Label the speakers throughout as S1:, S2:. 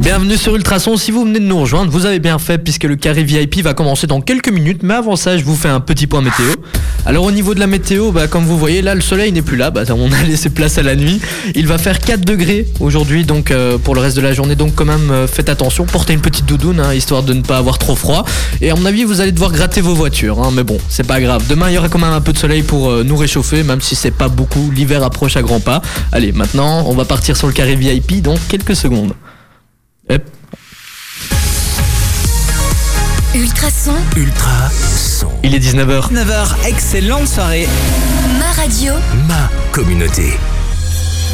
S1: Bienvenue sur Ultrason. Si vous venez de nous rejoindre, vous avez bien fait puisque le carré VIP va commencer dans quelques minutes. Mais avant ça, je vous fais un petit point météo. Alors au niveau de la météo, bah, comme vous voyez là, le soleil n'est plus là. Bah, on a laissé place à la nuit. Il va faire 4 degrés aujourd'hui, donc euh, pour le reste de la journée. Donc quand même, euh, faites attention. Portez une petite doudoune, hein, histoire de ne pas avoir trop froid. Et à mon avis, vous allez devoir gratter vos voitures. hein, mais bon, c'est pas grave. Demain, il y aura quand même un peu de soleil pour euh, nous réchauffer, même si c'est pas beaucoup. L'hiver approche à grands pas. Allez, maintenant, on va partir sur le carré VIP dans quelques secondes. Hep.
S2: Ultrason,
S3: Ultra son.
S1: Il est 19h.
S4: 9h, excellente soirée.
S2: ma radio.
S3: Ma communauté.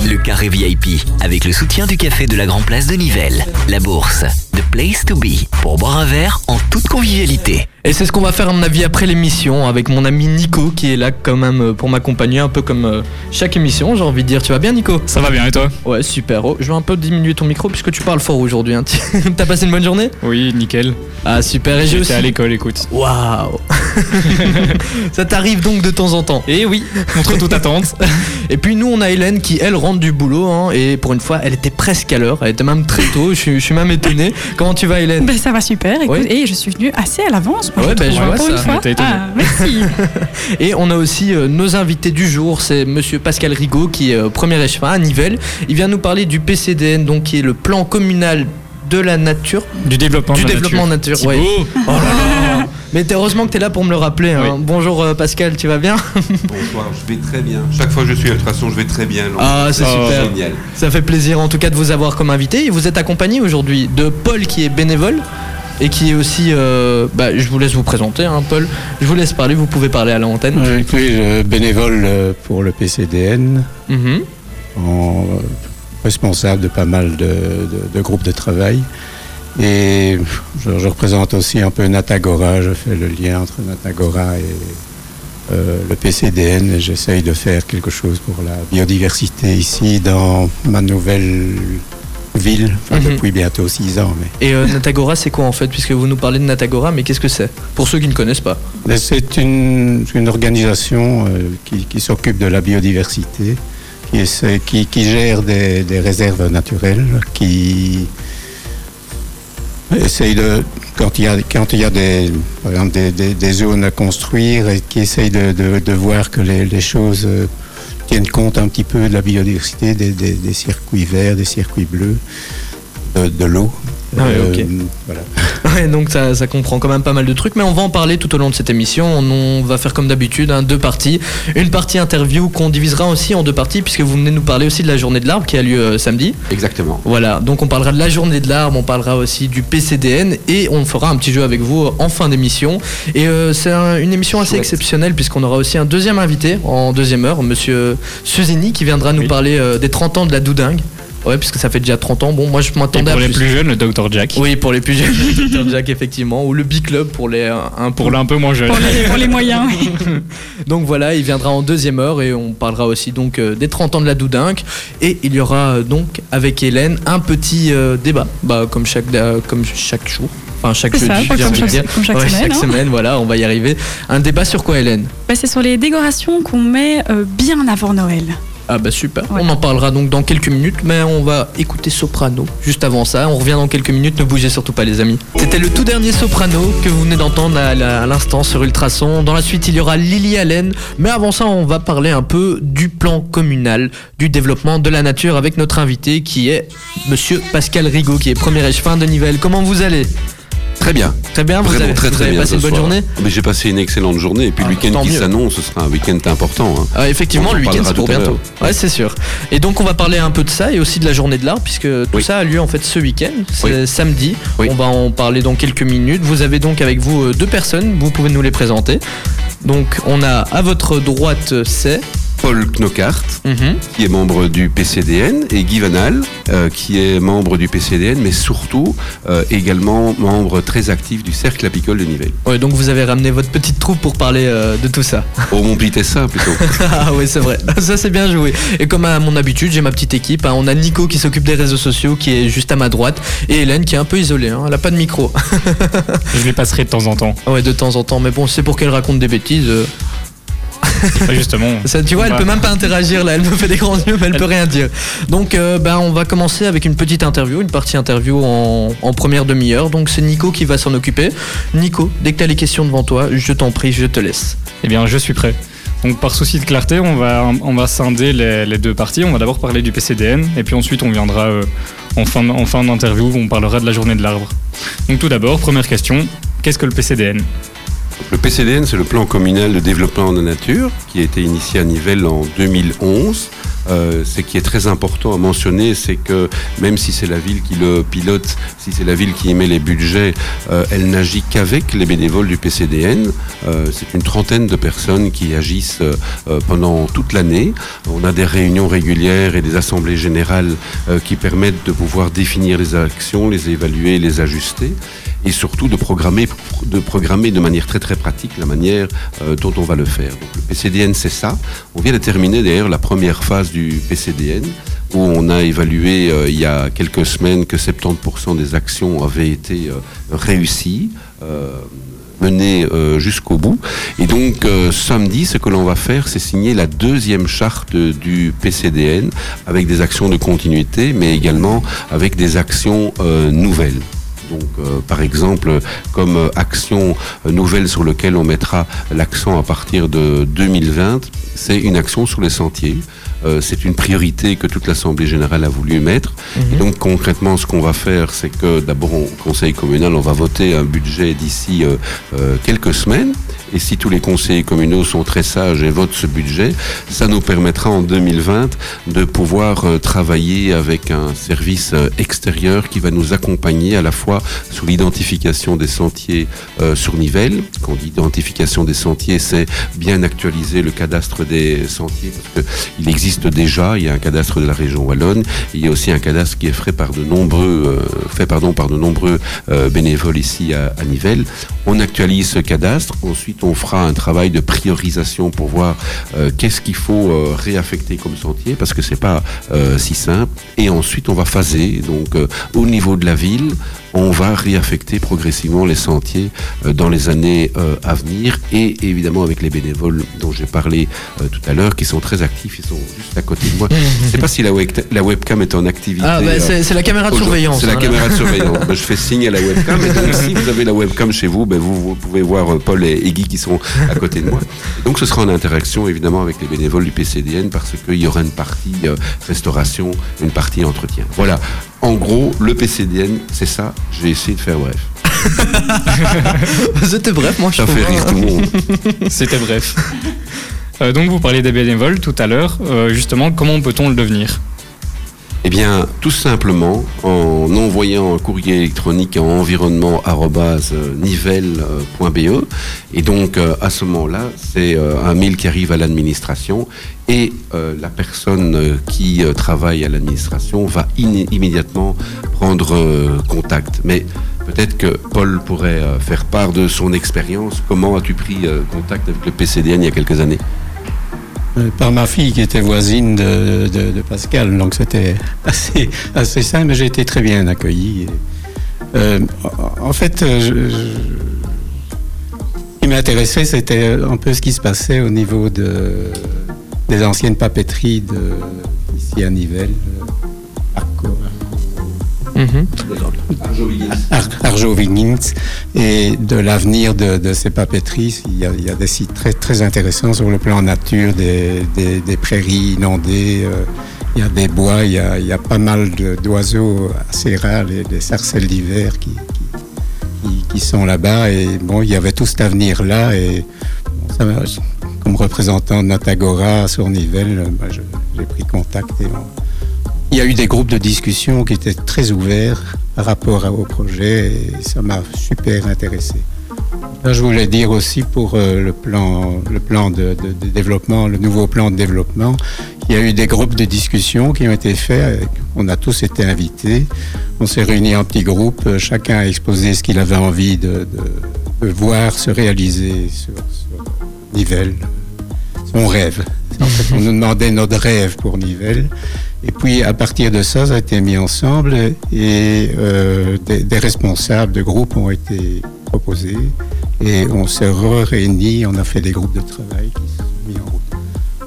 S5: Le carré VIP avec le soutien du café de la Grand Place de Nivelles, la bourse, The Place to Be pour boire un verre en toute convivialité.
S1: Et c'est ce qu'on va faire à mon avis après l'émission avec mon ami Nico qui est là quand même euh, pour m'accompagner un peu comme euh, chaque émission j'ai envie de dire tu vas bien Nico
S6: Ça va bien et toi
S1: Ouais super oh, je vais un peu diminuer ton micro puisque tu parles fort aujourd'hui hein. T'as passé une bonne journée
S6: Oui, nickel.
S1: Ah super et j'ai aussi
S6: J'étais à l'école, écoute.
S1: Waouh Ça t'arrive donc de temps en temps
S6: Et Eh oui, contre toute attente.
S1: Et puis nous on a Hélène qui elle rentre du boulot hein, et pour une fois elle était presque à l'heure elle était même très tôt je suis- je suis même étonné Comment tu vas Hélène
S7: Ben, ça va super, écoute,
S1: Oui.
S7: et je suis venue assez à l'avance. moi,
S1: Ouais, ben,
S7: trouve,
S1: je
S7: hein,
S1: vois
S7: pour
S1: ça.
S7: une fois.
S6: T'as étonné.
S7: Ah, merci.
S1: Et on a aussi euh, nos invités du jour, c'est monsieur Pascal Rigaud qui est euh, premier échevin à Nivelles. Il vient nous parler du PCDN, donc qui est le plan communal de la nature,
S6: Du développement
S1: du
S6: de la
S1: développement nature.
S6: nature.
S1: ouais.
S6: Thibaut
S1: Oh là là. Mais t'es- heureusement que t'es là pour me le rappeler. hein. Bonjour euh, Pascal, tu vas bien
S8: Bonsoir, je vais très bien. Chaque fois que je suis à Ultrason, je vais très bien. Laurent.
S1: Ah, c'est
S6: Oh.
S1: super.
S8: génial.
S1: Ça fait plaisir en tout cas de vous avoir comme invité. Et vous êtes accompagné aujourd'hui de Paul qui est bénévole et qui est aussi. euh, bah, je vous laisse vous présenter, hein, Paul. Je vous laisse parler. Vous pouvez parler à l'antenne.
S9: Oui, je bénévole euh, pour le PCDN,
S1: Mhm.
S9: en, euh, responsable de pas mal de, de- de groupes de travail. Et je, je représente aussi un peu Natagora, je fais le lien entre Natagora et euh, le PCDN et j'essaye de faire quelque chose pour la biodiversité ici dans ma nouvelle ville, enfin,
S1: Mhm.
S9: depuis bientôt six ans. Mais...
S1: Et euh, Natagora, c'est quoi en fait Puisque vous nous parlez de Natagora, mais qu'est-ce que c'est Pour ceux qui ne connaissent pas.
S9: Mais C'est une, c'est une organisation euh, qui, qui s'occupe de la biodiversité, qui, essaie- qui, qui gère des, des réserves naturelles, qui essaye de, quand il y a, quand il y a des, par exemple, des, des- des zones à construire, et qui essaye de, de- de voir que les, les choses euh, tiennent compte un petit peu de la biodiversité, des, des- des circuits verts, des circuits bleus, de, de l'eau. Euh,
S1: Ah ouais, ok.
S9: voilà.
S1: Ouais, donc ça, ça comprend quand même pas mal de trucs, mais on va en parler tout au long de cette émission. On, on va faire comme d'habitude, hein, deux parties. Une partie interview qu'on divisera aussi en deux parties, puisque vous venez nous parler aussi de la journée de l'arbre qui a lieu euh, samedi.
S8: Exactement.
S1: Voilà, donc on parlera de la journée de l'arbre, on parlera aussi du PCDN et on fera un petit jeu avec vous euh, en fin d'émission. Et euh, c'est un- une émission assez
S8: Chouette.
S1: exceptionnelle puisqu'on aura aussi un deuxième invité en deuxième heure, monsieur Suzini qui viendra nous
S6: Oui.
S1: parler euh, des 30 ans de la doudingue. Ouais, puisque ça fait déjà 30 ans. Bon, moi je
S6: Et
S1: m'attendais à
S6: pour les
S1: plus.
S6: plus jeunes, le Dr Jack.
S1: Oui, pour les plus jeunes, le Dr. Jack effectivement, ou le B-Club pour les euh, un
S6: Pour l'un peu moins jeune.
S7: pour, les, pour les moyens, oui.
S1: donc voilà, il viendra en deuxième heure et on parlera aussi donc euh, des 30 ans de la Doudinque. Et il y aura euh, donc avec Hélène un petit euh, débat, bah, comme, chaque, euh, comme chaque jour. Enfin, chaque
S7: C'est ça,
S1: jeudi,
S7: pas
S1: j'ai
S7: comme
S1: envie de
S7: chaque-
S1: dire.
S7: comme chaque
S1: Ouais,
S7: semaine, hein.
S1: voilà, on va y arriver. Un débat sur quoi, Hélène
S7: Ben, c'est sur les décorations qu'on met euh, bien avant Noël.
S1: Ah, bah super.
S7: Ouais.
S1: On en parlera donc dans quelques minutes, mais on va écouter Soprano juste avant ça. On revient dans quelques minutes, ne bougez surtout pas, les amis. C'était le tout dernier Soprano que vous venez d'entendre à la- à l'instant sur Ultrason. Dans la suite, il y aura Lily Allen, mais avant ça, on va parler un peu du plan communal, du développement de la nature avec notre invité qui est monsieur Pascal Rigaud, qui est premier échevin de Nivelles. Comment vous allez
S8: Très bien.
S1: Très bien, vous
S8: Vraiment
S1: avez,
S8: très
S1: vous
S8: très
S1: avez
S8: bien.
S1: passé
S8: ce
S1: une bonne
S8: soir.
S1: journée
S8: Mais j'ai passé une excellente journée. Et puis
S1: Ah,
S8: le
S1: tant
S8: week-end qui
S1: mieux.
S8: s'annonce, ce sera un week-end important. hein.
S1: Ah, effectivement,
S8: On en
S1: le week-end
S8: parlera
S1: c'est pour
S8: tout à
S1: bientôt.
S8: l'heure.
S1: Ouais, c'est sûr. Et donc, on va parler un peu de ça et aussi de la journée de l'art, puisque tout
S8: Oui.
S1: ça a lieu en fait ce week-end, c'est samedi.
S8: Oui.
S1: On va en parler dans quelques minutes. Vous avez donc avec vous euh, deux personnes, vous pouvez nous les présenter. Donc, on a à votre droite, euh, c'est.
S8: Paul Knockart,
S1: Mhm.
S8: qui est membre du PCDN, et Guy Van Hal, euh, qui est membre du PCDN, mais surtout euh, également membre très actif du Cercle apicole de Nivelles.
S1: Ouais, donc vous avez ramené votre petite troupe pour parler euh, de tout ça.
S8: Oh mon petit ça plutôt.
S1: ah, oui, c'est vrai. Ça, c'est bien joué. Et comme à mon habitude, j'ai ma petite équipe. hein. On a Nico qui s'occupe des réseaux sociaux, qui est juste à ma droite, et Hélène qui est un peu isolée. hein. Elle a pas de micro.
S6: Je les passerai de temps en temps.
S1: Ouais, de temps en temps, mais bon, c'est pour qu'elle raconte des bêtises. euh.
S6: Enfin, justement.
S1: Ça, tu vois, elle
S6: Bah.
S1: peut même pas interagir là, elle me fait des grands yeux, mais elle peut rien dire. Donc, euh, ben, on va commencer avec une petite interview, une partie interview en, en première demi-heure. Donc, c'est Nico qui va s'en occuper. Nico, dès que t'as les questions devant toi, je t'en prie, je te laisse.
S6: Eh bien, je suis prêt. Donc, par souci de clarté, on va, on va scinder les, les deux parties. On va d'abord parler du PCDN, et puis ensuite, on viendra euh, en fin, de- en fin d'interview, on parlera de la journée de l'arbre. Donc, tout d'abord, première question qu'est-ce que le PCDN
S8: Le PCDN, c'est le plan communal de développement de la nature qui a été initié à Nivelles en 2011. Euh, ce qui est très important à mentionner, c'est que même si c'est la ville qui le pilote, si c'est la ville qui émet les budgets, euh, elle n'agit qu'avec les bénévoles du PCDN. Euh, c'est une trentaine de personnes qui agissent euh, euh, pendant toute l'année. On a des réunions régulières et des assemblées générales euh, qui permettent de pouvoir définir les actions, les évaluer, les ajuster et surtout de programmer, de programmer de manière très très pratique la manière euh, dont on va le faire. Donc, le PCDN, c'est ça. On vient de terminer d'ailleurs la première phase du PCDN où on a évalué euh, il y a quelques semaines que 70% des actions avaient été euh, réussies. euh, menées euh, jusqu'au bout. Et donc euh, samedi, ce que l'on va faire, c'est signer la deuxième charte du PCDN avec des actions de continuité, mais également avec des actions euh, nouvelles. Donc, euh, par exemple, euh, comme euh, action euh, nouvelle sur laquelle on mettra l'accent à partir de 2020, c'est une action sur les sentiers. Euh, c'est une priorité que toute l'Assemblée générale a voulu mettre. Et donc, concrètement, ce qu'on va faire, c'est que d'abord, au Conseil communal, on va voter un budget d'ici euh, euh, quelques semaines. Et si tous les conseillers communaux sont très sages et votent ce budget, ça nous permettra en 2020 de pouvoir euh, travailler avec un service euh, extérieur qui va nous accompagner à la fois sur l'identification des sentiers euh, sur Nivelles. Quand on dit identification des sentiers, c'est bien actualiser le cadastre des sentiers parce qu'il existe déjà, il y a un cadastre de la région Wallonne, il y a aussi un cadastre qui est fait par de nombreux, euh, fait, pardon, par de nombreux euh, bénévoles ici à, à Nivelles. On actualise ce cadastre, ensuite on fera un travail de priorisation pour voir euh, qu'est-ce qu'il faut euh, réaffecter comme sentier parce que c'est pas euh, si simple et ensuite on va phaser donc euh, au niveau de la ville on va réaffecter progressivement les sentiers euh, dans les années euh, à venir et évidemment avec les bénévoles dont j'ai parlé euh, tout à l'heure qui sont très actifs ils sont juste à côté de moi je sais pas si la, webca- la webcam est en activité
S1: Ah, bah,
S8: euh,
S1: c'est c'est la caméra de
S8: Aujourd'hui,
S1: surveillance.
S8: C'est la
S1: hein, là.
S8: caméra de surveillance. Ben, je fais signe à la webcam. Et donc, si vous avez la webcam chez vous, ben, vous, vous pouvez voir euh, Paul et, et Guy qui sont à côté de moi. Et donc, ce sera en interaction, évidemment, avec les bénévoles du PCDN parce qu'il y aura une partie euh, restauration, une partie entretien. Voilà. En gros, le PCDN, c'est ça. J'ai essayé de faire bref.
S1: C'était bref, moi je
S8: Ça fait
S1: trouve,
S8: rire
S1: hein.
S8: tout le monde.
S6: C'était bref. Euh, donc, vous parliez des bénévoles tout à l'heure. Euh, justement, comment peut-on le devenir
S8: Eh bien, tout simplement, en envoyant un courrier électronique à euh, environnement.nivelle.be. E. Et donc, euh, à ce moment-là, c'est euh, un mail qui arrive à l'administration et euh, la personne euh, qui euh, travaille à l'administration va iné- immédiatement prendre euh, contact. Mais peut-être que Paul pourrait euh, faire part de son expérience. Comment as-tu pris euh, contact avec le PCDN il y a quelques années
S9: Euh, Par ma fille qui était voisine de, de- de Pascal, donc c'était assez, assez simple, mais j'ai été très bien accueilli. Et, euh, en- en fait, euh, je- je- ce qui m'intéressait, c'était un peu ce qui se passait au niveau de, des anciennes papeteries de, ici à Nivelles, euh, Arco-
S1: Mhm.
S9: Ar- Arjovignins et de l'avenir de, de ces papeteries. Il y, a, il y a des sites très, très intéressants sur le plan nature, des, des- des prairies inondées, euh, il y a des bois, il y a, il y a pas mal de- d'oiseaux assez rares, et des sarcelles d'hiver qui, qui- qui- qui sont là-bas. Et bon, il y avait tout cet avenir-là. Et bon, ça m'a- comme représentant de Natagora sur Nivelles, euh, bah, je- j'ai pris contact et on- il y a eu des groupes de discussion qui étaient très ouverts par rapport à- au projet et ça m'a super intéressé. Là, je voulais dire aussi pour euh, le plan, le plan de, de- de développement, le nouveau plan de développement, il y a eu des groupes de discussion qui ont été faits. et On a tous été invités. On s'est réunis en petits groupes. euh, Chacun a exposé ce qu'il avait envie de, de- de voir se réaliser sur, sur Nivelles, son rêve. En fait, on nous demandait notre rêve pour Nivelles. Et puis, à partir de ça, ça a été mis ensemble et euh, des, des responsables de groupes ont été proposé. Et on s'est réunis, on a fait des groupes de travail qui se sont mis en route.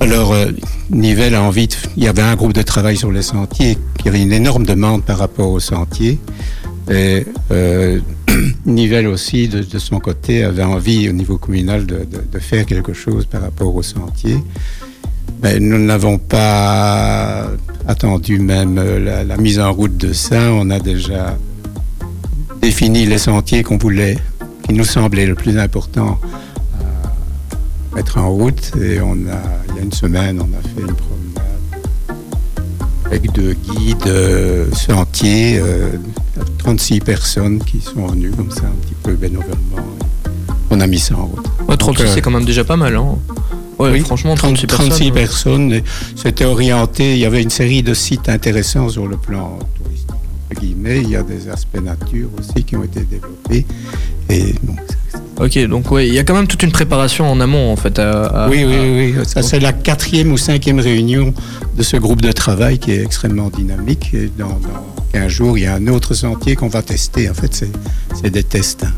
S9: Alors, euh, Nivelles a envie de- Il y avait un groupe de travail sur les sentiers, il y avait une énorme demande par rapport aux sentiers. Et euh, Nivelles aussi, de, de son côté, avait envie au niveau communal de, de- de faire quelque chose par rapport aux sentiers. Mais nous n'avons pas attendu même euh, la, la mise en route de ça. On a déjà défini les sentiers qu'on voulait, qui nous semblaient le plus important à mettre en route. Et on a, il y a une semaine, on a fait une promenade avec deux guides euh, sentiers, euh, 36 personnes qui sont venues comme ça, un petit peu bénévolement. On a mis ça en route.
S1: Ouais, 36,
S9: Donc, euh,
S1: c'est quand même déjà pas mal. Hein. Ouais,
S9: Oui,
S1: franchement,
S9: 30
S1: 36 personnes.
S9: 36
S1: euh,
S9: personnes. et C'était orienté. Il y avait une série de sites intéressants sur le plan touristique. entre guillemets. Il y a des aspects nature aussi qui ont été développés. Et donc,
S1: Ok, donc ouais, il y a quand même toute une préparation en amont en fait. à- à-
S9: oui, oui,
S1: à-
S9: oui, oui. Ça, c'est la quatrième ou cinquième réunion de ce groupe de travail qui est extrêmement dynamique. Et dans, dans 15 jours, il y a un autre sentier qu'on va tester. En fait, c'est- c'est des tests. Hein.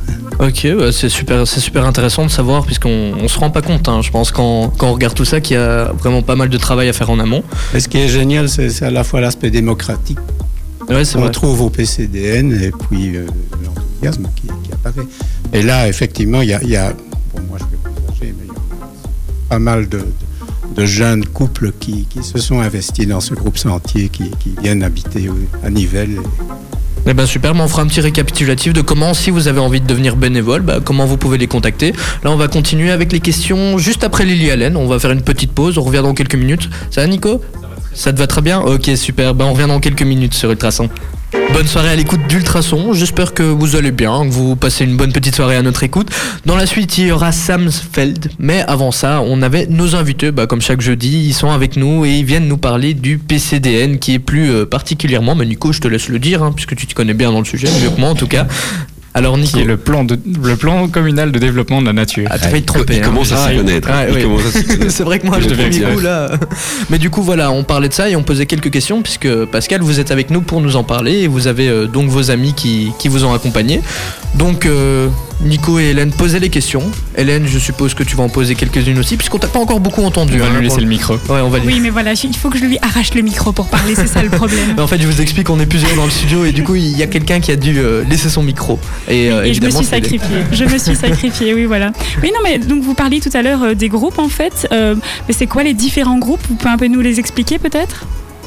S1: Ok, bah, c'est super, c'est super intéressant de savoir puisqu'on on se rend pas compte. hein. Je pense quand, quand on regarde tout ça, qu'il y a vraiment pas mal de travail à faire en amont.
S9: Et ce qui est génial, c'est c'est à la fois l'aspect démocratique.
S1: Ouais, c'est
S9: on
S1: vrai.
S9: retrouve au PCDN et puis euh, l'enthousiasme qui, qui apparaît. Et là, effectivement, il y a, il y a- bon, moi je vais pas partager, mais il y en a pas mal de, de- de jeunes couples qui, qui se sont investis dans ce groupe sentier, qui, qui viennent habiter au- à Nivelles.
S1: Eh ben super, mais on fera un petit récapitulatif de comment, si vous avez envie de devenir bénévole, bah, comment vous pouvez les contacter. Là, on va continuer avec les questions juste après Lily Allen. On va faire une petite pause, on revient dans quelques minutes. Ça va, Nico Ça te va très bien Ok, super. Ben, on revient dans quelques minutes sur Ultrason. Bonne soirée à l'écoute d'Ultrason. J'espère que vous allez bien, que vous passez une bonne petite soirée à notre écoute. Dans la suite, il y aura Samsfeld. Mais avant ça, on avait nos invités, bah, comme chaque jeudi, ils sont avec nous et ils viennent nous parler du PCDN qui est plus euh, particulièrement. Mais Nico, je te laisse le dire, hein, puisque tu te connais bien dans le sujet, mieux que moi en tout cas. Alors, Nico,
S6: qui est le plan, de, le plan communal de développement de la nature.
S1: ah, t'as failli te tromper.
S8: Il
S1: hein.
S8: commence à
S6: Ah,
S8: s'y
S6: il-
S8: connaître.
S1: Ah,
S8: Il
S1: oui.
S8: commence à s'y connaître.
S1: C'est vrai que moi,
S6: Je
S1: le
S6: devais
S1: premier
S6: dire.
S1: coup, là. Mais du coup, voilà, on parlait de ça et on posait quelques questions, puisque Pascal, vous êtes avec nous pour nous en parler et vous avez euh, donc vos amis qui, qui vous ont accompagné. Donc, euh, Nico et Hélène posaient les questions. Hélène, je suppose que tu vas en poser quelques-unes aussi, puisqu'on t'a pas encore beaucoup
S6: On
S1: entendu.
S6: va
S1: hein,
S6: lui
S1: pour
S6: laisser le micro.
S1: le- Ouais, on va lui-
S7: Oui, mais voilà, il faut que je lui arrache le micro pour parler, c'est ça le problème.
S1: Mais En fait, je vous explique, on est plusieurs dans le studio et du coup, il y a quelqu'un qui a dû euh, laisser son micro. Et, euh,
S7: Et je me
S1: évidemment,
S7: suis
S1: c'est Hélène.
S7: sacrifiée. Je me suis sacrifiée, oui, voilà. Oui, non, mais donc vous parliez tout à l'heure euh, des groupes, en fait. Euh, mais c'est quoi les différents groupes Vous pouvez un peu nous les expliquer, peut-être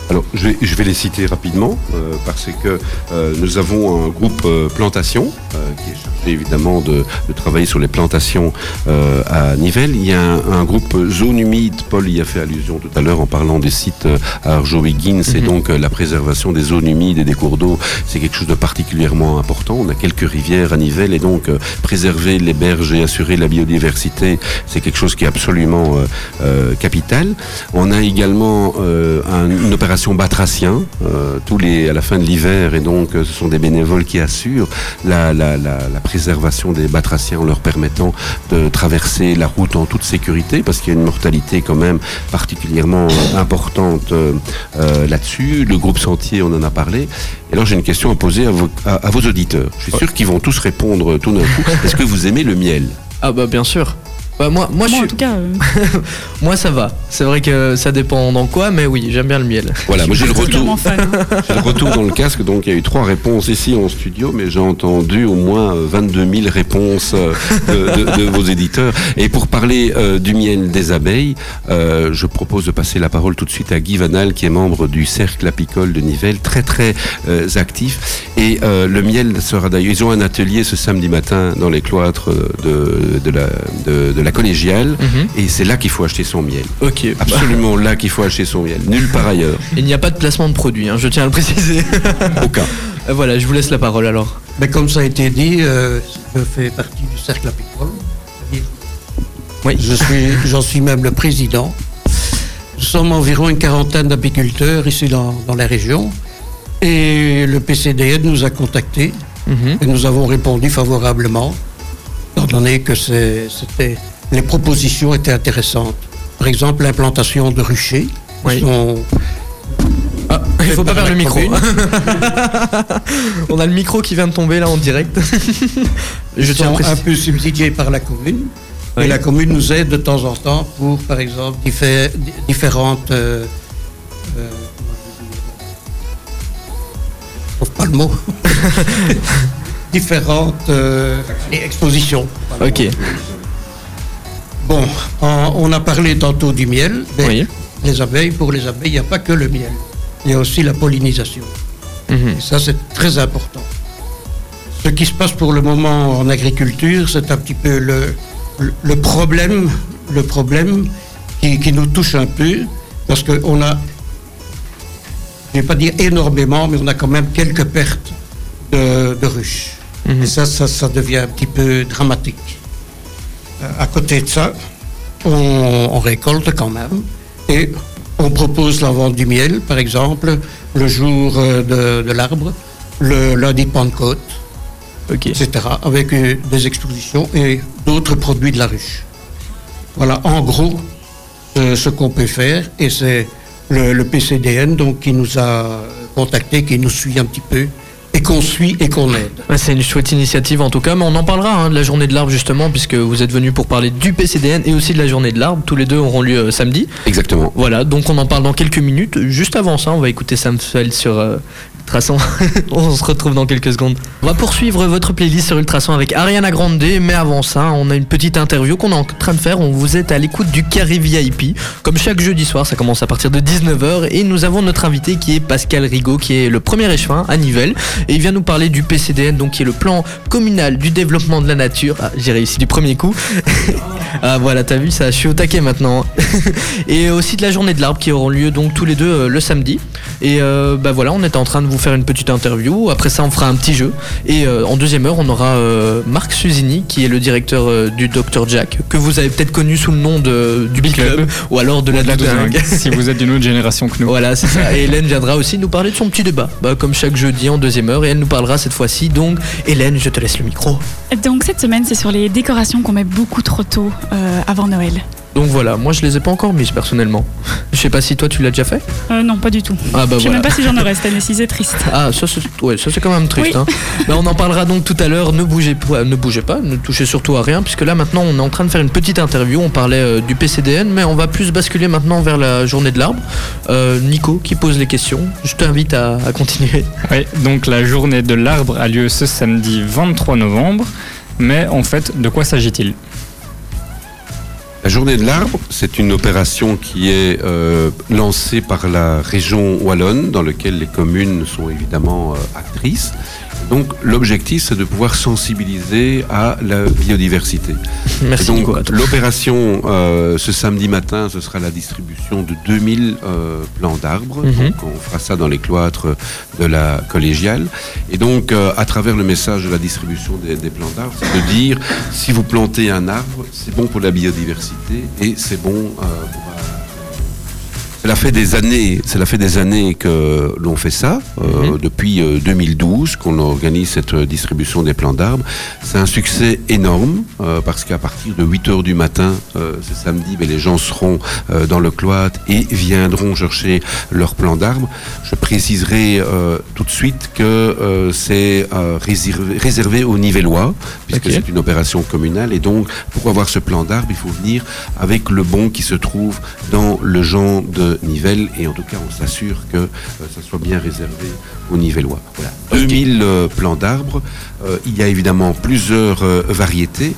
S8: Alors, je vais, je vais les citer rapidement euh, parce que euh, nous avons un groupe euh, plantation euh, qui est chargé évidemment de, de travailler sur les plantations euh, à Nivelles. Il y a un, un groupe euh, zone humide, Paul y a fait allusion tout à l'heure en parlant des sites euh, à Arjowiggins c'est
S1: Mhm.
S8: donc euh, la préservation des zones humides et des cours d'eau, c'est quelque chose de particulièrement important. On a quelques rivières à Nivelles et donc euh, préserver les berges et assurer la biodiversité, c'est quelque chose qui est absolument euh, euh, capital. On a également euh, un- une opération Batracien, euh, tous les, à la fin de l'hiver, et donc euh, ce sont des bénévoles qui assurent la, la- la- la préservation des Batraciens en leur permettant de traverser la route en toute sécurité, parce qu'il y a une mortalité quand même particulièrement euh, importante euh, euh, là-dessus. Le groupe Sentier, on en a parlé. Et alors j'ai une question à poser à vos, à- à vos auditeurs. Je suis sûr qu'ils vont tous répondre euh, tout d'un coup. Est-ce que vous aimez le miel
S1: Ah, bah, bien sûr. Bah, moi, moi, je
S7: Moi, en
S1: suis-
S7: tout cas, euh,
S1: moi, ça va. C'est vrai que ça dépend dans quoi, mais oui, j'aime bien le miel.
S8: Voilà, moi j'ai le
S7: particulièrement
S8: retour.
S7: fan.
S8: J'ai le retour dans le casque, donc il y a eu trois réponses ici en studio, mais j'ai entendu au moins euh, 22 000 réponses euh, de, de- de vos éditeurs. Et pour parler euh, du miel des abeilles, euh, je propose de passer la parole tout de suite à Guy Vanal, qui est membre du Cercle apicole de Nivelles, très très euh, actif. Et euh, le miel sera d'ailleurs, ils ont un atelier ce samedi matin dans les cloîtres euh, de, de, la, de, de la collégiale,
S1: Mhm.
S8: et c'est là qu'il faut acheter son miel.
S1: Ok.
S8: Absolument là qu'il faut acheter son miel, nulle part ailleurs.
S1: Il n'y a pas de placement de produit, hein, je tiens à le préciser.
S8: Aucun.
S1: Euh, voilà, je vous laisse la parole alors.
S10: Mais Ben, comme ça a été dit, euh, je fais partie du cercle apicole.
S1: Oui.
S10: Je suis, j'en suis même le président. Nous sommes environ une quarantaine d'apiculteurs ici dans, dans la région. Et le PCDN nous a contactés
S1: Mhm.
S10: et nous avons répondu favorablement, étant donné que c'est- c'était, les propositions étaient intéressantes. Par exemple, l'implantation de ruchers. qui
S1: Oui.
S10: sont-
S1: Ah, Il
S10: fait
S1: faut pas
S10: par
S1: perdre le
S10: la
S1: micro.
S10: commune.
S1: On a le micro qui vient de tomber là en direct. Je
S10: Ils
S1: tiens à
S10: sont un
S1: préciser.
S10: peu subsidiés par la commune.
S1: Oui.
S10: Et la commune nous aide de temps en temps pour, par exemple, diffé- di- différentes. euh, euh, je trouve pas le mot. différentes euh, expositions.
S1: Ok,
S10: Bon, en- on a parlé tantôt du miel. mais
S1: Oui.
S10: Les abeilles, pour les abeilles, il n'y a pas que le miel. Il y a aussi la pollinisation.
S1: Mhm.
S10: Et ça, c'est très important. Ce qui se passe pour le moment en agriculture, c'est un petit peu le, le- le problème, le problème qui, qui nous touche un peu, parce qu'on a, je ne vais pas dire énormément, mais on a quand même quelques pertes de, de ruches.
S1: Mhm.
S10: Et ça, ça, ça devient un petit peu dramatique. Euh, À côté de ça, on, on récolte quand même et on propose la vente du miel, par exemple, le jour euh, de, de l'arbre, le lundi de Pentecôte,
S1: ok.
S10: etc., avec euh, des expositions et d'autres produits de la ruche. Voilà, en gros, euh, ce qu'on peut faire, et c'est le, le PCDN donc, qui nous a contactés, qui nous suit un petit peu, et qu'on suit et qu'on aide.
S1: Ouais, C'est une chouette initiative en tout cas, mais on en parlera hein, de la journée de l'arbre justement, puisque vous êtes venus pour parler du PCDN et aussi de la journée de l'arbre. Tous les deux auront lieu euh, samedi.
S8: Exactement.
S1: Voilà, donc on en parle dans quelques minutes. Juste avant ça, on va écouter Sam Feld sur euh, Ultrason. on se retrouve dans quelques secondes. On va poursuivre votre playlist sur Ultrason avec Ariana Grande, mais avant ça, on a une petite interview qu'on est en train de faire. On vous est à l'écoute du Carré VIP. Comme chaque jeudi soir, ça commence à partir de 19h et nous avons notre invité qui est Pascal Rigaud, qui est le premier échevin à Nivelles. Et il vient nous parler du PCDN, donc qui est le plan communal du développement de la nature. Ah, j'ai réussi du premier coup. ah voilà, t'as vu ça, je suis au taquet maintenant. et aussi de la journée de l'arbre qui auront lieu donc tous les deux euh, le samedi. Et euh, bah voilà, on est en train de vous faire une petite interview. Après ça, on fera un petit jeu. Et euh, en deuxième heure, on aura euh, Marc Suzini qui est le directeur euh, du Dr Jack, que vous avez peut-être connu sous le nom de, du Big Club,
S6: Club.
S1: ou alors de la
S6: La
S1: Doudingue.
S6: Doudingue, si vous êtes d'une autre génération que nous.
S1: Voilà, c'est ça. Et Hélène viendra aussi nous parler de son petit débat, bah, comme chaque jeudi en deuxième heure, et elle nous parlera cette fois-ci. Donc, Hélène, je te laisse le micro.
S7: Donc cette semaine, c'est sur les décorations qu'on met beaucoup trop tôt euh, avant Noël.
S1: Donc voilà, moi je les ai pas encore mises personnellement. Je sais pas si toi tu l'as déjà fait.
S7: Euh, non, pas du tout.
S1: Ah bah
S7: Je sais
S1: voilà.
S7: même pas si j'en aurais cette année, si c'est triste.
S1: Ah, ça c'est ouais, ça, c'est quand même triste.
S7: Oui.
S1: hein. Bah, on en parlera donc tout à l'heure. Ne bougez, pas- ne bougez pas, ne touchez surtout à rien, puisque là maintenant on est en train de faire une petite interview. On parlait euh, du PCDN, mais on va plus basculer maintenant vers la journée de l'arbre. Euh, Nico qui pose les questions. Je t'invite à, à continuer.
S6: Oui, donc la journée de l'arbre a lieu ce samedi 23 novembre. Mais en fait, de quoi s'agit-il
S8: La journée de l'arbre, c'est une opération qui est euh, lancée par la région wallonne, dans laquelle les communes sont évidemment euh, actrices. Donc l'objectif, c'est de pouvoir sensibiliser à la biodiversité.
S1: Merci
S8: Donc,
S1: Nico. à toi.
S8: L'opération euh, ce samedi matin, ce sera la distribution de 2000 euh, plants d'arbres.
S1: Mhm.
S8: Donc, on fera ça dans les cloîtres de la collégiale. Et donc, euh, à travers le message de la distribution des, des plants d'arbres, c'est de dire si vous plantez un arbre, c'est bon pour la biodiversité et c'est bon euh, pour la- cela fait des années, cela fait des années que l'on fait ça, euh, depuis euh, 2012 qu'on organise cette euh, distribution des plants d'arbres. C'est un succès énorme euh, parce qu'à partir de 8 heures du matin euh, ce samedi, ben, les gens seront euh, dans le cloître et viendront chercher leurs plants d'arbres. Je préciserai euh, tout de suite que euh, c'est euh, réservé, réservé aux Nivellois puisque
S6: Ok.
S8: c'est une opération communale et donc pour avoir ce plan d'arbre, il faut venir avec le bon qui se trouve dans le genre de Nivelles. Et en tout cas, on s'assure que euh, ça soit bien réservé aux Nivellois. Voilà. 2000 euh, plans d'arbres. Euh, il y a évidemment plusieurs euh, variétés.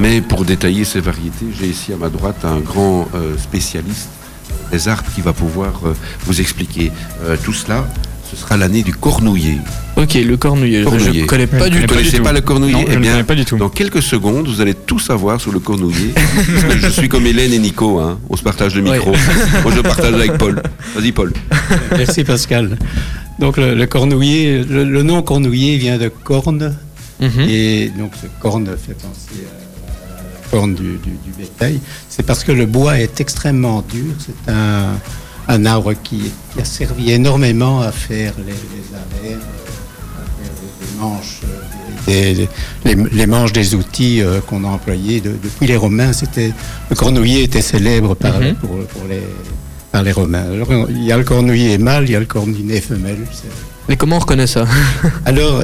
S8: Mais pour détailler ces variétés, j'ai ici à ma droite un grand euh, spécialiste des arbres qui va pouvoir euh, vous expliquer euh, tout cela. Ce sera l'année du cornouiller.
S1: Ok, le cornouiller. Je
S8: Cornouiller.
S1: connais pas
S6: Je
S1: du
S6: connais
S8: Vous ne
S1: tout.
S8: connaissez
S6: tout.
S8: pas le cornouiller
S6: Non,
S8: Eh
S6: je ne
S8: bien,
S6: connais pas du tout.
S8: Dans quelques secondes, vous allez tout savoir sur le cornouiller. parce que je suis comme Hélène et Nico, hein. on se partage le micro. Moi, je partage avec Paul. Vas-y, Paul.
S9: Merci Pascal. Donc le, le cornouiller, le, le nom cornouiller vient de corne,
S1: Mhm.
S9: et donc ce corne fait penser à la corne du, du- du bétail. C'est parce que le bois est extrêmement dur. C'est un, un arbre qui, qui a servi énormément à faire les, les arères, à faire les- les manches, euh, des- des- les, les manches des outils euh, qu'on a employés de- depuis les Romains. C'était le cornouiller était célèbre par-
S1: Mhm.
S9: pour, pour les par les Romains. Alors, il y a le cornouiller mâle, il y a le cornouiller femelle.
S1: Mais comment on reconnaît ça
S9: Alors,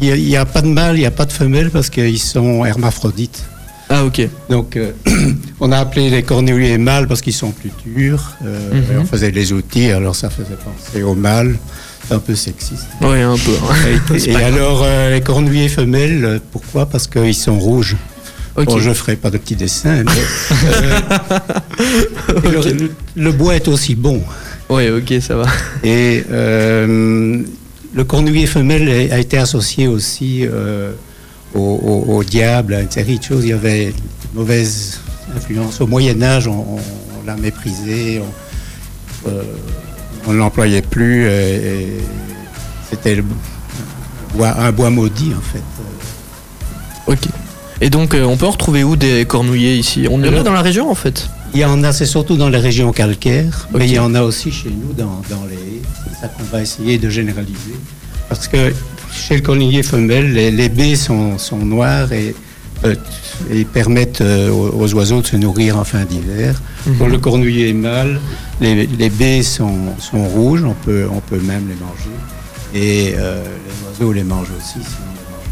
S9: il n'y a, a, pas de mâle, il n'y a pas de femelle parce qu'ils sont hermaphrodites.
S1: Ah, ok.
S9: Donc, euh, on a appelé les cornouillers mâles parce qu'ils sont plus durs. Euh, mm -hmm. On faisait les outils, alors ça faisait penser au mâle. C'est un peu sexiste.
S1: Oui, un peu. hein.
S9: et, et alors, euh, les cornouillers femelles, euh, pourquoi Parce qu'ils sont rouges. Okay. Bon, je ne ferai pas de petits dessins, mais. okay. alors, le, le, bois est aussi bon.
S1: Oui, ok, ça va.
S9: Et euh, le cornouiller femelle a été associé aussi. euh, Au, au, au, diable, à une série de choses. Il y avait une mauvaise influence. Au Moyen Âge, on, on, on l'a méprisé, on euh, ne l'employait plus. C'était un bois maudit, en fait.
S1: Ok. Et donc, euh, on peut en retrouver où des cornouillers ici On y en a dans la région, en fait
S9: Il y en a, c'est surtout dans les régions calcaires, okay. mais il y en a aussi chez nous, dans, dans les... C'est ça qu'on va essayer de généraliser. Parce que chez le cornouiller femelle, les, les baies sont, sont noires et, euh, et permettent euh, aux, aux, oiseaux de se nourrir en fin d'hiver. Mm -hmm. Pour le cornouiller mâle, les, les baies sont, sont, rouges, on peut, on peut même les manger. Et euh, les oiseaux les mangent aussi. Si
S1: on les mange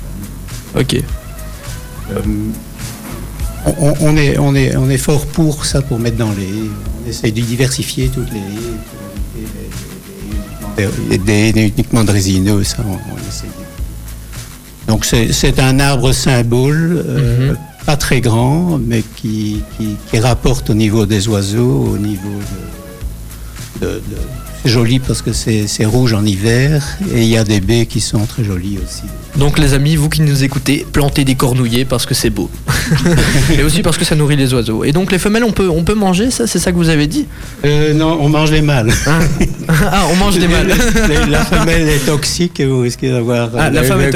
S1: ok.
S9: Euh, On, on, est, on, est, on est fort pour ça, pour mettre dans les. On essaye de diversifier toutes les des, des, des, uniquement de résineux, ça, on, on essaie. Donc c'est un arbre symbole, euh, mm -hmm. pas très grand, mais qui, qui, qui, rapporte au niveau des oiseaux, au niveau de... de, de c'est joli parce que c'est rouge en hiver et il y a des baies qui sont très jolies aussi.
S1: Donc les amis, vous qui nous écoutez, plantez des cornouillers parce que c'est beau. et aussi parce que ça nourrit les oiseaux. Et donc les femelles, on peut, on peut manger ça, c'est ça que vous avez dit
S9: euh, Non, on mange les mâles.
S1: Hein ah, on mange des mâles.
S9: La, la, femelle est toxique et vous risquez d'avoir ah, de, okay.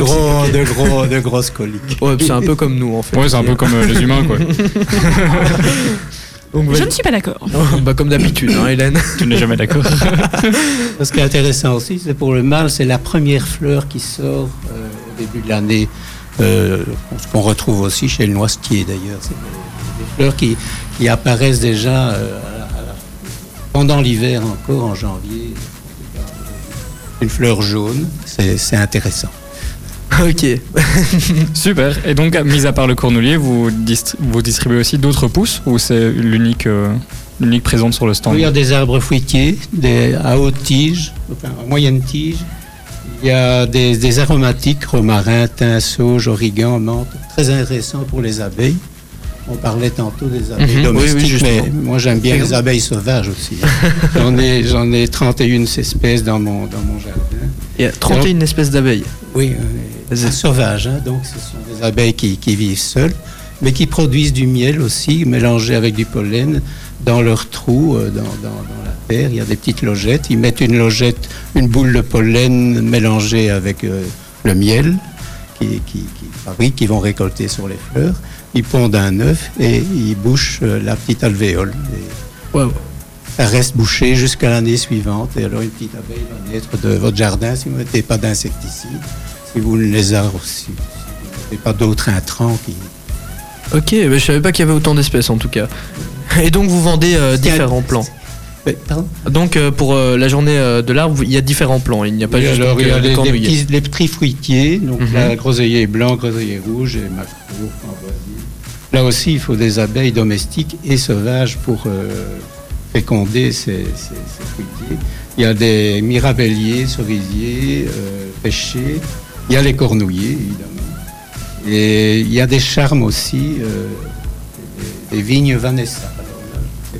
S9: de, gros, de, grosses coliques.
S1: Ouais, c'est un peu comme nous en fait.
S6: Ouais, c'est un peu comme euh, les humains quoi.
S7: Donc, Je ne suis pas d'accord.
S1: bah, comme d'habitude, hein, Hélène.
S6: Tu n'es jamais d'accord.
S9: Ce qui est intéressant aussi, c'est pour le mâle, c'est la première fleur qui sort euh, au début de l'année. Euh, ce qu'on retrouve aussi chez le noisetier d'ailleurs. C'est des fleurs qui, qui apparaissent déjà euh, pendant l'hiver encore, en janvier. Une fleur jaune, c'est intéressant.
S1: Ok.
S6: Super. Et donc, mis à part le cornouiller, vous, distribu vous distribuez aussi d'autres pousses ou c'est l'unique euh, présente sur le stand
S9: Il y a des arbres fruitiers, des, à haute tige, enfin à moyenne tige. Il y a des, des aromatiques, romarin, thym, sauge, origan, menthe, très intéressant pour les abeilles. On parlait tantôt des abeilles mmh, domestiques, oui, oui, mais moi j'aime bien les abeilles sauvages aussi. j'en ai, j'en ai 31 espèces dans mon, dans mon jardin.
S1: Il y a 31 donc, espèces d'abeilles.
S9: Oui, euh, sauvages. Hein, donc ce sont des abeilles qui, qui, vivent seules, mais qui produisent du miel aussi, mélangé avec du pollen, dans leurs trous, euh, dans, dans, dans, la terre. Il y a des petites logettes. Ils mettent une logette, une boule de pollen mélangée avec euh, le miel qui, qui, qui fabriquent, qui vont récolter sur les fleurs. Ils pondent un œuf et ils bouchent euh, la petite alvéole. Et wow. Ça reste bouché jusqu'à l'année suivante. Et alors une petite abeille va naître de votre jardin si vous ne mettez pas d'insecticides, si vous ne les aussi, si vous ne mettez pas d'autres intrants qui.
S1: Ok, mais je ne savais pas qu'il y avait autant d'espèces en tout cas. Et donc vous vendez euh, différents plans.
S9: Pardon
S1: Donc euh, pour euh, la journée euh, de l'arbre, il y a différents plans. Il n'y a pas
S9: oui,
S1: juste euh,
S9: alors, donc, il y a les, les, petits, les, petits, fruitiers, donc mm
S1: Mhm.
S9: -hmm. la groseillier blanc, groseillier rouge et macro, framboisier. Là aussi, il faut des abeilles domestiques et sauvages pour euh, féconder ces, ces, ces, fruitiers. Il y a des mirabelliers, cerisiers, euh, pêchers. Il y a les cornouillers, évidemment. Et il y a des charmes aussi, euh, des, des vignes Vanessa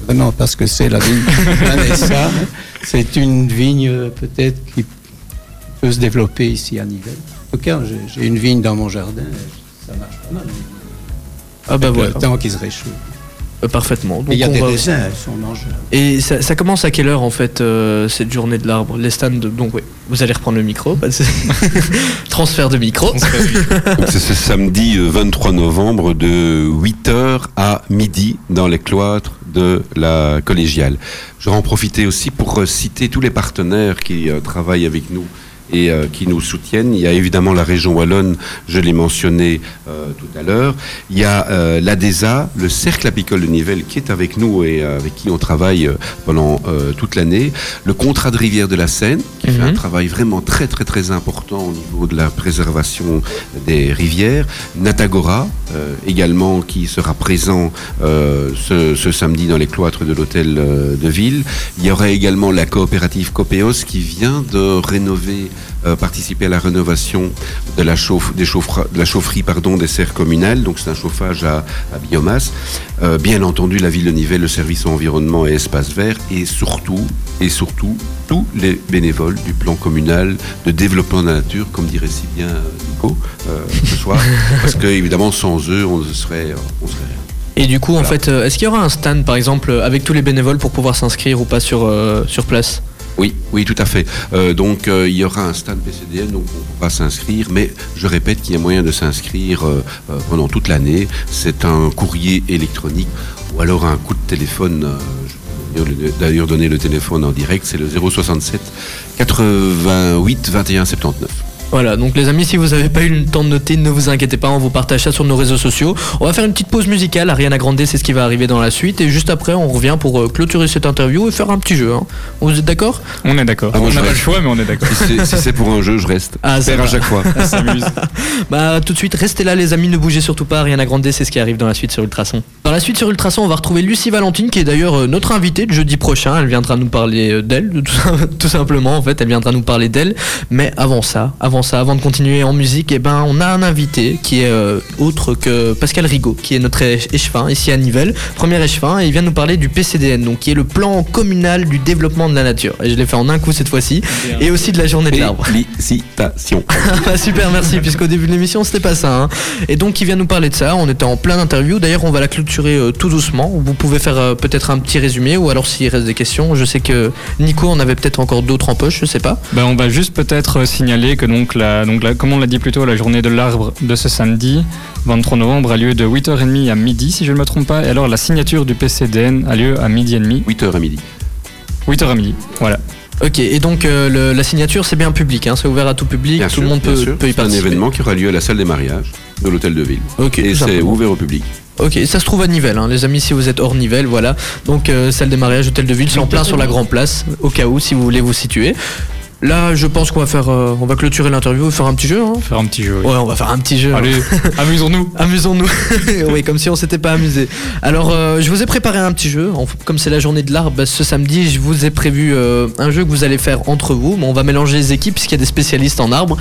S9: vraiment Euh, parce que c'est la vigne Vanessa. C'est une vigne peut-être qui peut se développer ici à Nivelles. En tout cas, j'ai une vigne dans mon jardin, ça marche pas mal.
S1: Ah bah voilà.
S9: Le temps qui se réchauffe.
S1: Euh, parfaitement.
S9: Il y a des va... dessins, elles sont
S1: Et ça, ça, commence à quelle heure en fait euh, cette journée de l'arbre Les stands, de... donc oui, vous allez reprendre le micro. Transfert de micro.
S8: C'est ce samedi 23 novembre de 8h à midi dans les cloîtres de la collégiale. J'aurais en profité aussi pour citer tous les partenaires qui euh, travaillent avec nous et euh, qui nous soutiennent. Il y a évidemment la région Wallonne, je l'ai mentionné euh, tout à l'heure. Il y a euh, l'ADESA, le Cercle apicole de Nivelles, qui est avec nous et euh, avec qui on travaille euh, pendant euh, toute l'année. Le contrat de rivière de la Seine, qui fait un travail vraiment très très très important au niveau de la préservation des rivières. Natagora, euh, également, qui sera présent euh, ce, ce samedi dans les cloîtres de l'hôtel euh, de ville. Il y aurait également la coopérative Copéos qui vient de rénover, euh, participer à la rénovation de la, chauffe, des chauffera- de la chaufferie pardon, des serres communales. Donc c'est un chauffage à, à biomasse. Euh, bien entendu, la ville de Nivelles, le service environnement et espace vert et surtout, et surtout, tous les bénévoles du plan communal de développement de la nature, comme dirait si bien euh, Nico euh, ce soir, parce que évidemment sans eux, on ne serait, on serait rien.
S1: Et du coup, en fait, euh, est-ce qu'il y aura un stand, par exemple, euh, avec tous les bénévoles pour pouvoir s'inscrire ou pas sur, euh, sur place
S8: Oui, oui, tout à fait. Euh, donc euh, il y aura un stand PCDN, donc on pourra s'inscrire, mais je répète qu'il y a moyen de s'inscrire euh, euh, pendant toute l'année. C'est un courrier électronique ou alors un coup de téléphone. euh, je peux d'ailleurs- D'ailleurs, donner le téléphone en direct, c'est le 067 88 21 79.
S1: Voilà, donc les amis, si vous n'avez pas eu le temps de noter, ne vous inquiétez pas, on vous partage ça sur nos réseaux sociaux. On va faire une petite pause musicale, Ariana Grande, c'est ce qui va arriver dans la suite, et juste après, on revient pour euh, clôturer cette interview et faire un petit jeu. hein. Vous êtes d'accord
S6: On est d'accord.
S8: Ah, moi,
S6: on
S8: je
S6: n'a pas le
S8: reste.
S6: choix, mais on est d'accord.
S8: Si c'est- si c'est pour un jeu, je reste.
S1: Ah, ça
S8: Père à
S1: va.
S8: chaque fois.
S6: On s'amuse.
S1: Bah tout de suite, restez là les amis, ne bougez surtout pas, rien à grandir, c'est ce qui arrive dans la suite sur Ultrason. Dans la suite sur Ultrason, on va retrouver Lucie Valentine qui est d'ailleurs euh, notre invitée de jeudi prochain, elle viendra nous parler euh, d'elle, de tout, tout simplement en fait, elle viendra nous parler d'elle. Mais avant ça, avant ça, avant de continuer en musique, eh ben, on a un invité qui est euh, autre que Pascal Rigaud, qui est notre é- échevin ici à Nivelles, premier échevin, et il vient nous parler du PCDN, donc qui est le plan communal du développement de la nature. Et je l'ai fait en un coup cette fois-ci, et aussi de la journée de l'arbre.
S8: Félicitation.
S1: Ah, super, merci, puisqu'au début de l'émission, c'était pas ça. hein. Et donc, il vient nous parler de ça. On était en plein interview. D'ailleurs, on va la clôturer euh, tout doucement. Vous pouvez faire euh, peut-être un petit résumé, ou alors s'il reste des questions. Je sais que Nico en avait peut-être encore d'autres en poche, je sais pas.
S6: Bah, on va juste peut-être euh, signaler que donc la, donc la, comme on l'a dit plus tôt, la journée de l'arbre de ce samedi 23 novembre a lieu de 8h30 à midi si je ne me trompe pas. Et alors la signature du PCDN a lieu à midi et demi.
S8: 8h à midi.
S6: 8h à midi. Voilà.
S1: Ok, et donc euh, le- la signature, c'est bien public, hein, c'est ouvert à tout public,
S8: Bien
S1: tout
S8: sûr,
S1: le monde
S8: bien
S1: peut,
S8: sûr.
S1: peut y
S8: C'est un
S1: participer.
S8: événement qui aura lieu à la salle des mariages de l'hôtel de ville.
S1: Ok,
S8: Et
S1: tout
S8: c'est
S1: simplement.
S8: ouvert au public.
S1: Ok, ça se trouve à Nivelles, hein, les amis, si vous êtes hors Nivelles, voilà. Donc, euh, salle des mariages, hôtel de ville, c'est en plein sur la Grand Place, au cas où, si vous voulez vous situer. Là, je pense qu'on va faire, euh, on va clôturer l'interview et faire un petit jeu. hein.
S6: Faire un petit jeu. oui.
S1: Ouais, on va faire un petit jeu. hein.
S6: Allez, amusons-nous.
S1: Amusons-nous. oui, comme si on s'était pas amusé. Alors, euh, je vous ai préparé un petit jeu. En- Comme c'est la journée de l'arbre, ce samedi, je vous ai prévu euh, un jeu que vous allez faire entre vous. Mais on va mélanger les équipes puisqu'il y a des spécialistes en arbre.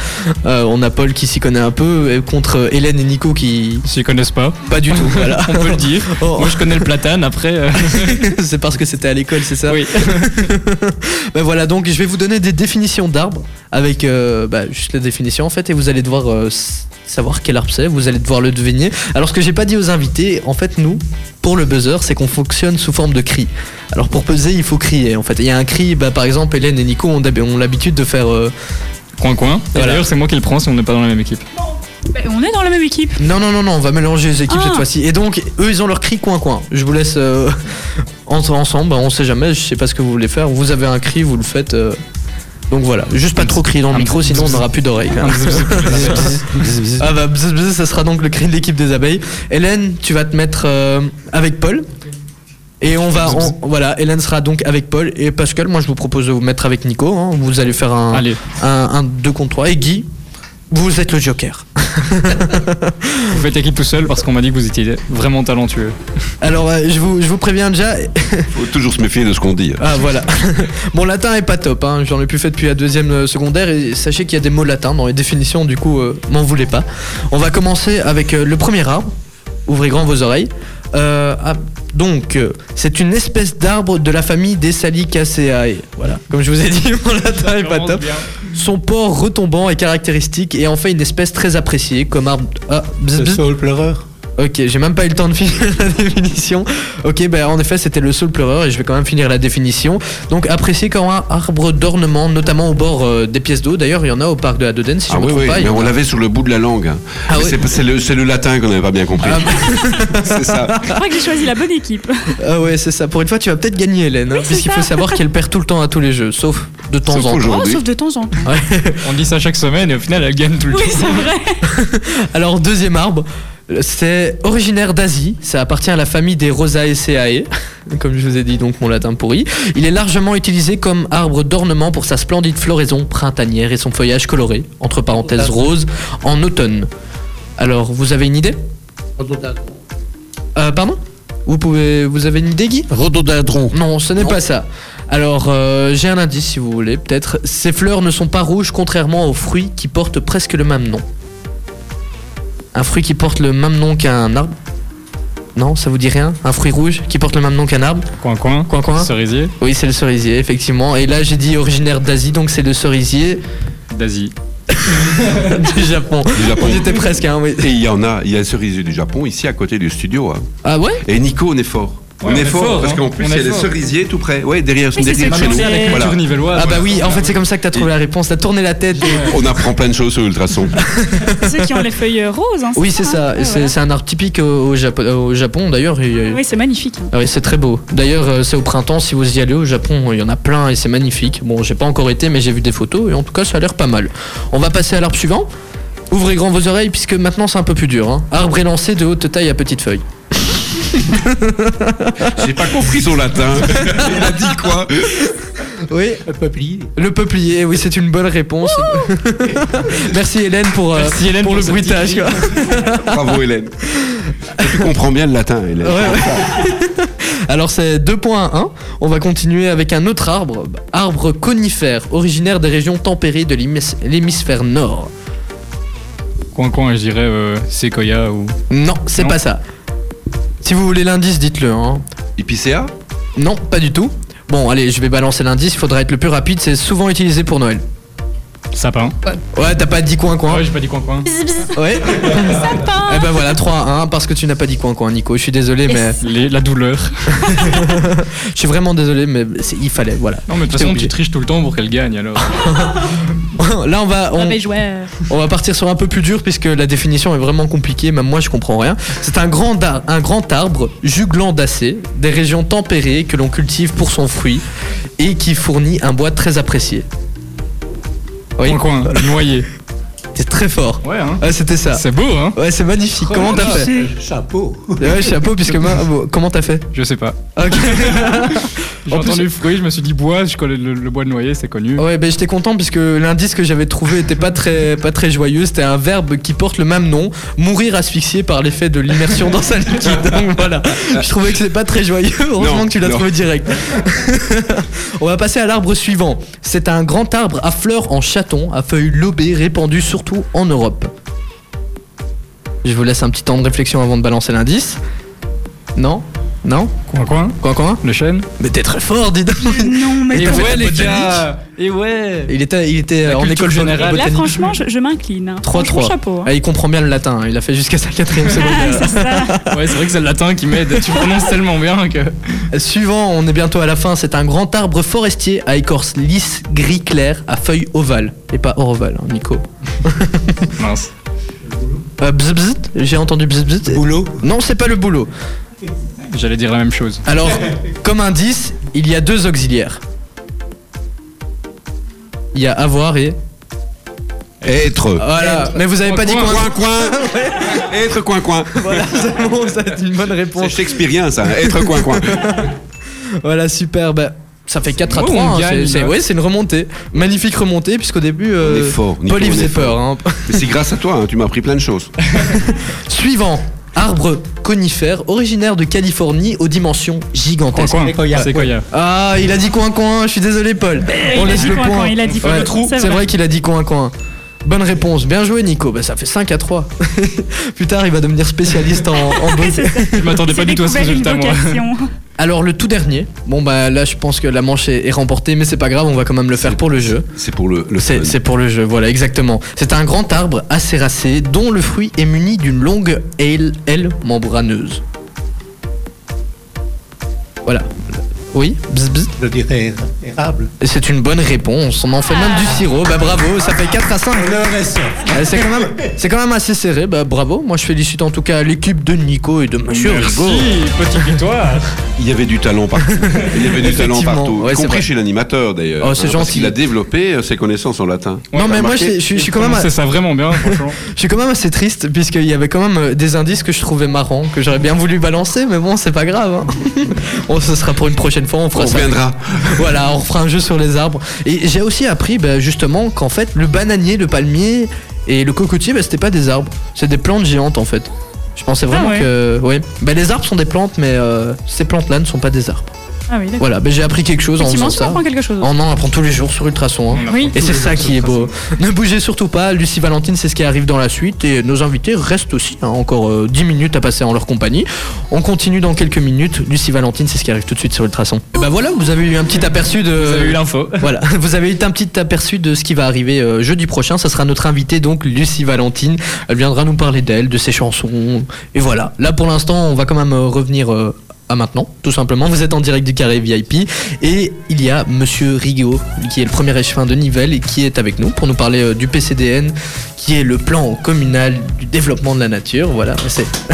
S1: Euh, on a Paul qui s'y connaît un peu et contre euh, Hélène et Nico qui
S6: S'ils connaissent pas,
S1: pas du tout. Voilà.
S6: on peut le dire.
S1: Oh,
S6: Moi je connais le platane après. euh,
S1: c'est parce que c'était à l'école, c'est ça
S6: oui.
S1: Ben voilà, donc je vais vous donner des définitions d'arbres avec euh, bah, juste la définition en fait, et vous allez devoir euh, s- savoir quel arbre c'est, vous allez devoir le deviner. Alors ce que j'ai pas dit aux invités, en fait nous, pour le buzzer, c'est qu'on fonctionne sous forme de cri. Alors pour peser, il faut crier en fait. Il y a un cri, bah, par exemple, Hélène et Nico ont d'hab- ont l'habitude de faire. euh,
S6: Coin coin. Et
S1: Voilà.
S6: D'ailleurs c'est moi qui le prends si on n'est pas dans la même équipe.
S7: Ben, on est dans la même équipe.
S1: Non, non, non, non, on va mélanger les équipes
S7: Ah.
S1: cette fois-ci. Et donc, eux, ils ont leur cri coin-coin. Je vous laisse euh, entre ensemble, Ben, on sait jamais, je sais pas ce que vous voulez faire. Vous avez un cri, vous le faites. euh. Donc voilà, juste pas trop crier dans le
S6: Un
S1: micro,
S6: bzz,
S1: sinon on
S6: bzz.
S1: n'aura plus d'oreilles.
S6: Un bzz, bzz, bzz, bzz, bzz.
S1: Ah bah, bzz, bzz, ça sera donc le cri de l'équipe des abeilles. Hélène, tu vas te mettre euh, avec Paul. Et on va, on- voilà, Hélène sera donc avec Paul et Pascal. Moi, je vous propose de vous mettre avec Nico. hein. Vous allez faire un,
S6: Allez,
S1: un, un 2 contre 3. Et Guy, vous êtes le Joker.
S6: vous faites équipe tout seul parce qu'on m'a dit que vous étiez vraiment talentueux.
S1: Alors, euh, je, vous, je vous préviens déjà.
S8: Faut toujours se méfier de ce qu'on dit.
S1: Ah voilà. Mon latin est pas top. hein. J'en ai plus fait depuis la deuxième euh, secondaire. Et sachez qu'il y a des mots latins dans les définitions. Du coup, euh, m'en voulez pas. On va commencer avec euh, le premier arbre. Ouvrez grand vos oreilles. Euh, ah, donc, euh, c'est une espèce d'arbre de la famille des Salicaceae. Voilà. Comme je vous ai dit, mon latin Ah, est pas top. Son port retombant est caractéristique et en fait une espèce très appréciée comme arbre. Ah, bzz,
S9: Le
S1: bzz.
S9: saule pleureur.
S1: Ok, j'ai même pas eu le temps de finir la définition. Ok, bah en effet, c'était le saule pleureur et je vais quand même finir la définition. Donc, apprécié comme un arbre d'ornement, notamment au bord euh, des pièces d'eau. D'ailleurs, il y en a au parc de la Dodène, si je
S8: Ah
S1: me
S8: oui,
S1: trompe
S8: oui,
S1: pas. il y
S8: mais
S1: en
S8: on
S1: a-
S8: l'avait sur le bout de la langue. hein.
S1: Ah
S8: Mais
S1: oui.
S8: c'est- C'est le, c'est le latin qu'on n'avait pas bien compris.
S1: Ah,
S8: c'est ça.
S7: Je crois que j'ai choisi la bonne équipe.
S1: Ah ouais, c'est ça. Pour une fois, tu vas peut-être gagner, Hélène. hein,
S7: Oui, c'est
S1: puisqu'il faut
S7: ça.
S1: savoir qu'elle perd tout le temps à tous les jeux, sauf de temps
S8: Sauf
S1: en temps.
S7: Oh,
S8: aujourd'hui.
S7: sauf de temps en temps.
S6: On dit ça chaque semaine et au final elle gagne tout le
S7: Oui,
S6: temps.
S7: c'est vrai.
S1: Alors, deuxième arbre, euh, c'est originaire d'Asie. Ça appartient à la famille des Rosaceae. E. Comme je vous ai dit, donc mon latin pourri. Il est largement utilisé comme arbre d'ornement pour sa splendide floraison printanière et son feuillage coloré, entre parenthèses rose, en automne. Alors, vous avez une idée
S10: Rhododendron.
S1: Euh, Pardon Vous pouvez, vous avez une idée, Guy
S10: Rhododendron.
S1: Non, ce n'est pas ça. Alors, euh, j'ai un indice si vous voulez, peut-être. Ces fleurs ne sont pas rouges, contrairement aux fruits qui portent presque le même nom. Un fruit qui porte le même nom qu'un arbre Non, ça vous dit rien Un fruit rouge qui porte le même nom qu'un arbre
S6: Coin coin.
S1: Coin, coin.
S6: Cerisier.
S1: Oui, c'est le cerisier, effectivement. Et là, j'ai dit originaire d'Asie, donc c'est le cerisier
S6: D'Asie.
S1: du Japon.
S8: Du Japon.
S1: On y était cerisier, presque, hein, oui.
S8: Et il y en a, il y a le cerisier du Japon ici à côté du studio. hein.
S1: Ah ouais
S8: Et Nico, on est fort.
S6: Ouais,
S8: on, est fort, parce
S6: hein.
S8: qu'en plus,
S6: On
S8: il
S6: est
S8: y a les
S6: fort.
S8: cerisiers tout près. Ouais, derrière,
S7: Mais c'est
S8: derrière
S7: ça,
S8: chez
S7: on
S8: nous.
S7: est à la
S8: Voilà.
S6: Culture nivelloise.
S1: Ah bah oui, en fait, c'est comme ça que t'as trouvé la réponse. T'as tourné la tête. et-
S8: On apprend plein de choses sur Ultrason.
S7: Ceux qui ont les feuilles roses. hein,
S1: Oui, c'est
S7: hein.
S1: ça.
S7: Ouais,
S1: C'est
S7: voilà.
S1: c'est un arbre typique au, au Japo- au Japon, d'ailleurs. il y a-
S7: Oui, c'est magnifique.
S1: Ah oui, c'est très beau. D'ailleurs, euh, c'est au printemps. Si vous y allez au Japon, il y en a plein et c'est magnifique. Bon, j'ai pas encore été, mais j'ai vu des photos et en tout cas, ça a l'air pas mal. On va passer à l'arbre suivant. Ouvrez grand vos oreilles puisque maintenant c'est un peu plus dur. hein. Arbre élancé de haute taille à petite feuille.
S8: J'ai pas compris son latin. Il a dit quoi
S1: Oui,
S10: Le peuplier.
S1: le peuplier. Oui, c'est une bonne réponse. Merci Hélène pour, euh,
S6: Merci, Hélène,
S1: pour,
S6: pour
S1: le
S6: ce
S1: bruitage.
S6: petit-
S1: quoi.
S8: Bravo, Hélène. Tu comprends bien le latin, Hélène.
S1: Ouais, ouais. Alors c'est 2.1. On va continuer avec un autre arbre, arbre conifère, originaire des régions tempérées de l'hémis- l'hémisphère nord.
S6: Coin coin, je dirais euh, séquoia ou.
S1: Non, c'est
S6: Non.
S1: pas ça. Si vous voulez l'indice, dites-le. hein.
S8: Épicéa
S1: Non, pas du tout. Bon, allez, je vais balancer l'indice. Il faudra être le plus rapide. C'est souvent utilisé pour Noël.
S6: Sapin.
S1: Ouais, t'as pas dit coin coin.
S6: Ouais, j'ai pas dit coin coin.
S1: Ouais. Eh ben voilà, 3 1 parce que tu n'as pas dit coin coin, Nico. Je suis désolé, mais
S6: Les- la douleur.
S1: je suis vraiment désolé, mais c'est- il fallait. Voilà.
S6: Non, mais de toute
S1: J'étais
S6: façon,
S1: obligé.
S6: tu triches tout le temps pour qu'elle gagne alors.
S1: Là, on va on,
S7: Mauvais joueur.
S1: On va partir sur un peu plus dur puisque la définition est vraiment compliquée, même moi je comprends rien. C'est un grand, ar- un grand arbre juglandacé des régions tempérées que l'on cultive pour son fruit et qui fournit un bois très apprécié. Oui,
S6: Coin coin, noyer.
S1: t'es très fort.
S6: Ouais, hein.
S1: Ouais, c'était ça.
S6: C'est beau, hein.
S1: Ouais, c'est magnifique.
S6: Oh
S1: Comment
S6: là
S1: t'as fait
S10: Chapeau.
S1: Ouais, chapeau puisque ma- comment t'as fait
S6: Je sais pas.
S1: Ok.
S6: J'ai
S1: En plus-
S6: entendu fruit, je me suis dit bois, je connais le, le bois de noyer, c'est connu.
S1: Ouais, ben j'étais content puisque l'indice que j'avais trouvé était pas très, pas très joyeux. C'était un verbe qui porte le même nom, mourir asphyxié par l'effet de l'immersion dans sa liquide. Donc voilà, je trouvais que c'est pas très joyeux. Heureusement
S8: Non,
S1: que tu l'as
S8: non.
S1: trouvé direct. On va passer à l'arbre suivant. C'est un grand arbre à fleurs en chaton, à feuilles lobées, répandu surtout en Europe. Je vous laisse un petit temps de réflexion avant de balancer l'indice. Non Non
S6: Coin coin,
S1: Quoi, quoi
S6: le chêne.
S1: Mais t'es très fort, dis donc
S7: Non, mais
S1: Et
S7: t'as-
S1: ouais, les gars
S6: Et ouais
S1: Il était, il était euh, en
S6: culture
S1: école
S6: générale.
S1: générale.
S7: Là, franchement, je, je m'incline. hein.
S1: 3-3.
S7: Franchement, chapeau. hein.
S1: Ah, il comprend bien le latin, hein. il a fait jusqu'à sa quatrième
S7: Ah,
S1: secondaire.
S7: c'est ça.
S6: Ouais, c'est vrai que c'est le latin qui m'aide, tu prononces tellement bien que.
S1: Suivant, on est bientôt à la fin, c'est un grand arbre forestier à écorce lisse, gris clair, à feuilles ovales. Et pas ovales, hein, Nico.
S6: Mince.
S1: Euh, bzz, bzz, j'ai entendu bzz, bzz.
S10: Boulot.
S1: Non, c'est pas le boulot.
S6: J'allais dire la même chose.
S1: Alors, comme indice, il y a deux auxiliaires. Il y a avoir et...
S8: Être.
S1: Voilà, mais vous avez pas dit
S6: Coin,
S1: coin.
S8: Coin, coin. Être, coin, coin.
S1: Voilà, c'est bon, ça c'est une bonne
S8: C'est
S1: réponse.
S8: shakespearien, ça. Être, coin, coin.
S1: Voilà, super. Bah, ça fait 4 à
S6: beau,
S1: 3.
S6: on
S1: hein,
S6: gagne,
S1: c'est- c'est-
S6: là.
S1: ouais, c'est une remontée. Magnifique remontée, puisqu'au début, euh,
S8: est fort, Nico,
S1: Paul il
S8: on est
S1: faisait peur.
S8: fort.
S1: hein.
S8: Mais c'est grâce à toi, hein, tu m'as appris plein de choses.
S1: Suivant, arbre conifère, originaire de Californie aux dimensions
S6: Coin
S1: gigantesques.
S6: coin,
S10: Séquoia.
S6: séquoia.
S1: Ah, il a dit coin-coin, je suis désolé, Paul.
S7: il
S1: Eh, On
S7: a
S1: laisse
S7: dit
S1: le
S7: coin-coin,
S1: point.
S7: il a dit coin-coin,
S1: Ouais,
S7: trou, c'est
S1: C'est vrai
S7: vrai.
S1: qu'il a dit coin-coin. Bonne réponse, bien joué Nico, bah, ça fait 5 à 3. Plus tard il va devenir spécialiste en, en
S7: Ouais,
S1: boxe.
S7: c'est ça.
S6: Je m'attendais pas
S7: C'est
S6: du tout à ce
S7: découvert une
S6: résultat, moi.
S7: vocation.
S1: Alors le tout dernier, bon bah là je pense que la manche est, est remportée, mais c'est pas grave, on va quand même le faire pour le jeu.
S8: C'est pour le, le
S1: C'est
S8: fun.
S1: c'est pour le jeu, voilà exactement. C'est un grand arbre acéracé dont le fruit est muni d'une longue aile, aile membraneuse. Voilà. Oui, bzz, bzz.
S10: Je dirais érable.
S1: Et c'est une bonne réponse. On en fait même du sirop, bah bravo, ça fait 4 à 5. Ouais, C'est quand, même- c'est quand même assez serré, bah bravo. Moi je félicite en tout cas l'équipe de Nico et de Monsieur
S6: Merci,
S1: Rigaud.
S6: petite victoire.
S8: Il y avait du talent partout. Il y avait du talent
S1: Effectivement,
S8: partout.
S1: ouais,
S8: y
S1: c'est
S8: compris
S1: vrai.
S8: chez l'animateur d'ailleurs. hein,
S1: Oh, c'est
S8: Parce
S1: gentil.
S8: qu'il a développé euh, ses connaissances en latin.
S1: non
S8: T'as
S1: mais moi je,
S8: remarqué
S1: je- je suis quand même...
S6: C'est ça vraiment bien, franchement.
S1: Je suis quand même assez triste puisqu'il y avait quand même euh, des indices que je trouvais marrants, que j'aurais bien voulu balancer, mais bon, c'est pas grave. hein. bon, ce sera pour une prochaine fois, on fera
S8: On
S1: ça.
S8: reviendra.
S1: Voilà, on refera un jeu sur les arbres. Et j'ai aussi appris bah, justement qu'en fait, le bananier, le palmier et le cocotier, bah, c'était pas des arbres, c'est des plantes géantes en fait. Je pensais vraiment
S7: Ah ouais.
S1: que. Ouais. Bah, les arbres sont des plantes, mais euh, ces plantes-là ne sont pas des arbres.
S7: Ah oui, d'accord.
S1: Voilà, bah, j'ai appris quelque chose en
S7: Effectivement,
S1: faisant
S7: tu
S1: ça.
S7: apprends quelque chose.
S1: On en apprend tous les jours sur Ultrason. hein.
S7: Oui.
S1: Et c'est ça qui est beau. Ne bougez surtout pas, Lucie Valentine, c'est ce qui arrive dans la suite. Et nos invités restent aussi, hein, encore euh, 10 minutes à passer en leur compagnie. On continue dans quelques minutes. Lucie Valentine, c'est ce qui arrive tout de suite sur Ultrason. Et bah voilà, vous avez eu un petit aperçu de.
S6: Vous avez eu l'info.
S1: Voilà, vous avez eu un petit aperçu de ce qui va arriver euh, jeudi prochain. Ça sera notre invitée, donc Lucie Valentine. Elle viendra nous parler d'elle, de ses chansons. Et voilà, là pour l'instant, on va quand même euh, revenir euh, à maintenant, tout simplement. Vous êtes en direct du carré VIP. Et il y a Monsieur Rigaud, qui est le premier échevin de Nivelles et qui est avec nous pour nous parler euh, du PCDN, qui est le plan communal du développement de la nature. Voilà, c'est.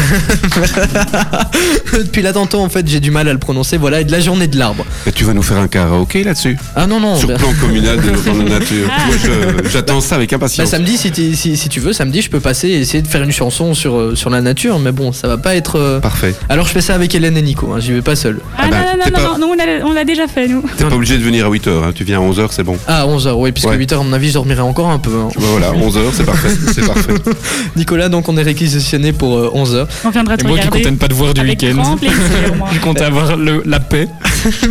S1: Depuis là tantôt, en fait, j'ai du mal à le prononcer. Voilà, et de la journée de l'arbre.
S8: Mais tu vas nous faire un karaoké là-dessus
S1: Ah non, non,
S8: Sur
S1: bah-
S8: plan communal de dans la nature.
S1: Ah.
S8: Moi, je- j'attends ça avec
S1: Bah,
S8: impatience.
S1: samedi, si, t'es- si, si tu veux, samedi, je peux passer et essayer de faire une chanson sur, euh, sur la nature, mais bon, ça va pas être. euh,
S8: Parfait.
S1: Alors, je fais ça avec Hélène et Nico, hein, j'y vais pas seul.
S7: Ah,
S8: Ah bah,
S7: non, non,
S8: t'es
S7: non,
S8: pas-
S7: non, non, on l'a- on l'a déjà fait, nous.
S8: T'es pas obligé de venir à 8h, tu viens à 11h, c'est bon.
S1: Ah, 11h, oui, puisque
S8: Ouais.
S1: 8h, à mon avis, je dormirai encore un peu. hein.
S8: Bah voilà, 11h, c'est parfait. C'est parfait.
S1: Nicolas, donc, on est réquisitionné pour euh, 11h.
S7: On viendra
S6: Et
S7: te
S6: moi qui
S7: regarder.
S6: comptais ne pas te voir du
S7: Avec grand
S6: week-end.
S7: plaisir, moi.
S6: Je comptais avoir le- la paix.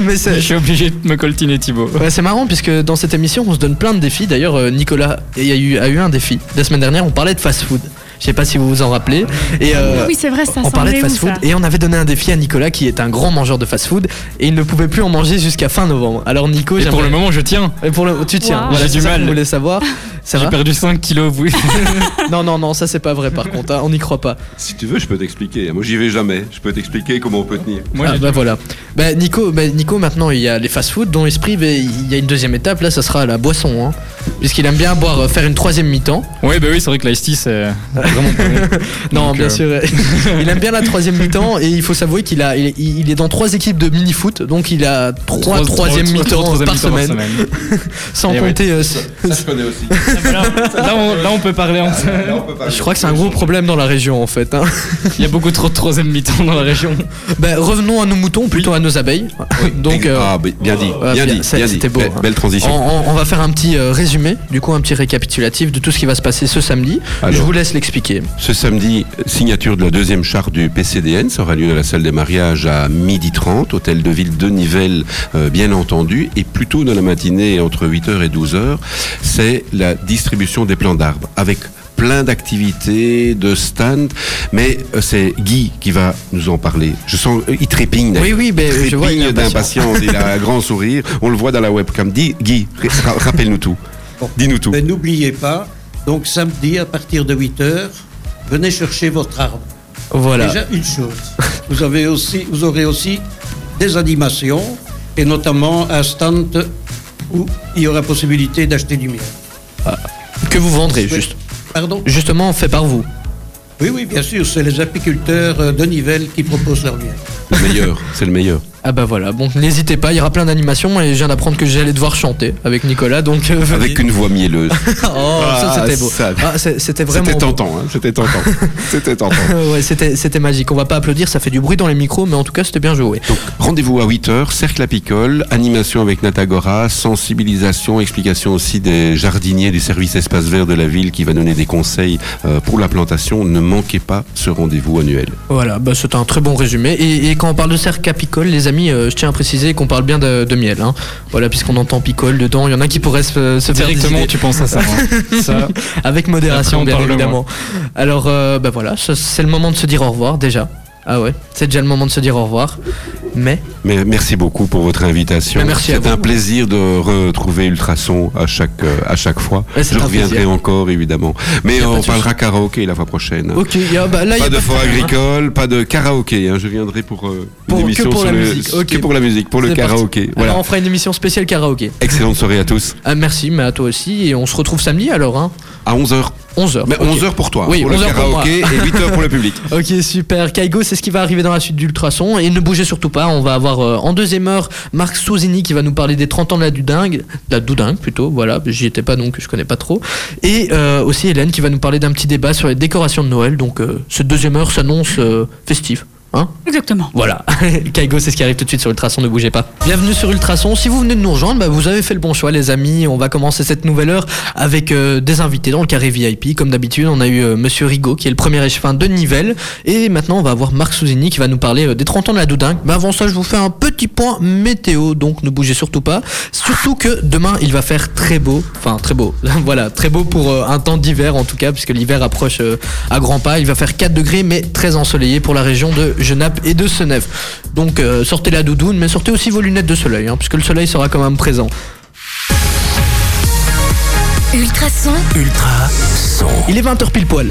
S1: mais c'est.
S6: Je suis obligé de me coltiner Thibaut.
S1: Ouais, c'est marrant puisque dans cette émission on se donne plein de défis. D'ailleurs, euh, Nicolas il y a eu, a eu un défi. La semaine dernière, on parlait de fast-food. Je sais pas si vous vous en rappelez. Et euh,
S7: Oui, c'est vrai, ça
S1: on parlait de
S7: semblait où,
S1: fast-food
S7: ça
S1: et on avait donné un défi à Nicolas qui est un grand mangeur de fast-food et il ne pouvait plus en manger jusqu'à fin novembre. Alors Nico,
S6: Et pour
S1: j'aimerais-
S6: le moment, je tiens.
S1: Et pour le, tu tiens.
S7: Wow.
S1: Voilà,
S6: J'ai
S1: c'est
S6: du
S1: ça
S6: mal.
S1: qu'on voulait savoir. Ça
S6: J'ai
S1: va
S6: perdu 5 kilos, oui.
S1: Ah, Non, non, non, ça c'est pas vrai. Par contre, hein, on n'y croit pas.
S8: Si tu veux, je peux t'expliquer. Moi, j'y vais jamais. Je peux t'expliquer comment on peut tenir.
S6: Moi,
S1: ah,
S6: j'ai-
S1: bah voilà. Bah Nico, bah, Nico, maintenant il y a les fast-food dont il se prive et il y a une deuxième étape. Là, ça sera la boisson, hein, puisqu'il aime bien boire, euh, faire une troisième mi-temps.
S6: Ouais, bah oui, c'est vrai que l'Ice c'est Ah, vraiment pas bon.
S1: Non,
S6: Donc,
S1: bien
S6: euh,
S1: sûr. il aime bien la troisième mi-temps et il faut s'avouer qu'il a, il, il est dans trois équipes de mini-foot, donc il a trois
S6: trois-
S1: troisième
S6: trois- trois
S1: mi-temps
S6: troisième
S1: par
S6: mi-temps
S1: semaine, sans
S6: Et ouais.
S1: compter. euh, c-
S8: Ça, je connais aussi. Ah,
S6: là, on, là, on peut parler ensemble.
S8: Là, on peut parler.
S1: je crois que c'est un gros problème dans la région en fait. hein.
S6: Il y a beaucoup trop de troisième mi-temps dans la région.
S1: Bah, revenons à nos moutons, plutôt à nos abeilles. donc. euh,
S8: Ah, bi- bien dit,
S1: Ouais,
S8: bien
S1: bien,
S8: dit,
S1: ça,
S8: bien dit.
S1: c'était beau,
S8: Belle,
S1: hein.
S8: belle
S1: On,
S8: transition.
S1: on- on va faire un petit euh, résumé, du coup un petit récapitulatif de tout ce qui va se passer ce samedi.
S8: Alors.
S1: Je vous laisse l'expliquer.
S8: Ce samedi, signature de la deuxième charte du PCDN. Ça aura lieu à la salle des mariages à 12h30, hôtel de ville de Nivelles, euh, bien entendu. Et plus tôt dans la matinée, entre 8h et 12h, c'est la distribution des plants d'arbres avec plein d'activités, de stands, mais euh, c'est Guy qui va nous en parler. Je sens, euh, il trépigne.
S1: Oui, oui, ben,
S8: il
S1: je vois, il est
S8: trépigne
S1: impatient.
S8: d'impatience, il a un grand sourire. On le voit dans la webcam. Dis, Guy, ra- rappelle-nous tout.
S10: Bon.
S8: Dis-nous tout.
S9: Ben,
S10: Mais Ben, n'oubliez pas, donc samedi à partir de 8h, venez chercher votre arbre.
S1: Voilà.
S10: Déjà une chose. Vous, avez aussi, vous aurez aussi des animations et notamment un stand où il y aura possibilité d'acheter du miel.
S1: Que vous vendrez, juste.
S10: Pardon
S1: Justement, fait par vous.
S10: Oui, oui, bien sûr, c'est les apiculteurs euh, de Nivelles qui proposent leur miel.
S8: Le meilleur, c'est le meilleur.
S1: Ah bah voilà, bon, n'hésitez pas, il y aura plein d'animations et je viens d'apprendre que j'allais devoir chanter avec Nicolas, donc... euh, venez.
S8: Avec une voix mielleuse.
S1: Oh, ça c'était beau.
S8: ça-
S1: Ah, c'est- c'était vraiment...
S8: C'était
S1: beau.
S8: tentant, hein, c'était tentant. c'était tentant.
S1: Ouais, c'était c'était magique. On va pas applaudir, ça fait du bruit dans les micros, mais en tout cas c'était bien joué.
S8: Donc, rendez-vous à 8h, cercle apicole, animation avec Natagora, sensibilisation, explication aussi des jardiniers du service espace vert de la ville qui va donner des conseils euh, pour la plantation. Ne manquez pas ce rendez-vous annuel.
S1: Voilà, bah c'est un très bon résumé. Et, et quand on parle de cerf capicole, les amis, euh, je tiens à préciser qu'on parle bien de, de miel. hein. Voilà, puisqu'on entend picole dedans, il y en a qui pourraient se, se faire des
S6: Directement,
S1: idées.
S6: tu penses à ça. hein. Ça,
S1: Avec modération,
S6: Après,
S1: bien
S6: on parle de
S1: évidemment. Alors, euh, bah voilà, ça- c'est le moment de se dire au revoir déjà. Ah ouais, c'est déjà le moment de se dire au revoir. Mais
S8: Mais merci beaucoup pour votre invitation.
S1: Mais Bah, merci à
S8: C'est
S1: vous.
S8: un plaisir de retrouver Ultrason à chaque, euh, à chaque fois.
S1: Ouais, c'est
S8: Je
S1: un
S8: reviendrai
S1: plaisir.
S8: encore, évidemment.
S1: Y
S8: Mais
S1: a pas
S8: on
S1: de souci.
S8: parlera karaoké la fois prochaine. hein.
S1: ok, y a- bah, là, y a
S8: pas de fort
S1: problème, hein.
S8: agricole, pas de karaoké. hein. Je viendrai pour euh,
S1: Pour- que
S8: une émission
S1: pour
S8: sur
S1: la
S8: le-
S1: musique, ok.
S8: que pour la musique, pour le
S1: C'est parti.
S8: karaoké. Voilà.
S1: Alors on fera une émission spéciale karaoké.
S8: Excellente soirée à tous.
S1: Ah, merci, mais à toi aussi. Et on se retrouve samedi alors, hein
S8: À 11h.
S1: 11h.
S8: Mais 11h pour toi,
S1: Oui,
S8: pour le
S1: 11h pour moi.
S8: karaoké et 8h pour le public.
S1: Ok super, Kaigo c'est ce qui va arriver dans la suite d'Ultrason et ne bougez surtout pas, on va avoir euh, en deuxième heure Marc Souzini qui va nous parler des 30 ans de la Dudingue, de la Doudingue plutôt, voilà, j'y étais pas donc je connais pas trop, et euh, aussi Hélène qui va nous parler d'un petit débat sur les décorations de Noël, donc euh, cette deuxième heure s'annonce euh, festive. Hein
S7: Exactement.
S1: voilà, Kaigo, c'est ce qui arrive tout de suite sur Ultrason, ne bougez pas. Bienvenue sur Ultrason, si vous venez de nous rejoindre, bah, vous avez fait le bon choix les amis, on va commencer cette nouvelle heure avec euh, des invités dans le carré VIP, comme d'habitude on a eu euh, Monsieur Rigaud qui est le premier échevin de Nivelles, et maintenant on va avoir Marc Souzini qui va nous parler euh, des 30 ans de la Doudingue. Mais avant ça je vous fais un petit point météo, donc ne bougez surtout pas, surtout que demain il va faire très beau, enfin très beau, voilà, très beau pour euh, un temps d'hiver en tout cas, puisque l'hiver approche euh, à grands pas, il va faire 4 degrés mais très ensoleillé pour la région de Genappe et de Senef. Donc euh, sortez la doudoune, mais sortez aussi vos lunettes de soleil, hein, puisque le soleil sera quand même présent.
S2: Ultrason,
S3: Ultra son.
S1: Il est 20h pile poil.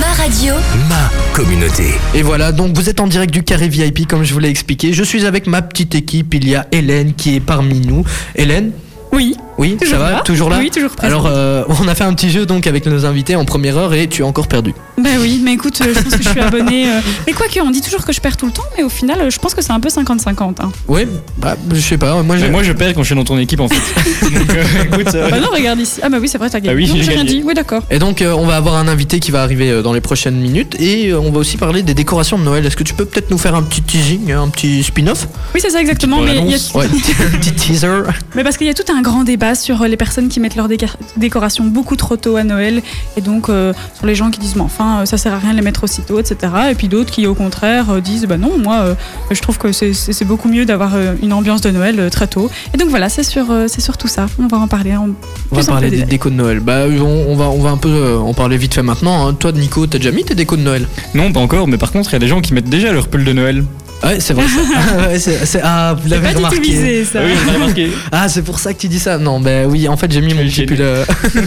S2: ma radio,
S3: Ma communauté.
S1: Et voilà, donc vous êtes en direct du carré VIP comme je vous l'ai expliqué. Je suis avec ma petite équipe, il y a Hélène qui est parmi nous. Hélène
S7: Oui.
S1: oui, ça
S7: Toujours
S1: va
S7: là.
S1: Toujours là
S7: Oui, toujours
S1: Alors,
S7: présente.
S1: euh, on a fait un petit jeu donc avec nos invités en première heure et tu as encore perdu.
S7: Bah oui, mais écoute, euh, je pense que je suis abonnée. euh, Mais quoi que, on dit toujours que je perds tout le temps, mais au final, euh, je pense que c'est un peu 50-50. hein.
S1: Oui, bah, je sais pas. Moi, j'ai-
S6: Mais moi, je perds quand je suis dans ton équipe, en fait. Donc, euh, écoute, euh,
S7: Bah non, regarde ici. Ah bah oui, c'est vrai, t'as gagné.
S6: Ah oui,
S7: Non,
S6: j'ai
S7: j'ai rien
S6: gagné.
S7: dit. Oui, d'accord.
S1: Et donc, euh, on va avoir un invité qui va arriver euh, dans les prochaines minutes et euh, on va aussi parler des décorations de Noël. Est-ce que tu peux peut-être nous faire un petit teasing, euh, un petit spin-off
S7: Oui, c'est ça exactement.
S6: Petite
S7: Mais, il y a-
S6: bande-annonce.
S1: Ouais, un petit- un petit teaser.
S7: mais parce qu'il y a tout un grand débat sur euh, les personnes qui mettent leurs déca- décorations beaucoup trop tôt à Noël, et donc euh, sur les gens qui disent, mais enfin, euh, ça sert à rien de les mettre aussitôt, etc. Et puis d'autres qui, au contraire, euh, disent, bah non, moi, euh, je trouve que c'est- c'est c'est beaucoup mieux d'avoir euh, une ambiance de Noël euh, très tôt. Et donc voilà, c'est sur, euh, c'est sur tout ça. On va en parler. en-
S1: On va
S7: Plus en
S1: parler
S7: détail.
S1: des décos de Noël. Bah, on, on va, on va un peu euh, en parler vite fait maintenant. hein. Toi, Nico, t'as déjà mis tes décos de Noël
S6: non, pas encore, mais par contre, il y a des gens qui mettent déjà leur pull de Noël.
S1: Ouais, c'est vrai. ça. Ah, ouais, c'est- c'est- ah, vous l'avez
S7: Pas du tout
S1: remarqué.
S7: visé, ça.
S6: on a remarqué.
S1: Ah, c'est pour ça que tu dis ça Non, ben oui, en fait, j'ai mis mon
S6: Oui,
S1: petit
S6: j'ai
S1: pull.
S6: lu.
S1: euh,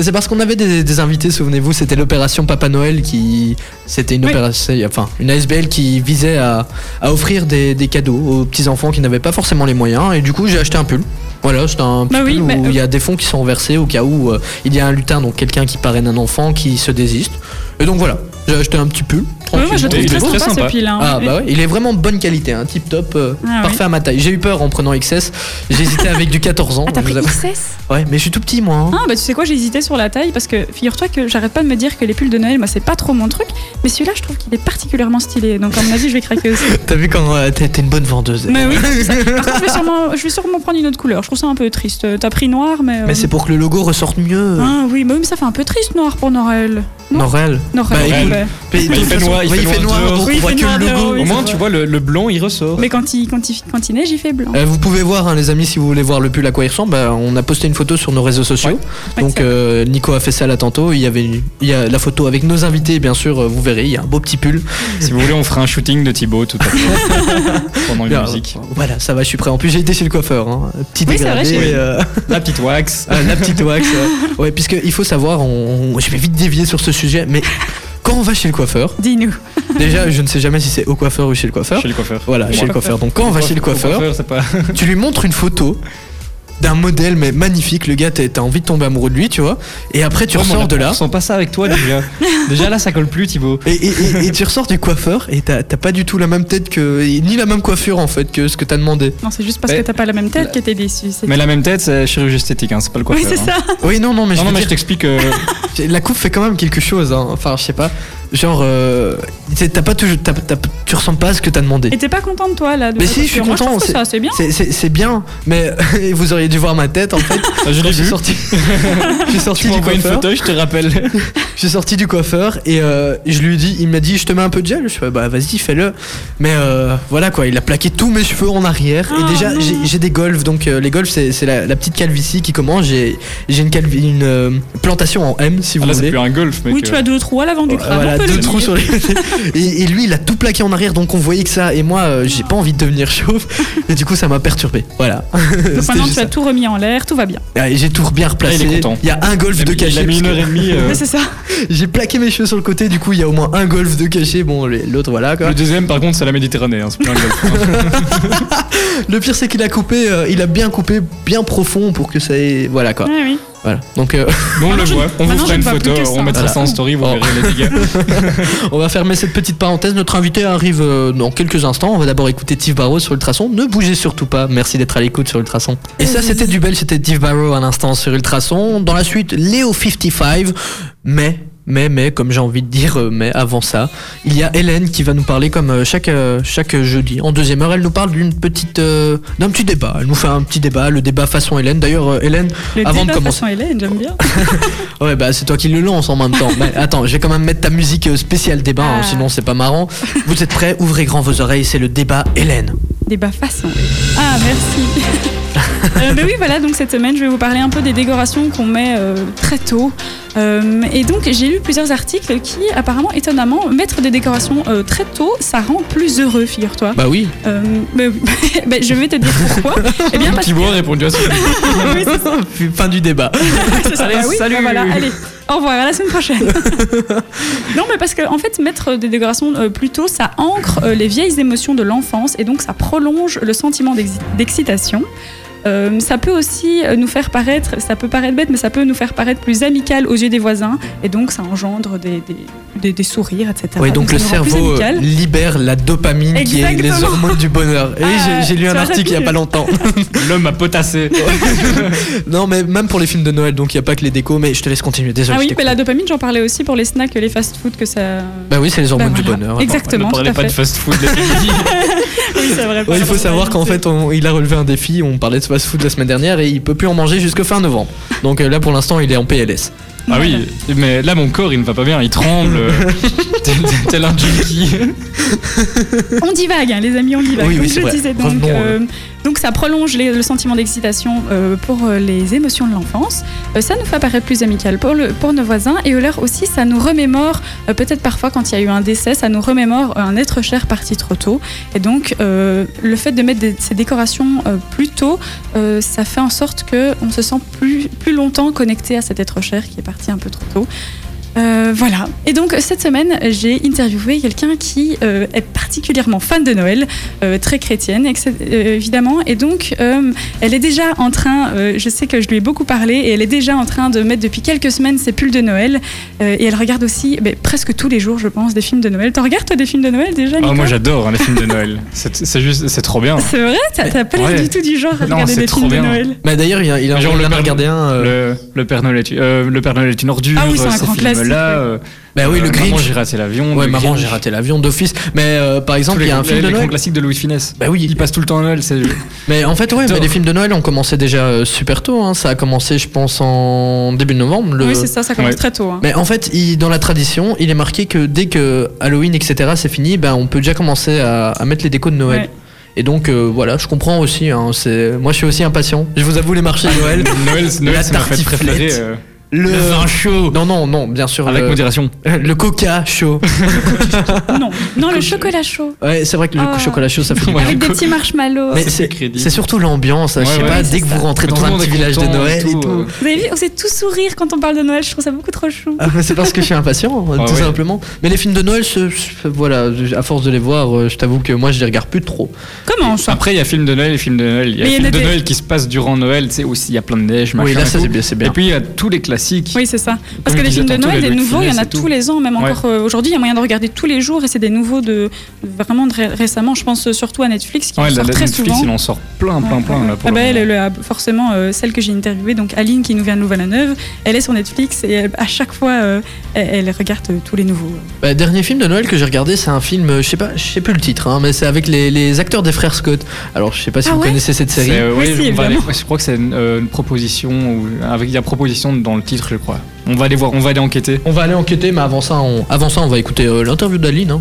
S1: c'est parce qu'on avait des, des invités, souvenez-vous, c'était l'opération Papa Noël qui. C'était une
S7: Oui.
S1: opération. Enfin, une ASBL qui visait à, à offrir des, des cadeaux aux petits-enfants qui n'avaient pas forcément les moyens. Et du coup, j'ai acheté un pull. Voilà, c'est un petit
S7: Bah oui,
S1: pull
S7: mais-
S1: où il y a des fonds qui sont versés au cas où euh, il y a un lutin, donc quelqu'un qui parraine un enfant qui se désiste. Et donc voilà, j'ai acheté un petit pull.
S7: Ouais, moi, je le
S1: tranquillement.
S7: trouve
S6: Il
S7: très
S6: est
S7: sympa,
S6: très
S7: ce
S6: sympa.
S7: pile. hein.
S1: Ah bah ouais, il est vraiment de bonne qualité, hein, tip top, euh,
S7: Ah ouais.
S1: parfait à ma taille. J'ai eu peur en prenant XS, j'hésitais avec du 14 ans.
S7: Ah, t'as
S1: je
S7: pris
S1: vous avoue.
S7: XS
S1: Ouais, mais je suis tout petit moi. hein.
S7: Ah bah tu sais quoi, j'ai hésité sur la taille parce que figure-toi que j'arrête pas de me dire que les pulls de Noël, moi c'est pas trop mon truc, mais celui-là je trouve qu'il est particulièrement stylé, donc à mon avis je vais craquer aussi.
S1: T'as vu quand euh, t'es t'es une bonne vendeuse.
S7: Mais oui, c'est ça. Par contre je vais, sûrement, je vais sûrement prendre une autre couleur, je trouve ça un peu triste. Euh, T'as pris noir mais... euh,
S1: Mais c'est pour que le logo ressorte mieux.
S7: Ah oui, mais oui, mais ça fait un peu triste noir pour Noël. non.
S1: Norel.
S7: Noël,
S1: Bah,
S7: ouais.
S1: écoute, Mais de
S6: il
S1: toute
S6: fait
S1: façon,
S6: noir, il
S1: ouais,
S6: fait noir dehors.
S1: donc
S7: Oui,
S1: on
S7: il
S1: voit
S7: fait
S1: que
S7: noir
S1: le logo.
S7: dehors, oui.
S6: Au
S7: c'est
S6: moins,
S7: vrai.
S6: tu vois, le, le blanc, il ressort.
S7: Mais quand il, quand, il, quand il neige, il fait blanc.
S1: Euh, vous pouvez voir hein, les amis si vous voulez voir le pull à quoi il ressemble. bah, on a posté une photo sur nos réseaux sociaux.
S7: Ouais,
S1: Donc
S7: c'est
S1: euh, Nico a fait ça là tantôt. Il y avait une- il y a la photo avec nos invités bien sûr. euh, Vous verrez, il y a un beau petit pull.
S6: Si vous voulez, on fera un shooting de Thibaut tout à l'heure. Pendant une
S1: Bien,
S6: musique.
S1: Voilà, ça va, je suis prêt. En plus j'ai été chez le coiffeur. hein. Petit
S7: Oui, c'est vrai,
S1: dégradé.
S7: j'ai vu.
S1: euh,
S6: La petite wax.
S1: Ah, la petite wax. ouais. Ouais, puisque il faut savoir, on, on- je vais vite dévier sur ce sujet, mais quand on va chez le coiffeur,
S7: Dis-nous.
S1: déjà, je ne sais jamais si c'est au coiffeur ou chez le coiffeur.
S6: Chez le coiffeur.
S1: Voilà,
S6: Au
S1: chez le coiffeur.
S6: coiffeur.
S1: Donc quand on va chez le coiffeur,
S6: c'est pas.
S1: tu lui montres une photo d'un modèle mais magnifique. Le gars, t'as t'as envie de tomber amoureux de lui, tu vois. Et après, tu
S6: Oh, mais on
S1: ressors de
S6: a-
S1: là.
S6: On sent pas ça avec toi déjà. déjà là, ça colle plus, Thibaut.
S1: Et, et- et- et tu ressors du coiffeur et t'as t'as pas du tout la même tête que. et ni la même coiffure en fait que ce que t'as demandé.
S7: Non, c'est juste parce
S6: Mais-
S7: que t'as pas la même tête que t'es déçu. c'est-
S6: Mais la même tête, c'est chirurgie esthétique, hein, c'est pas le
S7: Oui,
S6: coiffeur.
S7: c'est
S6: hein.
S7: ça.
S1: Oui, non, non, mais
S6: Non,
S1: je
S6: non,
S1: veux
S6: mais je
S1: dire-
S6: t'explique. euh,
S1: La coupe fait quand même quelque chose, hein. enfin je sais pas. Genre, euh, t'es- t'as pas toujours, t'as- t'as- tu ressembles pas à ce que t'as demandé.
S7: Et t'es pas contente, toi, là de
S1: Mais
S7: ça,
S1: si,
S7: parce
S1: je suis
S7: que moi,
S1: content,
S7: trouve que
S1: c'est-
S7: ça, c'est bien.
S1: C'est- C'est c'est bien, mais vous auriez dû voir ma tête en fait.
S6: Ah, je
S1: Quand
S6: l'ai
S1: je suis
S6: vu.
S1: sorti, je suis sorti
S6: Tu
S1: du
S6: m'envoies une
S1: coiffeur.
S6: photo, je te rappelle. Ah,
S1: Je suis sorti du coiffeur et euh, je lui ai dit, il m'a dit, je te mets un peu de gel. Je fais, bah vas-y, fais-le. Mais euh, voilà quoi, il a plaqué tous mes cheveux en arrière.
S7: Oh,
S1: et déjà,
S7: non.
S1: j'ai j'ai des golfs, donc euh, les golfs, c'est c'est la, la petite calvitie qui commence. J'ai j'ai une, calvi- une euh, plantation en M, si vous
S6: Ah, là, c'est
S1: voulez.
S6: plus un golf, mec. euh.
S7: Oui, tu as deux trous à l'avant du crâne.
S1: euh, Voilà,
S7: on peut le
S1: deux
S7: dire.
S1: trous sur les côtés. Et, et lui, il a tout plaqué en arrière, donc on voyait que ça. Et moi, euh, j'ai pas envie de devenir chauve. Et du coup, ça m'a perturbé. Voilà.
S7: Donc
S1: C'était
S7: maintenant,
S1: juste
S7: tu as tout remis en l'air, tout va bien.
S1: ça. Ah, et J'ai tout bien replacé.
S6: Ah, il est content.
S1: il y a un golf de
S6: Il
S1: cachet.
S6: a mis
S1: parce
S6: une
S1: que-
S6: heure et demie. euh,
S7: Mais c'est ça.
S1: J'ai plaqué mes cheveux sur le côté, du coup il y a au moins un golf de cachet. Bon, les- l'autre voilà quoi.
S6: Le deuxième, par contre, c'est la Méditerranée. hein, c'est pas un golf.
S1: Le pire c'est qu'il a coupé, euh, il a bien coupé, bien profond pour que ça ait. Voilà quoi.
S7: Oui, oui.
S1: Voilà. Donc euh,
S6: Mais on
S7: Maintenant,
S6: le
S7: je-
S6: voit. On vous
S7: maintenant, je
S6: fera
S7: ne
S6: une
S7: vois
S6: photo.
S7: plus que ça.
S6: On mettra ça en
S1: Voilà.
S6: story. Vous
S1: Oh.
S6: verrez les dégâts.
S1: on va fermer cette petite parenthèse. Notre invité arrive euh, dans quelques instants. On va d'abord écouter Steve Barrow sur Ultrason. Ne bougez surtout pas. Merci d'être à l'écoute sur Ultrason. Et ça c'était du bel, c'était Steve Barrow à l'instant sur Ultrason. Dans la suite, Léo 55. Mais. Mais, mais, comme j'ai envie de dire, euh, mais avant ça, il y a Hélène qui va nous parler comme euh, chaque, euh, chaque jeudi. En deuxième heure, elle nous parle d'une petite, euh, d'un petit débat. Elle nous fait un petit débat, le débat façon Hélène. D'ailleurs, euh, Hélène,
S7: Le
S1: Avant de
S7: débat
S1: commencer.
S7: façon Hélène, j'aime bien.
S1: Ouais, bah c'est toi qui le lance en même temps. Mais attends, je vais quand même mettre ta musique euh, spéciale débat, hein,
S7: Ah.
S1: sinon c'est pas marrant. Vous êtes prêts Ouvrez grand vos oreilles, c'est le débat Hélène.
S7: Débat façon. Ah, merci. Euh, ben oui, voilà, donc cette semaine, je vais vous parler un peu des décorations qu'on met euh, très tôt. Euh, et donc, j'ai lu plusieurs articles qui, apparemment, étonnamment, mettre des décorations euh, très tôt, ça rend plus heureux, figure-toi.
S1: Bah oui.
S7: Euh, ben- ben, je vais te dire pourquoi. Eh bien, parce
S6: Thibaut a répondu à ça.
S7: que... oui, c'est ça.
S1: fin du débat.
S7: C'est ça.
S1: Allez,
S7: Bah oui,
S1: salut.
S7: bah voilà, allez, au revoir, à la semaine prochaine. non, mais parce que en fait, mettre des décorations euh, plus tôt, ça ancre euh, les vieilles émotions de l'enfance et donc ça prolonge le sentiment d'exi- d'excitation. Euh, ça peut aussi euh, nous faire paraître, ça peut paraître bête, mais ça peut nous faire paraître plus amical aux yeux des voisins, et donc ça engendre des, des, des- des sourires, etc.
S1: Oui, donc
S7: ça
S1: le
S7: nous rend plus
S1: cerveau euh,
S7: amical. Ah
S1: libère la dopamine qui est les
S7: Exactement.
S1: hormones du bonheur. Et
S7: Ah,
S1: j'ai- j'ai lu
S7: tu
S1: un
S7: as
S1: article il y a
S7: retenu.
S1: pas longtemps.
S6: L'homme a potassé.
S1: non, mais même pour les films de Noël, donc il y a pas que les décos, mais je te laisse continuer. Désolé.
S7: Ah
S1: je
S7: oui,
S1: t'ai
S7: mais la dopamine, j'en parlais aussi pour les snacks, les fast-food que ça.
S1: coupé. Bah oui, c'est les
S7: Bah
S1: hormones du
S7: voilà.
S1: bonheur.
S7: Exactement.
S6: Ne
S7: tout
S6: parlez
S7: à
S6: pas de
S7: fait.
S6: fast-food. les filles.
S7: Oui, c'est vrai,
S1: Ouais, il
S7: pardon,
S1: faut savoir
S7: on a
S1: qu'en
S7: évité.
S1: fait, on- il a relevé un défi. On parlait de fast food la semaine dernière et il peut plus en manger jusque fin novembre. Donc euh, là, pour l'instant, il est en PLS.
S6: Ah oui, mais là mon corps il ne va pas bien, il tremble. Tel- tel- Tel un junkie.
S7: Ah,
S6: Ah,
S7: On divague, hein, les amis, on divague.
S1: Oui,
S7: comme
S1: oui,
S7: je
S1: c'est
S7: le
S1: vrai.
S7: disais. donc,
S1: Revenons,
S7: euh, donc ça prolonge les- le sentiment d'excitation euh, pour euh, les émotions de l'enfance. Euh, ça nous fait apparaître plus amical pour, le- pour nos voisins et au leur aussi, ça nous remémore, euh, peut-être parfois quand il y a eu un décès, ça nous remémore euh, un être cher parti trop tôt. Et donc euh, le fait de mettre des- ces décorations euh, plus tôt, euh, ça fait en sorte qu'on se sent plus, plus longtemps connecté à cet être cher qui est parti un peu trop tôt. Euh, voilà. Et donc cette semaine, j'ai interviewé quelqu'un qui euh, est particulièrement fan de Noël, euh, très chrétienne etc., euh, évidemment, et donc euh, elle est déjà en train, euh, je sais que je lui ai beaucoup parlé, et elle est déjà en train de mettre depuis quelques semaines ses pulls de Noël, euh, et elle regarde aussi ben, presque tous les jours, je pense, des films de Noël. T'en regardes toi des films de Noël déjà
S6: Ah,
S7: Nico
S6: moi j'adore hein, les films de Noël. C'est c'est juste, c'est trop bien.
S7: C'est vrai, t'as t'as pas l'air
S6: Ouais.
S7: du tout du genre à
S6: Non,
S7: regarder
S6: c'est
S7: des
S6: trop
S7: films
S6: bien.
S7: de Noël.
S1: Bah d'ailleurs, il a, il a
S6: Genre
S1: il
S6: le
S1: en a
S6: Père-
S1: regardé un. euh,
S6: Le, le Père Noël est une, euh, le Père Noël est une ordure.
S7: Ah oui, c'est un
S6: euh, ces
S7: grand
S6: films-là,
S7: classique, ouais.
S6: euh,
S1: Bah oui,
S6: euh,
S1: le
S6: Maman
S1: Grinch.
S6: j'ai raté l'avion.
S1: Ouais,
S6: le
S1: maman,
S6: Grinch.
S1: j'ai raté l'avion d'office. Mais euh, par
S6: Tous
S1: exemple,
S6: les
S1: il y a un
S6: grands-
S1: film
S6: les
S1: de
S6: grands
S1: Noël.
S6: classiques de Louis de Funès.
S1: Bah oui,
S6: Il passe tout le temps à Noël. c'est-
S1: mais en fait, ouais, mais
S6: J'adore.
S1: les films de Noël ont commencé déjà euh, super tôt. hein. Ça a commencé, je pense, en début novembre. le-
S7: Oui, c'est ça, ça commence
S6: Ouais.
S7: très tôt. hein.
S1: Mais en fait, il- dans la tradition, il est marqué que dès que Halloween, etc., c'est fini, ben, on peut déjà commencer à, à mettre les décos de Noël.
S7: Ouais.
S1: Et donc, euh, voilà, je comprends aussi. hein, c'est- Moi, je suis aussi impatient. Je vous avoue, les marchés de Noël.
S6: Noël, c'est-
S1: La
S6: Noël c'est ma fête
S1: tartiflette.
S6: préférée. euh,
S1: le...
S6: chaud.
S1: Non, non, non, bien sûr.
S6: Avec
S1: le...
S6: modération.
S1: le coca chaud.
S7: Non, non, le chocolat chaud.
S1: Ouais, c'est vrai que le
S7: Ah.
S1: chocolat chaud, ça fait du
S6: Ouais,
S7: Avec
S6: le
S7: des
S6: co-
S7: petits marshmallows.
S1: Mais
S6: Ah, c'est
S1: c'est
S6: crédit.
S1: c'est surtout l'ambiance,
S6: Ouais,
S1: je sais
S6: ouais.
S1: pas,
S7: Oui,
S1: dès
S7: c'est
S1: que vous
S7: ça.
S1: rentrez
S6: Tout
S1: dans
S6: le
S1: un
S6: monde
S1: petit
S6: est
S1: village de
S6: content et
S1: Noël et
S6: tout,
S1: tout.
S6: euh.
S7: Vous avez vu, on sait tous sourire quand on parle de Noël, je trouve ça beaucoup trop chou.
S1: Ah, mais c'est parce que je suis impatient,
S6: Ah
S1: tout
S6: ouais.
S1: simplement. Mais les films de Noël, ce- ce- voilà, à force de les voir, euh, je t'avoue que moi je les regarde plus trop.
S7: Comment ça
S6: Après, il y a films de Noël et films de Noël. Il y a
S7: Mais il y en
S6: films
S7: a
S6: de
S7: des-
S6: Noël qui se passent durant Noël. Tu sais, aussi, il y a plein de neige, machin.
S1: oui, là
S6: et
S1: ça,
S6: tout.
S1: c'est bien, c'est bien.
S6: Et puis, il y a tous les classiques.
S7: Oui, c'est ça.
S6: Comme
S7: Parce que
S6: je
S7: les films
S6: disais
S7: de
S6: tantôt,
S7: Noël,
S6: les
S7: des
S6: Louis de
S7: nouveaux, il y en
S6: Funès
S7: a
S6: et tout.
S7: tous les ans, même
S6: Ouais.
S7: encore euh, aujourd'hui, il y a moyen de regarder tous les jours et c'est des nouveaux de vraiment de ré- récemment, je pense euh, surtout à Netflix qui
S6: Ouais,
S7: en
S6: la,
S7: sort
S6: la
S7: très
S6: Netflix,
S7: souvent.
S6: il en sort plein, plein,
S7: Ouais,
S6: plein.
S7: ouais,
S6: là,
S7: ouais.
S6: pour
S7: Ah
S6: le
S7: bah,
S6: moment.
S7: elle, elle a forcément euh, celle que j'ai interviewée, donc Aline qui nous vient de Louvain-la-Neuve, elle est sur Netflix et elle- à chaque fois euh, elle, elle regarde euh, tous les nouveaux.
S1: Bah, dernier film de Noël que j'ai regardé, c'est un film, euh, je sais pas, je sais plus le titre, hein, mais c'est avec les, les acteurs des frères Scott. Alors je sais pas si
S7: Ah
S1: vous
S7: ouais
S1: connaissez cette
S6: C'est,
S1: série.
S6: euh, ouais,
S7: Oui, si,
S6: on va aller-
S7: évidemment.
S6: je crois que c'est une, euh, une proposition. ou- avec, il y a proposition dans le titre, je crois. On va aller voir, on va aller enquêter.
S1: On va aller enquêter, mais avant ça, on, avant ça, on va écouter euh, l'interview d'Aline. hein.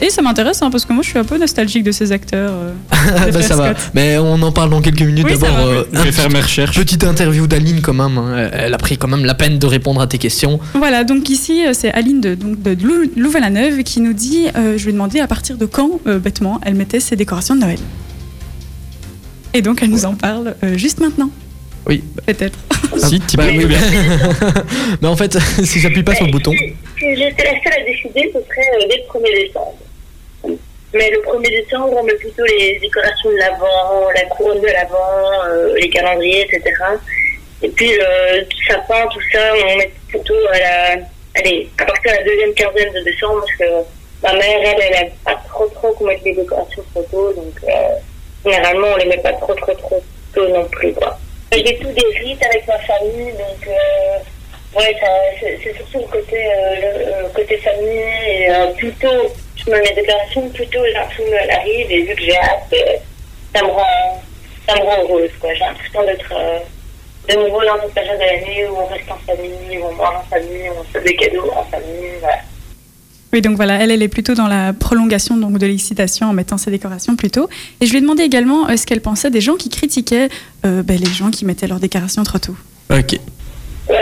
S7: Et ça m'intéresse hein, parce que moi je suis un peu nostalgique de ces acteurs. euh,
S1: Ah,
S7: de
S1: bah, ça
S7: Fred
S1: va.
S7: Scott.
S1: Mais on en parle dans quelques minutes.
S7: Oui, ça
S1: D'abord,
S7: va.
S1: euh,
S6: Je vais faire mes recherches.
S1: petite interview d'Aline quand même. hein. Elle a pris quand même la peine de répondre à tes questions.
S7: Voilà, donc ici euh, c'est Aline de, donc de Lou- Louvain-la-Neuve qui nous dit euh, je lui ai demandé à partir de quand, euh, bêtement, elle mettait ses décorations de Noël. Et donc elle nous en parle euh, juste maintenant.
S1: Oui.
S7: Peut-être.
S6: Si, t'y
S1: Bah
S6: peux
S1: oui.
S6: plus bien.
S1: Mais en fait, si j'appuie pas sur le bouton.
S9: Si j'étais la seule à décider, ce serait euh, dès le 1er décembre. Mais le 1er décembre, on met plutôt les décorations de l'avant, la couronne de l'avant, euh, les calendriers, etc. Et puis le sapin, tout ça, on met plutôt à la. Allez, à partir de la deuxième quinzaine de décembre, parce que ma mère, elle, elle aime pas trop trop qu'on mette des décorations trop tôt, donc euh, généralement, on les met pas trop trop trop tôt non plus, quoi. J'ai tout des rites avec ma famille, donc. euh, Ouais, ça, c'est c'est surtout le côté, euh, le, euh, côté famille. Et, euh, plutôt, je me mets des garçons, plutôt les garçons elle arrive et vu que j'ai hâte, euh, ça me rend, ça me rend heureuse. quoi. J'ai l'impression d'être euh, de nouveau dans une période de l'année où on reste en famille, où on mange en famille, où on se fait des cadeaux en famille. Voilà.
S7: Oui, donc voilà, elle, elle est plutôt dans la prolongation donc, de l'excitation en mettant ses décorations plus tôt. Et je lui ai demandé également euh, ce qu'elle pensait des gens qui critiquaient euh, ben, les gens qui mettaient leurs décorations trop tôt.
S1: Ok.
S9: Euh,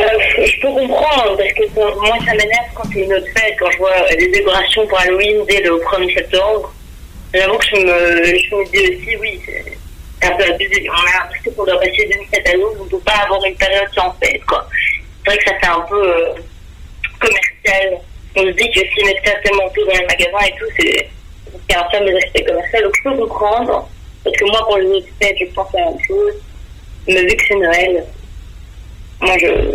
S9: je peux comprendre, parce que pour- moi, ça m'énerve quand c'est une autre fête, quand je vois euh, des décorations pour Halloween dès le 1er septembre. J'avoue que je me, je me dis aussi, oui, c'est c'est un peu abusé. On a l'impression qu'on doit passer d'une fête à l'autre, on ne peut pas avoir une période sans fête, quoi. C'est vrai que ça fait un peu euh, commercial. On se dit que si mettre ça tellement tôt dans les magasins et tout, c'est c'est un fameux aspect commercial. Donc je peux comprendre, parce que moi, pour les autres fêtes, je pense à la même chose. Mais vu que c'est Noël, moi, je,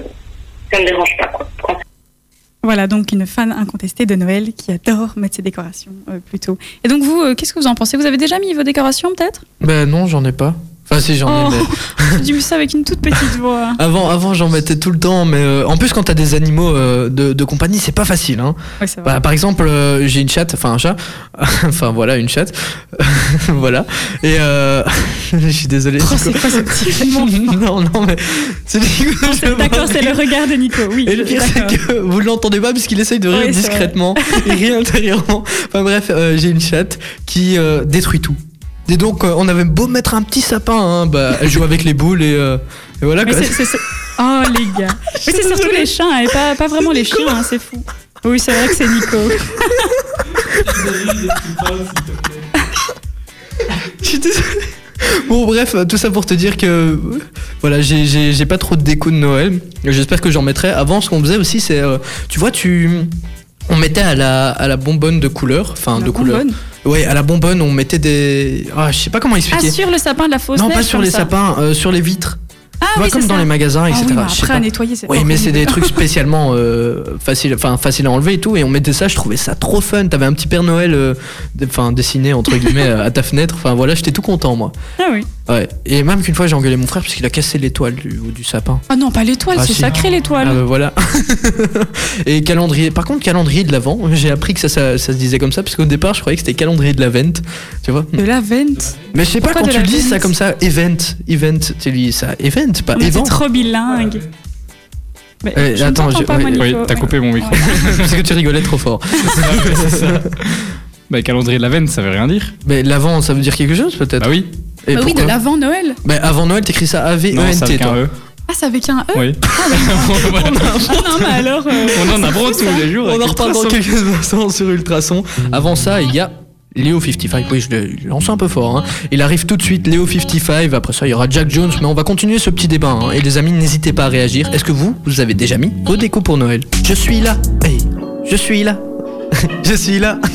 S9: ça me dérange pas, quoi.
S7: Voilà, donc une fan incontestée de Noël qui adore mettre ses décorations euh, plus tôt. Et donc vous, euh, qu'est-ce que vous en pensez Vous avez déjà mis vos décorations peut-être
S1: Ben non, j'en ai pas. Enfin, si j'en ai, mais.
S7: Oh. J'ai dit ça avec une toute petite voix.
S1: Avant, avant j'en mettais tout le temps, mais euh, en plus, quand t'as des animaux euh, de, de compagnie, c'est pas facile. Hein.
S7: Oui, c'est vrai.
S1: Bah, par exemple, euh, j'ai une chatte, enfin un chat, enfin voilà, une chatte, voilà. Et euh, je suis désolé.
S7: Oh, c'est quoi ce petit jugement
S1: non, non, mais c'est
S7: C'est- D'accord, c'est le regard de Nico, oui.
S1: Et le pire, c'est
S7: d'accord.
S1: que vous l'entendez pas puisqu'il essaye de rire
S7: Oui, c'est vrai.
S1: discrètement. Il rit intérieurement. Enfin bref, euh, j'ai une chatte qui euh, détruit tout. Et donc, euh, on avait beau mettre un petit sapin, hein, bah, elle joue avec les boules et, euh, et voilà
S7: Mais
S1: quoi.
S7: c'est- c'est- c'est- Oh les gars. Mais c'est surtout les chiens hein, et pas, pas vraiment les chiens, hein, c'est fou. Oui, c'est vrai que c'est Nico.
S1: Je suis désolé. Bon, bref, tout ça pour te dire que euh, voilà, j'ai- j'ai j'ai pas trop de déco de Noël. J'espère que j'en mettrai. Avant, ce qu'on faisait aussi, c'est. euh, tu vois, tu. On mettait à la, à la bonbonne de couleur. Enfin,
S7: La
S1: de couleur.
S7: bonbonne.
S1: Ouais, à la bonbonne, on mettait des. Ah, je sais pas comment
S7: Ah,
S1: expliquer.
S7: sur le sapin de la fausse
S1: non,
S7: neige,
S1: pas sur
S7: comme
S1: les
S7: ça.
S1: sapins, euh, sur les vitres.
S7: Ah,
S1: Tu vois,
S7: oui,
S1: comme
S7: c'est
S1: dans
S7: ça.
S1: les magasins,
S7: Ah
S1: etc.
S7: oui, mais
S1: Je sais
S7: après
S1: pas.
S7: à nettoyer, c'est
S1: Oui, mais c'est des
S7: horrible.
S1: trucs spécialement euh, faciles enfin, facile à enlever et tout. Et on mettait ça, je trouvais ça trop fun. T'avais un petit Père Noël euh, d- enfin, dessiné, entre guillemets, euh, à ta fenêtre. Enfin voilà, j'étais tout content, moi.
S7: Ah oui.
S1: Ouais. Et même qu'une fois, j'ai engueulé mon frère parce qu'il a cassé l'étoile du, du sapin.
S7: Ah non, pas l'étoile,
S1: Ah,
S7: c'est
S1: si.
S7: sacré l'étoile.
S1: Ah, bah, voilà. et calendrier. Par contre, calendrier de l'avant, j'ai appris que ça, ça, ça se disait comme ça parce qu'au départ, je croyais que c'était calendrier de l'avent. Tu vois
S7: De la vente.
S1: Mais je sais pas,
S7: Pourquoi
S1: quand
S7: de
S1: tu
S7: la
S1: le dis ça
S7: vente
S1: comme ça, event, event, tu lis ça, event, pas
S7: On était
S1: event.
S7: trop bilingue. Mais
S1: Euh,
S7: je
S1: attends,
S7: n'entends
S1: je-
S7: pas,
S1: oui,
S7: moi, Nico.
S6: Oui, t'as
S7: Ouais. Ah
S6: coupé mon micro.
S1: parce que tu rigolais trop fort.
S6: Bah, calendrier de la veine, ça veut rien dire.
S1: Mais l'avant, ça veut dire quelque chose peut-être
S6: Bah oui.
S1: Et
S7: Bah oui, de
S1: pourquoi
S7: l'avant Noël.
S1: Bah, avant Noël, t'écris ça
S6: Non, ça
S1: A-V-E-N-T,
S6: avec un
S1: toi.
S6: E.
S7: Ah, c'est avec un E
S6: Oui. Voilà.
S7: Ah non, mais alors. euh,
S6: On en
S7: c'est
S6: apprend
S7: fou,
S6: tous
S7: ça.
S6: les jours.
S1: On
S6: avec
S1: en
S6: le
S1: reparle dans
S6: traçant.
S1: quelques instants sur Ultrason. Avant ça, il y a Léo 55. Oui, je le lance un peu fort. hein. Il arrive tout de suite, Léo 55. Après ça, il y aura Jack Jones. Mais on va continuer ce petit débat. hein. Et les amis, n'hésitez pas à réagir. Est-ce que vous, vous avez déjà mis vos décos pour Noël Je suis là. Hey, je suis là. je suis là.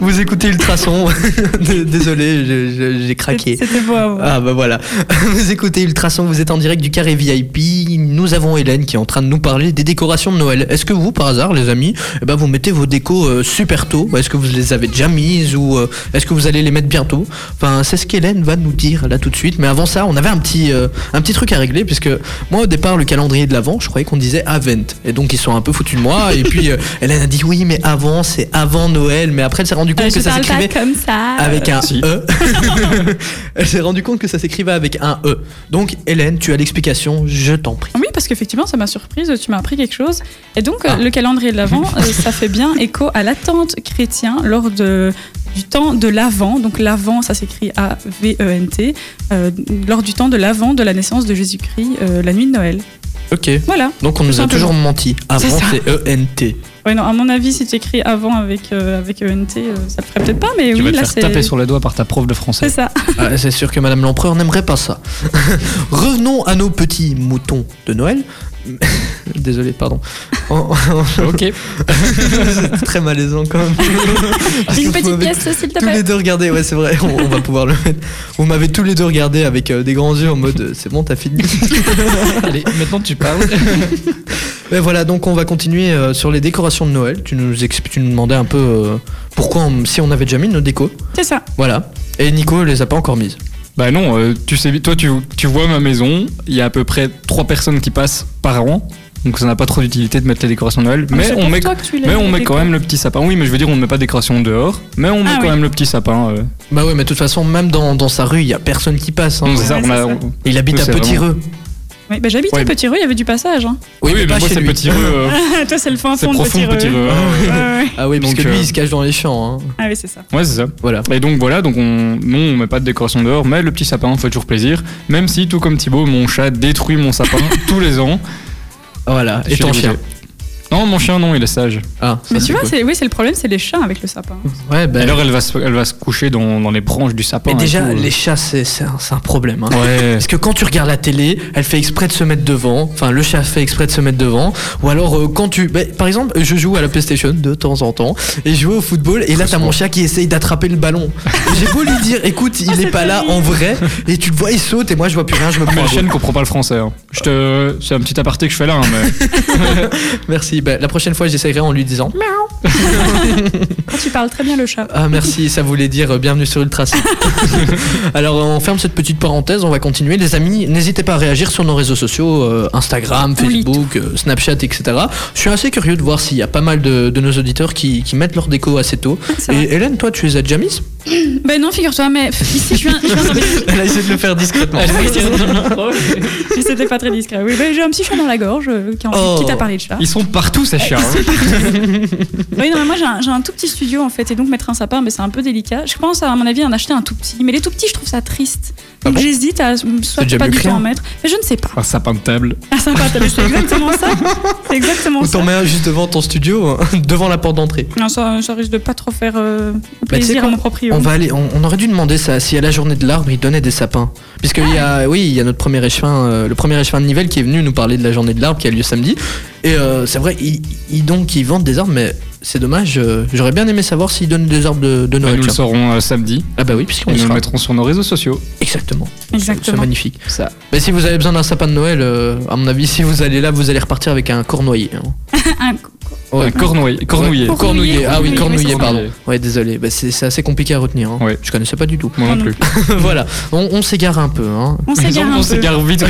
S1: vous écoutez Ultrason. D- Désolé, je- je- j'ai craqué.
S7: C'était beau à voir.
S1: Ah bah voilà. Vous écoutez Ultrason, vous êtes en direct du carré VIP. Nous avons Hélène qui est en train de nous parler des décorations de Noël. Est-ce que vous, par hasard, les amis, eh ben vous mettez vos décos euh, super tôt Est-ce que vous les avez déjà mises ou euh, est-ce que vous allez les mettre bientôt Enfin, c'est ce qu'Hélène va nous dire là tout de suite. Mais avant ça, on avait un petit, euh, un petit truc à régler puisque moi au départ le calendrier de l'avant, je croyais qu'on disait Avent. Et donc ils sont un peu foutus de moi. et puis euh, Hélène a dit dit oui, mais avant, c'est avant Noël, mais après elle s'est rendue compte
S7: Euh,
S1: que
S7: je
S1: ça
S7: parle pas
S1: s'écrivait
S7: comme ça.
S1: avec un E. elle s'est rendue compte que ça s'écrivait avec un E. Donc Hélène, tu as l'explication, je t'en prie.
S7: Oui, parce qu'effectivement, ça m'a surprise, tu m'as appris quelque chose. Et donc, euh,
S6: Ah.
S7: le calendrier de l'Avent, euh, ça fait bien écho à l'attente chrétien lors de, du temps de l'Avent. Donc, l'Avent, ça s'écrit A-V-E-N-T. euh, lors du temps de l'Avent de la naissance de Jésus-Christ, euh, la nuit de Noël.
S1: Ok.
S7: Voilà.
S1: Donc on nous a
S7: simplement.
S1: toujours menti.
S7: C'est
S1: Avant,
S7: ça.
S1: c'est E E-N-T.
S7: Ouais, non, à mon avis, si tu écris avant avec, euh, avec ENT, euh, ça le ferait peut-être pas, mais
S6: Tu
S7: oui,
S6: vas te
S7: là,
S6: faire
S7: c'est.
S6: taper sur les doigts par ta prof de
S7: C'est
S6: français.
S7: ça.
S1: Ah, c'est sûr que Madame l'Empereur n'aimerait pas ça. Revenons à nos petits moutons de Noël. Désolé, pardon. En- en-
S6: Ok.
S1: c'est très malaisant quand même.
S7: Une
S1: Vous
S7: petite
S1: m'avez
S7: pièce, s'il te
S1: Tous les
S7: plaît.
S1: deux regardé, ouais c'est vrai, on, on va pouvoir le mettre. Vous m'avez tous les deux regardé avec euh, des grands yeux en mode euh, c'est bon t'as fini.
S6: Allez, maintenant tu parles.
S1: Mais Ben voilà donc on va continuer euh, sur les décorations de Noël. Tu nous, expli- tu nous demandais un peu euh, pourquoi on- si on avait déjà mis nos décos.
S7: C'est ça.
S1: Voilà. Et Nico les a pas encore mises.
S6: Bah non, euh, tu sais, toi tu, tu vois ma maison, il y a à peu près trois personnes qui passent par an, donc ça n'a pas trop d'utilité de mettre les décorations de Noël, mais
S7: Ah, C'est
S6: on
S7: pour
S6: met,
S7: toi que tu l'as
S6: mais
S7: mis
S6: on met
S7: avec
S6: quand
S7: eux.
S6: même le petit sapin. Oui, mais je veux dire, on ne met pas de décoration dehors, mais on met
S7: Ah
S6: quand
S7: oui.
S6: même le petit sapin. euh.
S1: Bah ouais mais de toute façon même dans, dans sa rue il y a personne qui passe. hein.
S6: Donc, Mm, c'est ça,
S7: Ouais,
S6: on a-
S7: c'est ça.
S1: Il habite
S6: Oui,
S1: à
S6: c'est
S1: Petit
S6: vraiment-
S1: Reux.
S7: Ouais, bah, J'habite
S6: Ouais,
S7: à
S6: mais-
S7: Petit Reux, il y avait du passage. Hein.
S1: Oui, mais
S6: mais
S1: pas
S6: moi
S1: chez
S6: c'est
S1: lui.
S6: petit rue, euh,
S7: Toi, c'est le fin
S6: c'est
S7: fond de
S6: profond
S7: Petit
S6: le
S7: Reux.
S6: petit rue.
S7: Ouais, ouais, ouais.
S1: Ah oui parce
S6: Donc,
S1: que lui
S6: euh,
S1: il se cache dans les champs. hein.
S7: Ah oui, c'est ça.
S6: Ouais, c'est ça.
S1: Voilà.
S6: Et donc voilà, donc on, non, on met pas de décoration dehors, mais le petit sapin on fait toujours plaisir. Même si, tout comme Thibaut, mon chat détruit mon sapin tous les ans.
S1: Ah, Voilà.
S6: Je
S1: Et
S6: suis
S1: ton
S6: dégoûté.
S1: chien.
S6: Non, mon chien, non, il est sage.
S1: Ah ça,
S7: Mais tu
S1: c'est
S7: vois,
S1: cool.
S7: c'est oui, c'est le problème, c'est les chats avec le sapin.
S1: Ouais bah.
S6: Alors elle va se, elle va se coucher dans, dans les branches du sapin.
S1: Mais
S6: et
S1: déjà,
S6: tout, euh.
S1: les chats, c'est c'est un, c'est un problème. hein.
S6: Ouais.
S1: Parce que quand tu regardes la télé, elle fait exprès de se mettre devant. Enfin, le chat fait exprès de se mettre devant. Ou alors, euh, quand tu. bah, par exemple, je joue à la PlayStation de temps en temps et je joue au football. Et là, t'as mon chat qui essaye d'attraper le ballon. Et J'ai beau lui dire, écoute, il est pas là en vrai. Et tu le vois, il saute. Et moi, je vois plus rien. Je me
S6: Mais
S1: prends.
S6: la
S1: un
S6: chaîne
S1: goal.
S6: comprend pas le français. hein. Je te, c'est un petit aparté que je fais là. hein, mais...
S1: Merci. Bah, la prochaine fois, j'essayerai en lui disant.
S7: Ah, tu parles très bien le chat.
S1: Ah, merci. Ça voulait dire euh, bienvenue sur Ultra City. Alors, on ferme cette petite parenthèse. On va continuer. Les amis, n'hésitez pas à réagir sur nos réseaux sociaux euh, Instagram,
S7: On lit
S1: Facebook, euh, Snapchat, etc. Je suis assez curieux de voir s'il y a pas mal de, de nos auditeurs qui, qui mettent leur déco assez tôt.
S7: C'est
S1: Et
S7: vrai.
S1: Hélène, toi, tu les as déjà mises
S7: Ben non, figure-toi, mais pff, ici, je viens, je viens d'embêter-
S1: Elle a essayé de le faire discrètement.
S7: Mais C'était pas très discret. Oui, ben, j'ai un petit chat dans la gorge euh, qui, en,
S1: Oh.
S7: qui t'a parlé de chat.
S6: Ils sont partout ces chats. hein.
S7: Oui, non, mais moi j'ai un, j'ai un tout petit studio en fait, et donc mettre un sapin, mais c'est un peu délicat. Je pense à mon avis en acheter un tout petit, mais les tout petits, je trouve ça triste.
S1: Ah
S7: Donc
S1: bon
S7: j'hésite à soit
S1: déjà
S7: pas
S1: mieux
S7: du
S1: que
S7: tout
S1: rien.
S7: en mettre, mais je ne sais pas.
S6: Un sapin de table.
S7: Ah sympa, t'as vu, c'est exactement ça. C'est exactement
S1: Ou t'en
S7: ça.
S1: mets un juste devant ton studio, hein, devant la porte d'entrée.
S7: Non, ça, ça risque de pas trop faire euh,
S1: Bah, tu sais
S7: plaisir
S1: quoi
S7: à mon proprio.
S1: On va aller. On, on aurait dû demander ça si à la journée de l'arbre ils donnaient des sapins, puisque il y a, oui, il y a notre premier échevin, euh, le premier échevin de Nivelles qui est venu nous parler de la journée de l'arbre qui a lieu samedi. Et euh, c'est vrai, ils, ils- donc ils vendent des arbres, mais c'est dommage. euh, J'aurais bien aimé savoir s'ils donnent des arbres de, de
S6: Bah,
S1: Noël.
S6: nous le
S1: tiens.
S6: saurons euh, samedi.
S1: Ah bah oui, puisqu'on
S6: Et
S1: y
S6: nous le
S1: sera.
S6: mettrons sur nos réseaux sociaux.
S1: Exactement. C'est
S7: Exactement.
S1: magnifique. Ça. Mais si vous avez besoin d'un sapin de Noël, euh, à mon avis, si vous allez là, vous allez repartir avec un cornoyer. hein.
S7: Un-
S1: Ouais.
S6: Euh, cornouiller- cornouiller.
S1: Ouais, Cornouiller. Ah oui,
S7: Cornouiller, oui,
S1: cornouiller,
S7: c'est
S1: pardon.
S6: vrai.
S1: Ouais, désolé. Bah, c'est c'est assez compliqué à retenir. hein.
S6: Ouais.
S1: Je connaissais pas du tout.
S6: Moi non plus.
S1: voilà, on, on s'égare un peu. Hein.
S7: On s'égare
S6: On
S7: un peu.
S6: s'égare vite.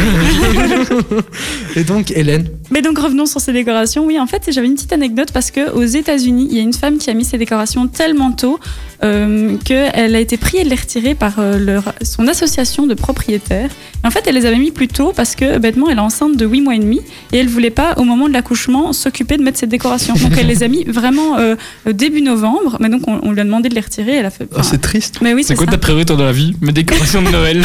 S1: Et donc, Hélène,
S7: Mais donc revenons sur ces décorations. Oui, en fait, j'avais une petite anecdote parce que aux États-Unis, il y a une femme qui a mis ses décorations tellement tôt euh, qu'elle a été priée de les retirer par euh, leur, son association de propriétaires. Et en fait, elle les avait mis plus tôt parce que bêtement, elle est enceinte de 8 mois et demi et elle voulait pas, au moment de l'accouchement, s'occuper de mettre ses décorations. Donc elle les a mis vraiment euh, début novembre. Mais donc on, on lui a demandé de les retirer. Elle a fait.
S1: Oh, c'est triste.
S7: mais oui,
S6: Ah, C'est
S7: c'est
S6: quoi
S7: ça.
S6: ta priorité dans la vie Mes décorations de Noël.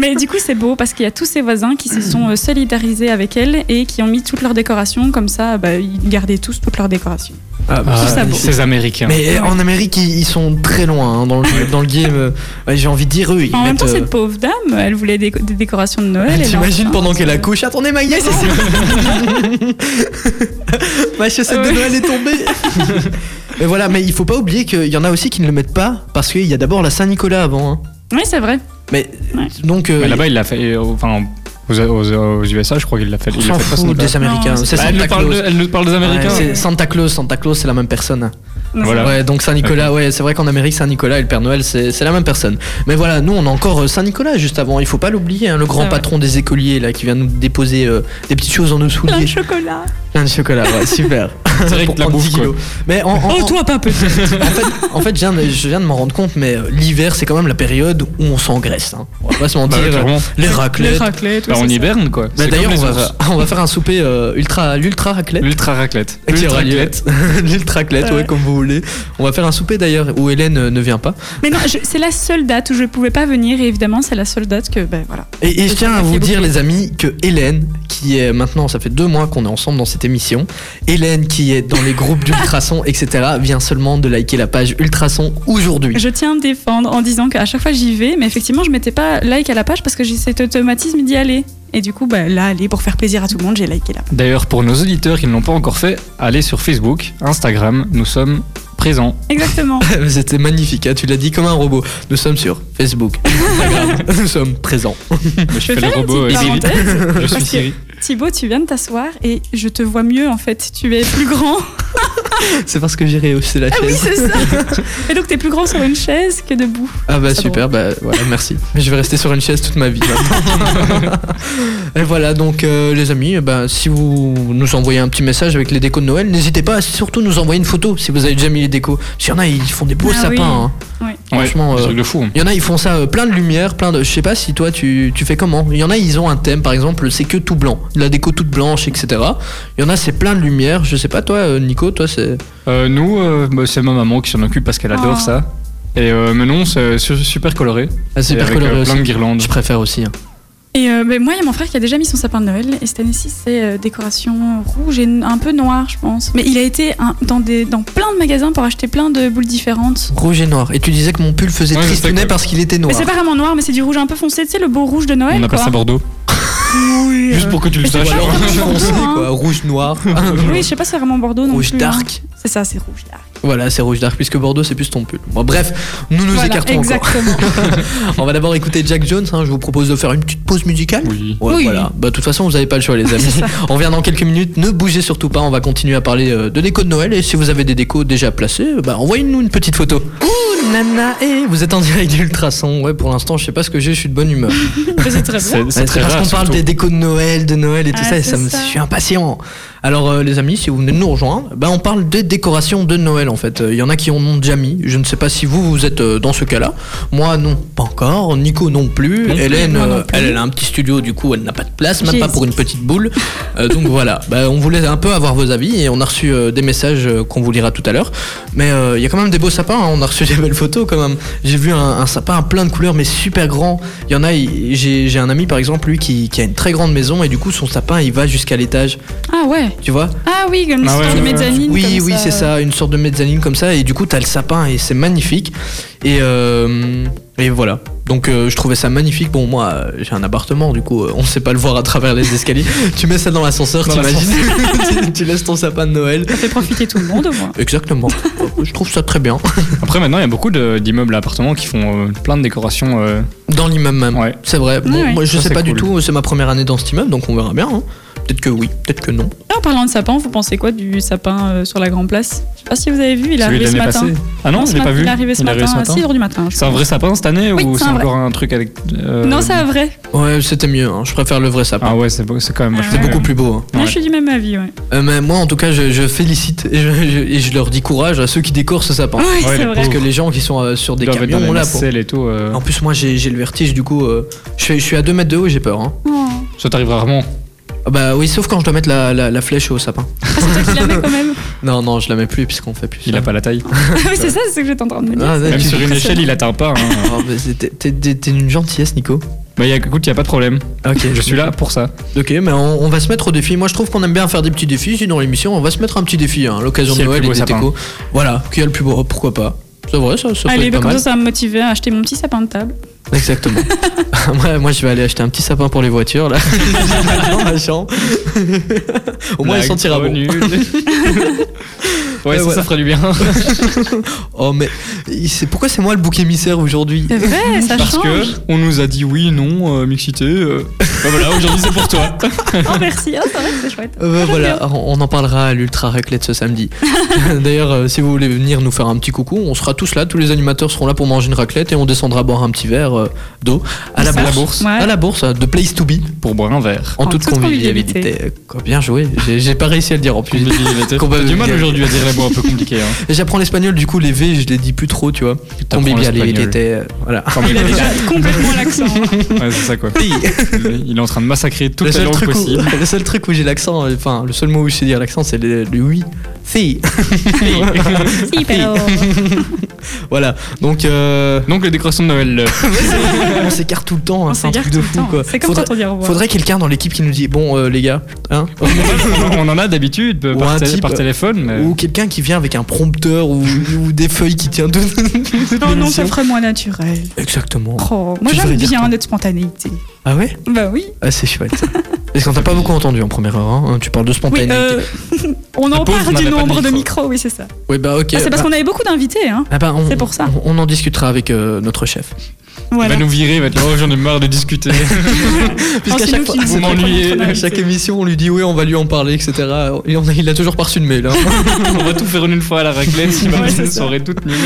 S7: Mais du coup, c'est beau parce qu'il y a tous ses voisins qui se sont euh, solidarisés avec elle et qui ont mis toutes leurs décorations. Comme ça, bah, ils gardaient tous toutes leurs décorations.
S1: Ah,
S7: bah, ça beau.
S6: Ces Américains.
S1: Mais en Amérique, ils, ils sont très loin hein, dans, le, dans le game. euh, ouais, J'ai envie de dire eux. Ils
S7: En même
S1: mettent,
S7: temps,
S1: euh,
S7: cette pauvre dame, elle voulait des, des décorations de Noël. elle est
S1: T'imagines
S7: enceinte.
S1: pendant qu'elle accouche Attendez, ma
S7: Mais
S1: gueule
S7: c'est ça.
S1: Ma chaussette de
S7: Ouais.
S1: Noël est tombée Mais voilà, mais il faut pas oublier qu'il y en a aussi qui ne le mettent pas parce qu'il y a d'abord la Saint-Nicolas avant. hein.
S7: Oui, c'est vrai.
S1: Mais
S7: Ouais.
S1: donc. euh,
S6: Mais Là-bas, il l'a fait. euh, Enfin, aux, aux- aux USA, je crois qu'il l'a fait.
S1: on
S6: il l'a
S1: s'en
S6: fait pas,
S1: fout
S6: Santa.
S1: des Américains.
S7: Non,
S1: C'est
S6: Bah, elle,
S1: Santa
S6: nous parle de-
S1: Claus.
S6: elle nous parle des
S1: Ouais,
S6: Américains.
S1: c'est Santa Claus, Santa Claus, c'est la même personne.
S6: Voilà.
S1: Ouais, donc Saint-Nicolas, ouais, c'est vrai qu'en Amérique, Saint-Nicolas et le Père Noël, c'est c'est la même personne. Mais voilà, nous, on a encore euh, Saint-Nicolas juste avant. Il faut pas l'oublier, hein, le grand
S7: vrai.
S1: patron des écoliers, là, qui vient nous déposer euh, des petites choses dans nos
S7: Plein de
S1: souliers.
S7: chocolat.
S1: Plein de chocolat, ouais, super.
S6: direct
S1: pour
S6: la
S1: prendre 10
S6: bouffe, quoi.
S1: kilos. Mais en, en-
S7: Oh, toi, pas peut-être.
S1: en fait, en fait, je viens de, je viens de m'en rendre compte, mais euh, l'hiver, c'est quand même la période où on s'engraisse. hein. On va pas se mentir.
S6: ouais, Bah, clairement.
S1: les raclettes.
S7: Les raclettes,
S6: Bah,
S7: oui,
S6: on
S7: c'est ça.
S6: hiberne quoi.
S1: Bah,
S6: C'est
S1: D'ailleurs,
S6: comme
S1: on
S6: les
S1: va,
S6: ours.
S1: on va faire un souper euh, ultra, l'ultra raclette.
S6: L'ultra raclette.
S1: Qui
S6: Ultra
S1: aura lieu.
S6: raclette.
S1: L'ultra raclette, ouais, comme vous voulez. On va faire un souper d'ailleurs où Hélène euh, ne vient pas.
S7: Mais non, je- c'est la seule date où je pouvais pas venir et évidemment c'est la seule date que ben voilà.
S1: Et, et je tiens à
S7: Merci
S1: vous
S7: beaucoup.
S1: dire, les amis, que Hélène, qui est maintenant, ça fait deux mois qu'on est ensemble dans cette émission, Hélène, qui est dans les groupes d'ultrasons, etc., vient seulement de liker la page ultrason aujourd'hui.
S7: Je tiens à me défendre en disant qu'à chaque fois j'y vais, mais effectivement je mettais pas like à la page parce que j'ai cet automatisme d'y aller. Et du coup, ben là, allez, pour faire plaisir à tout le monde, j'ai liké la page.
S6: D'ailleurs, pour nos auditeurs qui ne l'ont pas encore fait, allez sur Facebook, Instagram, nous sommes présents.
S7: Exactement.
S1: C'était magnifique, hein, tu l'as dit comme un robot. Nous sommes sur Facebook, Instagram, nous sommes présents.
S6: Mais
S7: Je peux faire une petite
S6: Siri.
S7: parenthèse
S6: Je suis
S7: Parce que-
S6: Siri.
S7: Thibaut, tu viens de t'asseoir et je te vois mieux en fait. Tu es plus grand.
S1: C'est parce que j'ai rehaussé la chaise.
S7: Oui, c'est ça. Et donc t'es plus grand sur une chaise que debout.
S1: Ah bah
S7: Ça
S1: super, bah voilà, merci. Je vais rester sur une chaise toute ma vie. maintenant. Et voilà, donc euh, les amis, eh ben, si vous nous envoyez un petit message avec les décos de Noël, n'hésitez pas à surtout nous envoyer une photo si vous avez déjà mis les décos. S'il y en a, ils font des beaux
S7: Ah
S1: sapins.
S7: oui.
S1: hein.
S6: Ouais,
S1: Franchement,
S6: un
S1: euh,
S6: truc de fou.
S1: Il y en a, ils font ça euh, plein de lumière, plein de. Je sais pas si toi tu, tu fais comment. Il y en a, ils ont un thème, par exemple, c'est que tout blanc, de la déco toute blanche, etc. Il y en a, c'est plein de lumière. Je sais pas, toi, euh, Nico, toi, c'est.
S6: Euh, nous, euh, bah, c'est ma maman qui s'en occupe parce qu'elle adore
S7: Oh.
S6: ça. Et euh, mais non, c'est su- super coloré.
S1: Ah, c'est
S6: Et
S1: hyper
S6: avec,
S1: coloré
S6: euh,
S1: aussi.
S6: plein de guirlandes.
S1: Je préfère aussi. hein.
S7: Et euh, ben, moi, il y a mon frère qui a déjà mis son sapin de Noël. Et cette année-ci, c'est euh, décoration rouge et n- un peu noire, je pense. Mais il a été hein, dans, des, dans plein de magasins pour acheter plein de boules différentes.
S1: Rouge et noir. Et tu disais que mon pull faisait
S6: Ouais, je sais
S1: tristounet
S6: que-
S1: parce qu'il était
S7: Mais
S1: noir.
S7: c'est pas vraiment noir, mais c'est du rouge un peu foncé. Tu sais, le beau rouge de Noël.
S6: On appelle
S7: quoi.
S6: ça Bordeaux.
S7: Oui, euh,
S6: Juste pour que tu le
S7: mais c'est
S6: saches.
S7: pas vraiment
S1: Rouge foncé,
S7: Bordeaux, hein.
S1: quoi. Rouge noir.
S7: Oui, je sais pas si c'est vraiment Bordeaux non
S1: rouge
S7: plus. hein.
S1: dark.
S7: C'est ça, c'est rouge dark.
S1: Voilà, c'est rouge dark, puisque Bordeaux, c'est plus ton pull. Bon, bref, nous nous
S7: Voilà,
S1: écartons
S7: exactement.
S1: encore. On va d'abord écouter Jack Jones. hein. Je vous propose de faire une petite pause musicale.
S6: Oui.
S1: Ouais,
S7: Oui.
S1: voilà. Bah, de toute façon, vous n'avez pas le choix, les amis. on revient dans quelques minutes. Ne bougez surtout pas. On va continuer à parler euh, de déco de Noël. Et si vous avez des décos déjà placés, bah, envoyez-nous une petite photo. Ouh, nana, eh. et vous êtes en direct d'Ultrason. Ouais, pour l'instant, je sais pas ce que j'ai. Je suis de bonne humeur.
S7: Mais c'est très bien.
S6: C'est c'est
S1: Ouais, C'est
S6: très
S1: parce
S6: rare.
S1: qu'on parle
S6: surtout.
S1: des décos de Noël, de Noël et tout
S7: Ah,
S1: ça, et
S7: c'est
S1: ça me,
S7: ça.
S1: je suis impatient. Alors euh, les amis, si vous venez de nous rejoindre, bah, on parle des décorations de Noël en fait. Euh, Il y en a qui en ont déjà mis. Je ne sais pas si vous vous êtes euh, dans ce cas-là. Moi non, pas encore. Nico non plus.
S6: Non plus,
S1: Hélène,
S7: moi non
S1: euh,
S7: plus.
S1: elle, elle a un petit studio, du coup elle n'a pas de place, même pas
S7: J'hésite.
S1: pour une petite boule. Euh, donc voilà, Bah, on voulait un peu avoir vos avis et on a reçu euh, des messages euh, qu'on vous lira tout à l'heure. Mais euh, il y a quand même des beaux sapins, hein. on a reçu des belles photos quand même. J'ai vu un, un sapin plein de couleurs mais super grand. Il y en a, il- j'ai j'ai un ami par exemple lui qui, qui a une très grande maison et du coup son sapin il va jusqu'à l'étage,
S7: Ah ouais.
S1: tu vois
S7: Ah oui, comme une
S6: Ah ouais,
S7: sorte de
S6: ouais, ouais.
S7: mezzanine
S1: Oui,
S7: comme
S1: oui, c'est ça, une sorte de mezzanine comme ça et du coup t'as le sapin et c'est magnifique. Et, euh, et voilà. Donc euh, je trouvais ça magnifique. Bon moi euh, j'ai un appartement du coup euh, on sait pas le voir à travers les escaliers. tu mets ça dans l'ascenseur,
S6: Dans
S1: t'imagines tu, tu laisses ton sapin de Noël.
S7: Ça fait profiter tout le monde au moins.
S1: Exactement. je trouve ça très bien.
S6: Après, maintenant, il y a beaucoup de- d'immeubles à appartements qui font euh, plein de décorations. euh,
S1: Dans l'immeuble même.
S6: Ouais.
S1: C'est vrai. Bon,
S7: ouais.
S1: Moi, je
S6: Ça,
S1: sais
S6: c'est
S1: pas du
S6: cool.
S1: tout. C'est ma première année dans cet immeuble, donc on verra bien. hein. Peut-être que oui, peut-être que non.
S7: Et en parlant de sapin, vous pensez quoi du sapin euh, sur la Grand Place Je sais pas si vous avez vu, il
S6: celui
S7: est
S6: de
S7: arrivé ce
S6: l'année
S7: matin.
S6: passée. Ah non,
S7: Non,
S6: je
S7: ce
S6: l'ai pas
S7: matin-
S6: vu.
S7: Il est arrivé ce
S6: Il est
S7: matin,
S6: arrivé
S7: à 6 heures du matin. je
S6: C'est un
S7: crois.
S6: vrai sapin cette année
S7: Oui,
S6: ou
S7: c'est
S6: c'est
S7: un vrai.
S6: encore un truc avec. euh,
S7: Non, c'est un vrai.
S1: Ouais, c'était mieux. hein. Je préfère le vrai sapin.
S6: Ah ouais, c'est beau- c'est quand même.
S7: Ah
S6: vachement
S7: ouais.
S6: mieux.
S1: Beaucoup plus beau. hein.
S7: Moi,
S6: Ouais.
S7: je suis du même avis, ouais.
S1: Euh, mais moi, en tout cas, je, je félicite et je, je- et je leur dis courage à ceux qui décorent ce sapin.
S7: Oui,
S6: Ouais, les
S7: Ah, c'est vrai.
S1: Parce que les gens qui sont euh, sur des
S6: Ils doivent être
S1: camions
S6: dans
S1: là.
S6: la
S1: pour-
S6: nacelle et tout. euh,
S1: En plus, moi, j'ai j'ai le vertige. Du coup, euh, je, suis- je suis à 2 mètres de haut. et J'ai peur. hein.
S7: Oh.
S6: Ça t'arrive rarement.
S1: Ah Bah oui, sauf quand je dois mettre la, la- la flèche au sapin.
S7: Ah, c'est toi qui la mets quand même.
S1: Non, non, je la mets plus puisqu'on fait plus.
S6: Il
S1: ça.
S6: a pas la taille.
S7: Ah oui, c'est ça, c'est ce que j'étais en train de me dire.
S1: Ah, ouais,
S6: Même
S1: tu-
S6: sur une échelle, il atteint pas. hein.
S1: Oh, bah, c'est- t'es- T'es t'es- t'es une gentillesse, Nico.
S6: Bah y a- écoute, y a pas de problème.
S1: Ok,
S6: Ah, Je suis là pour ça.
S1: Ok, mais on, on va se mettre au défi. Moi, je trouve qu'on aime bien faire des petits défis. Si dans l'émission, on va se mettre un petit défi. Hein, L'occasion
S6: Qui
S1: de
S6: a le
S1: Noël
S6: plus
S1: et
S6: beau
S1: des
S6: sapin
S1: décos. Voilà, qui a le plus beau oh, Pourquoi pas C'est vrai, ça, ça peut
S7: Allez,
S1: être pas
S7: bah, comme
S1: mal.
S7: ça, ça va me motiver à acheter mon petit sapin de table.
S1: Exactement. moi, moi, je vais aller acheter un petit sapin pour les voitures là. dans ma chambre. Au moins, il
S6: La
S1: sentira
S6: gros
S1: bon.
S6: nul. ouais, ça,
S1: voilà.
S6: ça ferait du bien.
S1: Oh, mais il- c'est pourquoi c'est moi le bouc émissaire aujourd'hui
S7: C'est vrai, ça
S6: Parce
S7: change.
S6: que on nous a dit oui, non, euh, mixité. euh, Ben voilà, aujourd'hui c'est pour toi.
S7: Oh, merci, hein, c'est vrai que c'est chouette.
S1: Euh, voilà, on on en parlera à l'Ultra Raclette ce samedi. D'ailleurs, euh, si vous voulez venir nous faire un petit coucou, on sera tous là, tous les animateurs seront là pour manger une raclette et on descendra boire un petit verre euh, d'eau à la
S6: À la
S1: bourse.
S6: bourse.
S1: À la bourse, de Place to Be,
S6: Pour boire un verre.
S1: en,
S7: En
S1: toute
S7: toute
S1: convivialité. Euh, quoi, bien joué, j'ai j'ai pas réussi à le dire en plus. Combat-
S6: T'as du mal aujourd'hui à dire les mots un peu compliqués. Hein.
S1: Et J'apprends l'espagnol, du coup les V, je les dis plus trop, tu vois.
S6: t'apprends
S1: Tombé bien, il
S6: l'espagnol.
S1: était. euh, Voilà.
S6: Enfin, il, est-
S7: Complètement l'accent.
S6: ouais, c'est ça quoi. Il il est en train de massacrer toutes
S1: Le
S6: les
S1: seul,
S6: langues
S1: truc où,
S6: possibles.
S1: le seul truc où j'ai l'accent, euh, enfin, le seul mot où je sais dire l'accent, c'est le, le oui. Si.
S7: Si, pero-
S1: Voilà. Donc, euh,
S6: Donc les décorations de Noël. euh,
S1: on s'écarte tout le temps, hein,
S7: On
S1: c'est un
S7: s'égare
S1: truc
S7: tout
S1: de
S7: le
S1: fou,
S7: temps.
S1: quoi.
S7: C'est comme
S1: Faudrait-
S7: quand on dit au revoir.
S1: Faudrait quelqu'un dans l'équipe qui nous dit bon euh, les gars, hein,
S6: on en a d'habitude euh,
S1: Ou
S6: par,
S1: un
S6: tél-
S1: type, euh,
S6: par téléphone. mais-
S1: ou quelqu'un qui vient avec un prompteur ou, ou des feuilles qui tient de
S7: Non, non, ça ferait moins naturel.
S1: Exactement.
S7: Oh, moi
S1: Tu
S7: j'aime
S1: devrais dire
S7: bien
S1: quoi
S7: d'être spontanéité.
S1: Ah ouais,
S7: Bah oui.
S1: ah, c'est chouette. ça. Parce qu'on t'a pas beaucoup entendu en première heure. hein. Tu parles de
S7: Oui,
S1: spontanéité.
S7: euh, on en
S6: Le pauvre
S7: parle
S6: n'avait
S7: du
S6: pas de
S7: nombre de
S6: micro.
S7: micros, oui, c'est ça.
S1: Oui, bah ok.
S7: Ah, c'est parce
S1: bah-
S7: qu'on avait beaucoup d'invités, hein.
S1: ah, bah, on-
S7: c'est pour ça.
S1: On, on en discutera avec euh, notre chef.
S6: Il
S7: Voilà.
S6: va nous virer maintenant. Oh, j'en ai marre de discuter.
S1: Puisqu'à
S6: Oh,
S7: c'est
S1: chaque
S7: nous
S1: fois,
S7: qui
S6: vous m'ennuyez.
S1: à chaque émission, on lui dit oui, on va lui en parler, etc. Et on a- il a toujours pas reçu de mail. hein.
S6: on va tout faire en une fois à la raclette. Il va
S7: Ouais,
S6: passer
S7: c'est
S6: une
S7: ça.
S6: soirée toute nulle.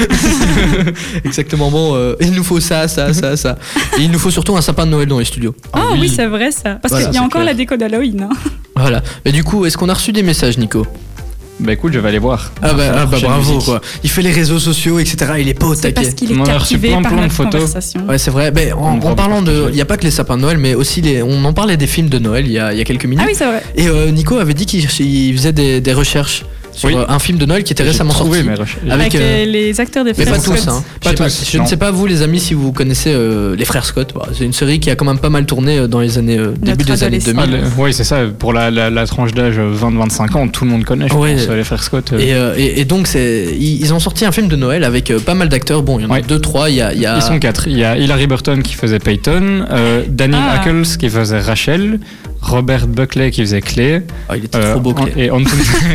S1: Exactement. Bon, euh, il nous faut ça, ça, ça, ça. Et il nous faut surtout un sapin de Noël dans les studios.
S7: Ah oui,
S6: oui.
S7: c'est vrai ça. Parce
S1: Voilà,
S7: qu'il y a
S1: c'est
S7: encore
S1: clair.
S7: la déco d'Halloween. hein.
S1: Voilà. Mais du coup, est-ce qu'on a reçu des messages, Nico
S6: Bah écoute, je vais aller voir.
S1: Ah bah, ah bah
S6: Prochaine
S1: bravo
S6: musique.
S1: quoi. Il fait les réseaux sociaux, etc. Il est pas au
S7: C'est parce
S1: taquet.
S7: qu'il est
S6: On en a reçu
S7: captivé
S6: plein,
S7: par
S6: plein de
S7: notre
S6: photos.
S7: conversation.
S1: Ouais, c'est vrai. Ben, en,
S6: On
S1: en
S6: va
S1: parlant de.
S6: partager.
S1: Il n'y a pas que les sapins de Noël, mais aussi les. On en parlait des films de Noël il y a, il y a quelques minutes.
S7: Ah oui, c'est vrai.
S1: Et euh, Nico avait dit qu'il il faisait des, des recherches sur
S6: Oui.
S1: euh, un film de Noël qui était
S6: J'ai
S1: récemment
S6: trouvé
S1: sorti.
S6: mes recherches.
S1: Avec,
S7: Avec,
S1: euh,
S7: les, les acteurs des
S1: Mais
S7: frères
S1: pas tous,
S7: Scott.
S1: hein.
S6: Pas
S1: Je sais
S6: tous,
S1: Je ne
S6: non.
S1: sais pas, vous les amis, si vous connaissez euh, les frères Scott. Bah, c'est une série qui a quand même pas mal tourné euh, dans les années. euh, début
S7: Notre
S1: des années
S7: adolescence.
S1: 2000.
S6: Ah, le- ouais, c'est ça. Pour la, la, la tranche d'âge euh, 20-25 ans, tout le monde connaît, je
S1: Ouais.
S6: pense, euh, les frères Scott. euh,
S1: Et, euh, et- et donc, c'est, ils, ils ont sorti un film de Noël avec euh, pas mal d'acteurs. Bon, il y en a
S6: Ouais.
S1: deux, trois. Il y a. il y a-
S6: Ils sont quatre. Il y a Hilary Burton qui faisait Peyton, euh, Daniel
S7: Ah.
S6: Ackles qui faisait Rachel, Robert Buckley qui faisait Clay,
S1: Ah, il était
S6: euh,
S1: trop beau, Clay.
S6: et Anton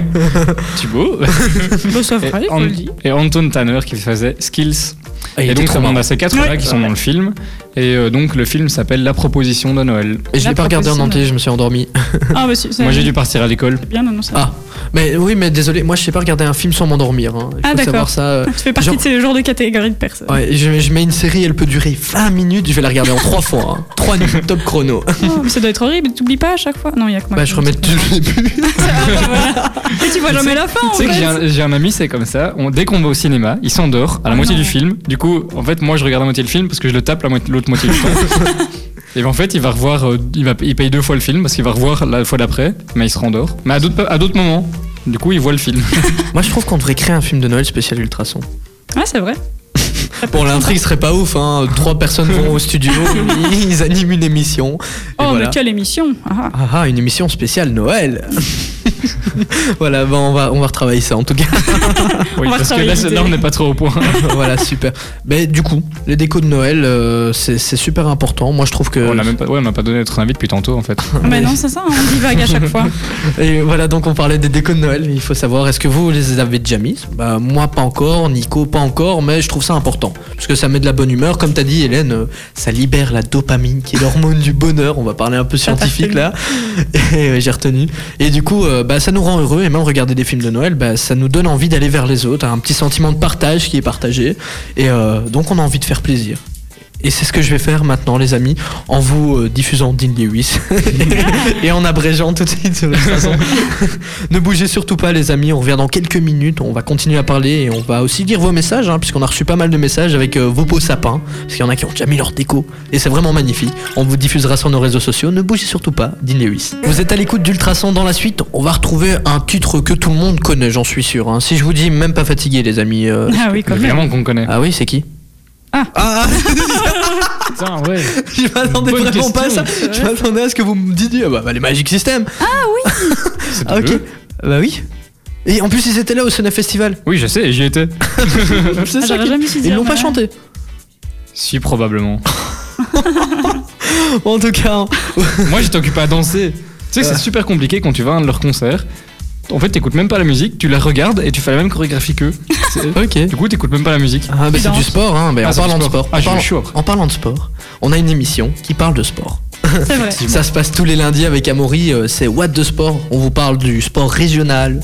S6: Thibaut
S7: Bah, c'est vrai,
S6: et,
S7: je
S6: An-
S7: le dis.
S6: et Anton Tanner qui faisait Skills.
S1: Ah, il
S6: et
S1: était
S6: donc
S1: trop
S6: ça
S1: marrant.
S6: demande à ces quatre là
S7: Ouais.
S6: qui sont dans le film. Et euh, donc le film s'appelle La proposition de Noël.
S1: Et je
S7: La
S1: l'ai pas regardé en
S7: proposition.
S1: entier, je me suis endormi.
S7: Ah, monsieur,
S6: Moi j'ai dû partir à l'école.
S7: bien annoncé.
S1: Ah, mais oui, mais désolé, moi je sais pas regarder un film sans m'endormir. hein. Il
S7: Ah,
S1: faut
S7: d'accord.
S1: savoir ça. euh,
S7: Tu fais partie
S1: genre-
S7: de ces genres de catégories de personnes.
S1: Ouais, je, je mets une série, elle peut durer 20 minutes, je vais la regarder en 3 fois. hein. Trois 3 nuits, top chrono.
S7: Oh, mais ça doit être horrible, t'oublies pas à chaque fois. Non, il y a que moi.
S1: bah,
S7: qui
S1: je
S7: le
S1: remets
S7: dis.
S1: tout le début.
S7: Et tu vois jamais la fin en
S6: Tu sais que j'ai
S7: fait.
S6: un, j'ai un ami, c'est comme ça. On- dès qu'on va au cinéma, il s'endort à la
S7: Ah
S6: moitié
S7: non.
S6: du film. Du coup, en fait, moi, je regarde à moitié le film parce que je le tape la moitié- l'autre moitié du temps. Et ben, en fait, il va revoir, euh, il, va, il paye deux fois le film parce qu'il va revoir la fois d'après, mais il se rendort. Mais à d'autres à d'autres moments, du coup, il voit le film.
S1: moi je trouve qu'on devrait créer un film de Noël spécial ultrason.
S7: Ouais, c'est vrai.
S1: Bon, l'intrigue serait pas ouf, hein. Trois personnes vont au studio, ils animent une émission. et
S7: Oh,
S1: voilà.
S7: mais quelle émission Ah, ah.
S1: Ah ah, une émission spéciale Noël Voilà, bah, on, va, on va retravailler ça en tout cas.
S6: Oui,
S7: On va
S6: parce que
S7: travailler
S6: là,
S7: l'idée.
S6: c'est- là, on n'est pas trop au point.
S1: voilà, super. Mais du coup, les décos de Noël, euh, c'est c'est super important. Moi je trouve que.
S6: on n'a même pas, ouais, on m'a pas donné notre avis depuis tantôt, en fait.
S7: Mais non, c'est ça, on divague à chaque fois.
S1: Et voilà, donc on parlait des décos de Noël. Il faut savoir, est-ce que vous les avez déjà mis Bah moi pas encore, Nico pas encore, mais je trouve ça important parce que ça met de la bonne humeur. Comme t'as dit, Hélène, euh, ça libère la dopamine, qui est l'hormone du bonheur. On va parler un peu scientifique là. Et ouais, j'ai retenu. Et du coup, euh, bah ça nous rend heureux. Et même regarder des films de Noël, bah ça nous donne envie d'aller vers les autres, hein. un petit sentiment de partage qui est partagé. Et euh, donc on a envie de faire plaisir. Et c'est ce que je vais faire maintenant, les amis, en vous euh, diffusant Dean Lewis et en abrégeant tout de suite sur façon. ne bougez surtout pas, les amis. On revient dans quelques minutes. On va continuer à parler et on va aussi lire vos messages, hein, puisqu'on a reçu pas mal de messages avec euh, vos beaux sapins. Parce qu'il y en a qui ont déjà mis leur déco et c'est vraiment magnifique. On vous diffusera sur nos réseaux sociaux. Ne bougez surtout pas, Dean Lewis. Vous êtes à l'écoute d'Ultrason dans la suite. On va retrouver un titre que tout le monde connaît, j'en suis sûr. hein. Si je vous dis même pas fatigué, les amis. euh,
S7: Ah oui, quand même.
S6: Vraiment qu'on connaît.
S1: Ah oui, c'est qui
S7: Ah.
S1: ah
S6: Putain, ouais.
S1: je m'attendais
S6: Bonne
S1: vraiment
S6: question.
S1: pas à ça. Je m'attendais à ce que vous me disiez. Ah bah, bah, les Magic System.
S6: C'est
S1: Ah, ok.
S6: bleu.
S1: Bah oui. Et en plus, ils étaient là au Sona Festival.
S6: Oui, je sais, j'y étais.
S1: C'est
S7: Ah,
S1: ça
S7: j'aurais
S1: qui-
S7: jamais su
S1: Ils
S7: dire,
S1: l'ont pas
S7: voilà.
S1: chanté.
S6: Si, probablement.
S1: En tout cas, hein.
S6: Moi, j'étais occupé à danser. Tu sais que c'est super compliqué quand tu vas à un de leurs concerts. En fait, t'écoutes même pas la musique, tu la regardes et tu fais la même chorégraphie qu'eux. C'est-
S1: ok.
S6: Du coup, t'écoutes même pas la musique.
S1: Ah, bah, c'est
S7: danses.
S1: du sport, hein. Bah,
S6: Ah,
S1: en
S6: c'est du
S1: parlant de
S6: sport.
S1: sport.
S6: Ah,
S1: en,
S6: je suis
S1: parlant-
S6: chaud après.
S1: en parlant de sport, on a une émission qui parle de sport.
S7: C'est vrai.
S1: Ça se passe tous les lundis avec Amaury, euh, c'est What de Sport. On vous parle du sport régional,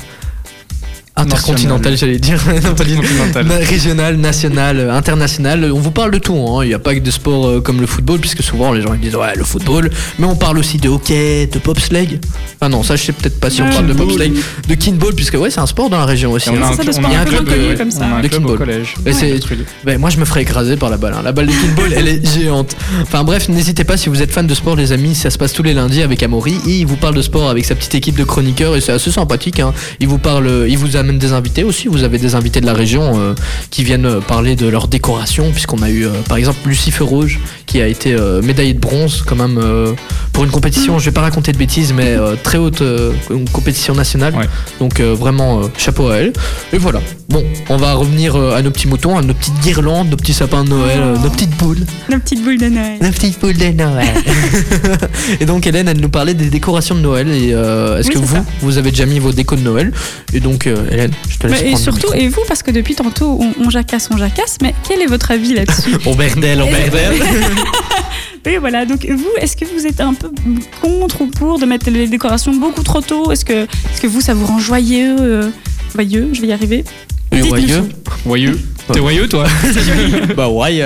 S1: intercontinental, j'allais dire. Non, pas du-
S6: Continental.
S1: Na- Régional, national, euh, international. On vous parle de tout. hein. Il n'y a pas que des sports euh, comme le football, puisque souvent les gens ils disent ouais, le football. Mais on parle aussi de hockey, de bobsleigh. Ah non, ça je sais peut-être pas si on
S7: Ouais.
S1: parle de bobsleigh. De kinball, puisque ouais, c'est un sport dans la région aussi.
S6: Et on
S1: hein.
S6: a un,
S7: ça,
S6: cl- on a
S7: le sport
S6: un
S7: un peu
S6: club,
S7: inconnu
S6: de-
S7: comme ça.
S6: on a un
S1: De
S6: club au
S1: Kimball.
S6: collège.
S1: Et c'est-
S6: Truc.
S1: Ben, moi, je me ferais écraser par la balle. hein. La balle de pinball, elle est géante. Enfin bref, n'hésitez pas si vous êtes fan de sport, les amis. Ça se passe tous les lundis avec Amaury. Il vous parle de sport avec sa petite équipe de chroniqueurs et c'est assez sympathique. hein. Il vous parle, euh, il vous amène des invités aussi. Vous avez des invités de la région euh, qui viennent euh, parler de leur décoration, puisqu'on a eu euh, par exemple Lucifer Rouge qui a été euh, médaillé de bronze quand même euh, pour une compétition. Je vais pas raconter de bêtises, mais euh, très haute euh, une compétition nationale.
S6: Ouais.
S1: Donc euh, vraiment euh, chapeau à elle. Et voilà. Bon, on va revenir euh, à nos petits moutons, à nos petites guirlandes, nos petits sapins de Noël, euh, nos petites boules.
S7: La petite boule de Noël.
S1: Nos petites boules de Noël. et donc Hélène, elle nous parlait des décorations de Noël. Et euh, est-ce
S7: Oui,
S1: que
S7: c'est
S1: vous,
S7: ça.
S1: vous avez déjà mis vos décos de Noël Et donc euh, Hélène, je te laisse
S7: Bah, et
S1: prendre le
S7: surtout,
S1: micro.
S7: et vous, parce que depuis tantôt, on, on jacasse, on jacasse, mais quel est votre avis là-dessus
S1: On berdelle, on
S7: Et-
S1: berdelle.
S7: Oui, voilà. Donc, vous, est-ce que vous êtes un peu contre ou pour de mettre les décorations beaucoup trop tôt Est-ce que, est que vous, ça vous rend joyeux euh, Joyeux, je vais y arriver.
S1: Et
S7: Dites-nous.
S1: voyeux
S6: Voyeux. T'es voyeux, toi
S1: Bah ouais.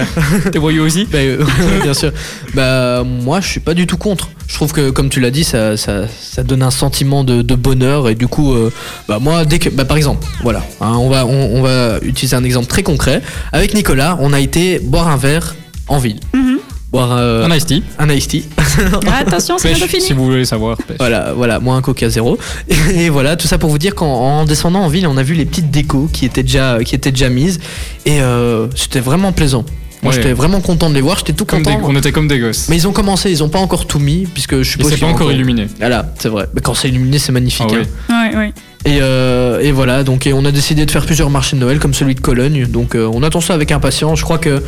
S6: T'es voyeux aussi
S1: Bah, euh, bien sûr. Bah, moi, je suis pas du tout contre. Je trouve que, comme tu l'as dit, ça, ça, ça donne un sentiment de, de bonheur. Et du coup, euh, bah, moi, dès que. Bah, par exemple, voilà, hein, on, va, on, on va utiliser un exemple très concret. Avec Nicolas, on a été boire un verre en ville.
S7: Mhm.
S1: Boire euh,
S6: Un iced tea.
S1: un iced tea.
S7: Ah, attention, c'est bientôt
S6: Pêche,
S7: fini.
S6: si vous voulez savoir. pêche.
S1: Voilà, voilà, moi un coca zéro. Et voilà, tout ça pour vous dire qu'en en descendant en ville, on a vu les petites décos qui étaient déjà, qui étaient déjà mises. Et euh, c'était vraiment plaisant. Moi,
S6: Ouais.
S1: j'étais vraiment content de les voir. J'étais tout
S6: Comme
S1: content.
S6: des- on était comme des gosses.
S1: Mais ils ont commencé, ils ont pas encore tout mis, puisque je suis
S6: Et c'est
S1: sûr
S6: pas encore illuminé.
S1: Voilà, c'est vrai. Mais quand c'est illuminé, c'est magnifique.
S6: Ah ouais.
S1: hein.
S7: Ouais, ouais.
S1: et, euh, et voilà, donc et on a décidé de faire plusieurs marchés de Noël, comme celui de Cologne. Donc euh, on attend ça avec impatience. Je crois que.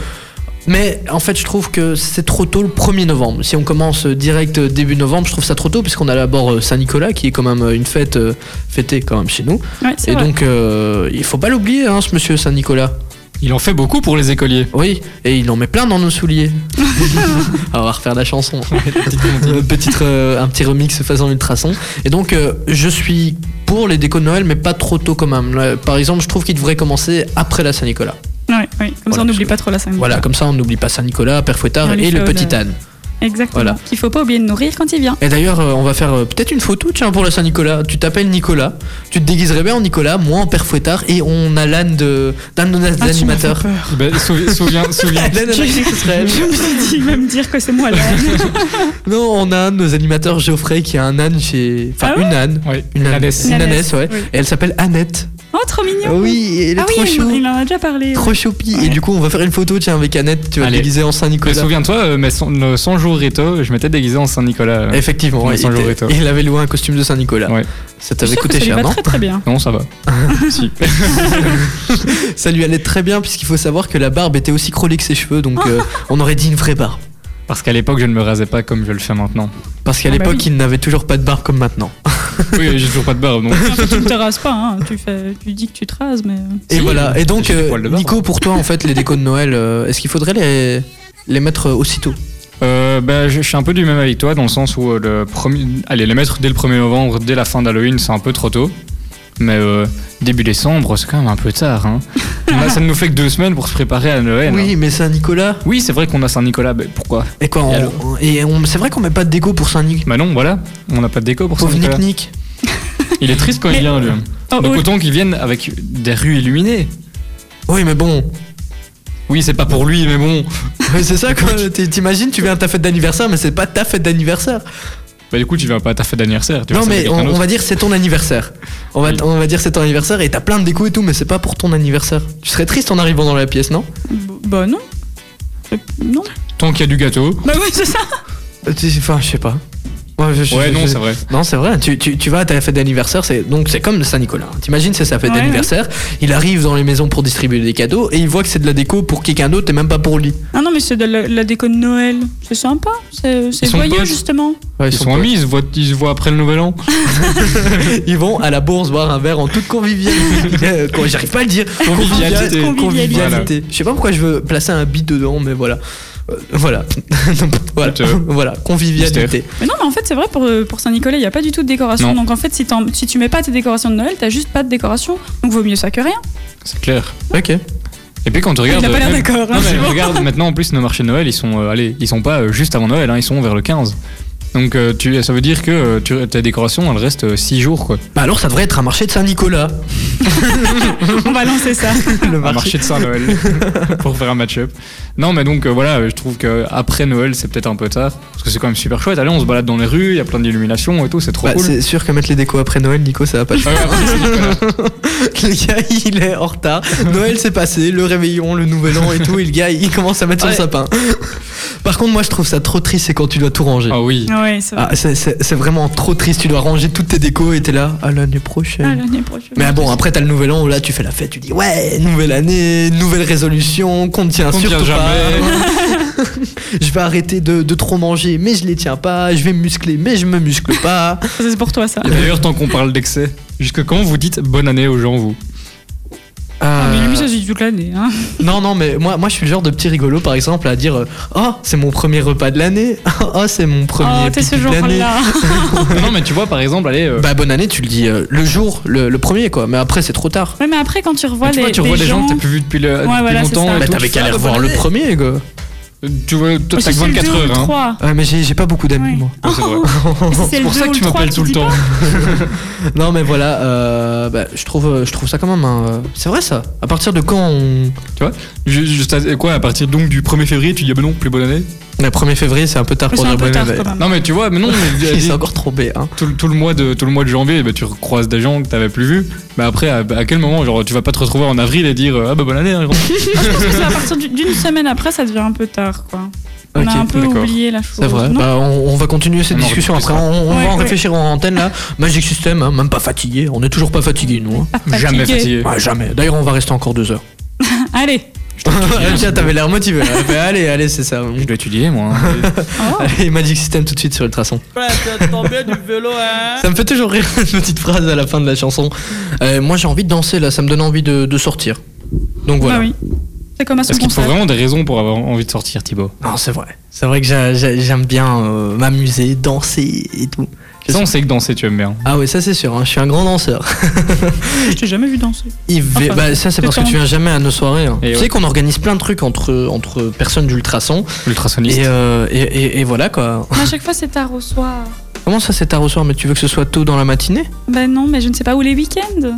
S1: Mais en fait, je trouve que c'est trop tôt le 1er novembre. Si on commence euh, direct euh, début novembre, je trouve ça trop tôt, puisqu'on a d'abord euh, Saint-Nicolas, qui est quand même euh, une fête euh, fêtée quand même chez nous.
S7: Ouais, c'est
S1: Et
S7: vrai.
S1: donc, euh, il faut pas l'oublier, hein, ce monsieur Saint-Nicolas.
S6: Il en fait beaucoup pour les écoliers.
S1: Oui, et il en met plein dans nos souliers. on va refaire la chanson. Euh, petite, euh, un petit remix faisant ultrason. Et donc, euh, je suis pour les décos de Noël, mais pas trop tôt quand même. Là, par exemple, je trouve qu'il devrait commencer après la Saint-Nicolas.
S7: Ouais, ouais. Comme ça,
S1: Voilà,
S7: on n'oublie
S1: parce
S7: pas trop la 5
S1: Voilà, comme ça, on n'oublie pas Saint-Nicolas, Père Fouettard
S7: Et
S1: et,
S7: les
S1: le
S7: fleurs,
S1: petit
S7: euh.
S1: âne.
S7: Exactement.
S1: Voilà.
S7: Qu'il faut pas oublier de nourrir quand il vient.
S1: Et d'ailleurs, euh, on va faire euh, peut-être une photo, tiens, pour la Saint-Nicolas. Tu t'appelles Nicolas, tu te déguiserais bien en Nicolas, moi en Père Fouettard, et on a l'âne de- d'un de nos
S7: Ah, tu m'as
S1: animateurs.
S7: fait peur.
S6: Ben, souvi- souviens, souviens.
S1: L'âne animatrice, ce serait elle.
S7: Je me suis dit, il va me dire que c'est moi là.
S1: Non, on a un de nos animateurs, Geoffrey, qui a un âne chez. Enfin,
S7: Ah ouais
S1: une âne.
S6: Ouais,
S1: Une âne.
S6: Nanès.
S1: Une
S7: Nanès,
S1: ânesse, ouais.
S7: oui.
S1: Et elle s'appelle Annette.
S7: Oh, trop
S1: Ah
S7: mignon.
S1: oui, elle est
S7: Ah oui,
S1: trop
S7: il,
S1: chou.
S7: il en a déjà parlé.
S1: Trop choupi. Et du coup, on va faire une photo, tiens, avec Annette, tu vas te
S6: Allez.
S1: déguiser en
S6: Mais
S1: Saint-Nicolas.
S6: souviens-toi, euh, mes cent- nos 100 jours Rito, je m'étais déguisé en Saint-Nicolas. euh.
S1: Effectivement,
S6: Ouais,
S1: ouais,
S6: sans
S1: il,
S6: le
S1: était-
S6: retour.
S1: il avait loué un costume de Saint-Nicolas.
S6: Ouais.
S1: Ça
S7: Je suis
S1: t'avait
S7: sûre que
S1: coûté
S7: ça lui
S1: cher,
S7: va
S1: non
S7: très très bien.
S6: Non, ça va. si.
S1: Ça lui allait très bien, puisqu'il faut savoir que la barbe était aussi crôlée que ses cheveux, donc
S7: Ah.
S1: euh, on aurait dit une vraie barbe.
S6: Parce qu'à l'époque, je ne me rasais pas comme je le fais maintenant.
S1: Parce qu'à
S7: Ah bah
S1: l'époque,
S7: oui.
S1: il n'avait toujours pas de barbe comme maintenant.
S6: Oui, j'ai toujours pas de barbe. Donc.
S7: tu ne te rases pas, hein. tu, fais, tu dis que tu te rases, mais. euh,
S1: Et voilà. Et donc,
S6: J'ai des
S1: euh,
S6: poils de barbe.
S1: Nico, pour toi, en fait, les décos de Noël, euh, est-ce qu'il faudrait les, les mettre euh, aussitôt
S6: Euh, bah, je je suis un peu du même avec toi dans le sens où euh, le premier, allez, les mettre dès le 1er novembre, dès la fin d'Halloween, c'est un peu trop tôt. Mais euh, début décembre, c'est quand même un peu tard. Hein. On a- ça ne nous fait que deux semaines pour se préparer à Noël. hein.
S1: Oui, mais Saint-Nicolas.
S6: Oui, c'est vrai qu'on a Saint-Nicolas, mais pourquoi
S1: Et quoi on-
S6: Et alors
S1: Et on, c'est vrai qu'on met pas de déco pour Saint-Nicolas.
S6: Bah non, voilà, on n'a pas de déco pour
S1: Pauvre Nick
S6: Saint-Nicolas.
S1: Nick.
S6: Il est triste quand il vient, lui.
S7: Oh,
S1: bah,
S6: Donc
S7: oh,
S6: autant qu'il vienne avec des rues illuminées.
S1: Oui, mais bon.
S6: Oui, c'est pas pour lui, mais bon.
S1: Ouais, c'est ça quoi. T'es- T'imagines, tu viens à ta fête d'anniversaire, mais c'est pas ta fête d'anniversaire.
S6: Bah du coup, tu viens pas à ta fête d'anniversaire. tu
S1: Non,
S6: vas fêter
S1: mais on,
S6: quelqu'un
S1: on
S6: d'autre.
S1: va dire c'est ton anniversaire. On va,
S6: Oui.
S1: on va dire c'est ton anniversaire et t'as plein de déco et tout, mais c'est pas pour ton anniversaire. Tu serais triste en arrivant dans la pièce, non
S7: Bah non. Euh, Non.
S6: Tant qu'il y a du gâteau.
S7: Bah oui, c'est ça.
S1: Euh, tu- Enfin, je sais pas. Moi, je- je-
S6: Ouais,
S1: je-
S6: non,
S1: je-
S6: c'est vrai.
S1: Non, c'est vrai. Tu, tu- tu vas à ta fête d'anniversaire, c'est donc c'est comme Saint-Nicolas. T'imagines, c'est sa fête
S7: Ouais,
S1: d'anniversaire. Il arrive dans les maisons pour distribuer des cadeaux et il voit que c'est de la déco pour quelqu'un d'autre et même pas pour lui.
S7: Ah non, mais c'est de la, la déco de Noël. C'est sympa. C'est c'est
S6: Ils sont
S7: joyeux,
S6: potes.
S7: justement.
S1: Ouais,
S6: Ils sont amis, ils se voient- ils se voient après le nouvel an.
S1: Ils vont à la bourse boire un verre en toute convivialité. Quand J'arrive pas à le dire.
S6: Convivialité.
S1: Convivialité.
S6: Voilà.
S1: Je sais pas pourquoi je veux placer un bit dedans, mais voilà. Euh, voilà. voilà. voilà, convivialité.
S7: Mais non, mais en fait, c'est vrai, pour, pour Saint-Nicolas, il n'y a pas du tout de décoration.
S6: Non.
S7: Donc en fait, si, t'en- si tu mets pas tes décorations de Noël, t'as juste pas de décoration. Donc vaut mieux ça que rien.
S6: C'est clair.
S1: Ok.
S6: Et puis quand tu
S7: Il
S6: regardes,
S7: a
S1: euh,
S7: pas l'air
S6: même-
S7: d'accord, hein,
S6: Non, mais
S7: c'est bon.
S6: regarde maintenant en plus nos marchés de Noël, ils sont, euh, allez, ils sont pas euh, juste avant Noël, hein, ils sont vers le 15. Donc euh, tu, ça veut dire que euh, tu, ta décoration, elle reste 6 jours quoi.
S1: Bah alors ça devrait être un marché de Saint-Nicolas.
S7: On va lancer ça.
S1: Le
S6: Un marché de Saint-Noël pour faire un match-up. Non, mais donc euh, voilà, euh, je trouve qu'après Noël, c'est peut-être un peu tard parce que c'est quand même super chouette. Allez, on se balade dans les rues, il y a plein d'illuminations et tout, c'est trop
S1: Bah,
S6: cool. Euh,
S1: C'est sûr que mettre les décos après Noël, Nico, ça va pas.
S6: Ouais, après, c'est Nicolas.
S1: le gars, il est en retard. Noël s'est passé, le réveillon, le nouvel an et tout, et le gars, il commence à mettre
S6: Ouais.
S1: son sapin. Par contre, moi, je trouve ça trop triste, c'est quand tu dois tout ranger.
S6: Ah oui.
S7: Ouais, c'est vrai.
S1: Ah, c'est- c'est c'est vraiment trop triste, tu dois ranger toutes tes décos et t'es là à l'année prochaine.
S7: Ah, l'année prochaine.
S1: Mais ah bon, après t'as le nouvel an où là tu fais la fête, tu dis ouais, nouvelle année, nouvelle résolution, qu'on ne tient
S6: Qu'on ne
S1: surtout
S6: tient
S1: pas. je vais arrêter de, de trop manger, mais je les tiens pas. Je vais me muscler, mais je me muscle pas.
S7: Ça, c'est pour toi ça.
S6: Et D'ailleurs, tant qu'on parle d'excès, jusque quand vous dites bonne année aux gens, vous
S7: Ah, mais
S1: Euh,
S7: lui, ça, c'est toute l'année. Hein.
S1: non, non, mais moi, moi je suis le genre de petit rigolo par exemple à dire euh, oh, c'est mon premier repas de l'année, oh, c'est mon premier
S7: Oh, t'es
S1: pipi
S7: ce
S1: de l'année.
S7: genre-là.
S6: Non, Non, mais tu vois, par exemple, allez. euh,
S1: Bah, bonne année, tu le dis euh, le jour, le, le premier quoi, mais après c'est trop tard.
S7: Ouais, mais après, quand tu revois
S6: Ah, tu
S7: les,
S6: vois, tu revois les gens que t'as plus vu depuis, le, depuis
S7: voilà, c'est
S6: longtemps.
S7: ça.
S6: et
S1: Bah,
S6: tout,
S1: t'avais
S6: tu
S1: qu'à
S6: fais,
S1: aller
S6: ah,
S1: revoir le
S6: bonne
S1: premier quoi.
S6: année. Tu vois, toi, t'as
S7: Si
S6: que
S7: c'est le
S6: 24
S7: deux ou le
S6: heures. hein.
S7: trois.
S1: Ouais, mais j'ai j'ai pas beaucoup d'amis
S7: Ouais.
S1: moi.
S6: Ouais, c'est vrai.
S7: Si c'est
S6: C'est
S7: le
S6: pour
S7: deux
S6: ça
S7: ou
S6: que tu
S7: trois,
S6: m'appelles tout le
S7: dis
S6: temps.
S7: pas
S1: Non mais voilà, euh, bah, je trouve, euh, je trouve ça quand même. un, euh, c'est vrai ça. À partir de quand on...
S6: Je- je- t'as- quoi, à partir donc du 1er février, tu dis bah non, plus bonne année
S1: Le 1er février, c'est un peu tard
S7: Mais
S1: pour
S7: C'est un
S1: dire
S7: peu
S1: bonne
S7: tard
S1: année.
S7: quand même.
S6: Oh, Non, mais tu vois, mais non, mais,
S1: C'est encore trop B. Hein.
S6: tout, le- tout le mois de, tout le mois de janvier, bah, tu recroises des gens que t'avais plus vus. Mais après, à, à quel moment, genre, tu vas pas te retrouver en avril et dire ah bah bonne année hein, gros.
S7: Je pense que c'est à partir du- d'une semaine après, ça devient un peu tard, quoi. On
S1: Ok,
S7: a un peu
S6: d'accord.
S7: oublié la chose.
S1: C'est vrai.
S7: non
S1: Bah, on, on va continuer cette
S6: On en
S1: discussion après.
S6: rediscutera.
S1: On, on
S7: Ouais,
S1: va en
S7: ouais.
S1: réfléchir en antenne là. Magic System, hein, même pas fatigué. On est toujours pas fatigué nous. hein.
S6: Jamais fatigué.
S1: Ouais, jamais. D'ailleurs, on va rester encore deux heures.
S7: Allez. bah
S1: Tiens, t'avais l'air motivé. hein. Ouais, bah, allez, allez, c'est ça.
S6: Je dois étudier, moi. hein.
S7: Oh.
S1: Allez, Magic System tout de suite sur Ultrason. Ça me fait toujours rire cette petite phrase à la fin de la chanson. Euh, moi j'ai envie de danser là, ça me donne envie de, de sortir. Donc voilà.
S7: Bah oui. C'est comme à son
S6: Est-ce qu'il faut
S7: concert.
S6: vraiment des raisons pour avoir envie de sortir, Thibaut
S1: Non, c'est vrai. C'est vrai que j'a- j'a- j'aime bien euh, m'amuser, danser et tout.
S6: Ça, on sait que danser, tu aimes bien.
S1: Ah oui, ça c'est sûr, hein, je suis un grand danseur.
S7: Je t'ai jamais vu danser.
S1: Yves V-
S7: Enfin,
S1: bah, ça c'est
S7: c'est
S1: parce que
S7: quand
S1: tu viens jamais à nos soirées. hein.
S6: Et
S1: Tu
S6: ouais.
S1: sais qu'on organise plein de trucs entre, entre personnes d'ultrason.
S6: Ultrasoniste.
S1: Et, euh, et, et- et voilà quoi.
S7: Mais à chaque fois, c'est tard au soir.
S1: Comment ça c'est tard au soir Mais tu veux que ce soit tôt dans la matinée
S7: Ben non, mais je ne sais pas où les week-ends.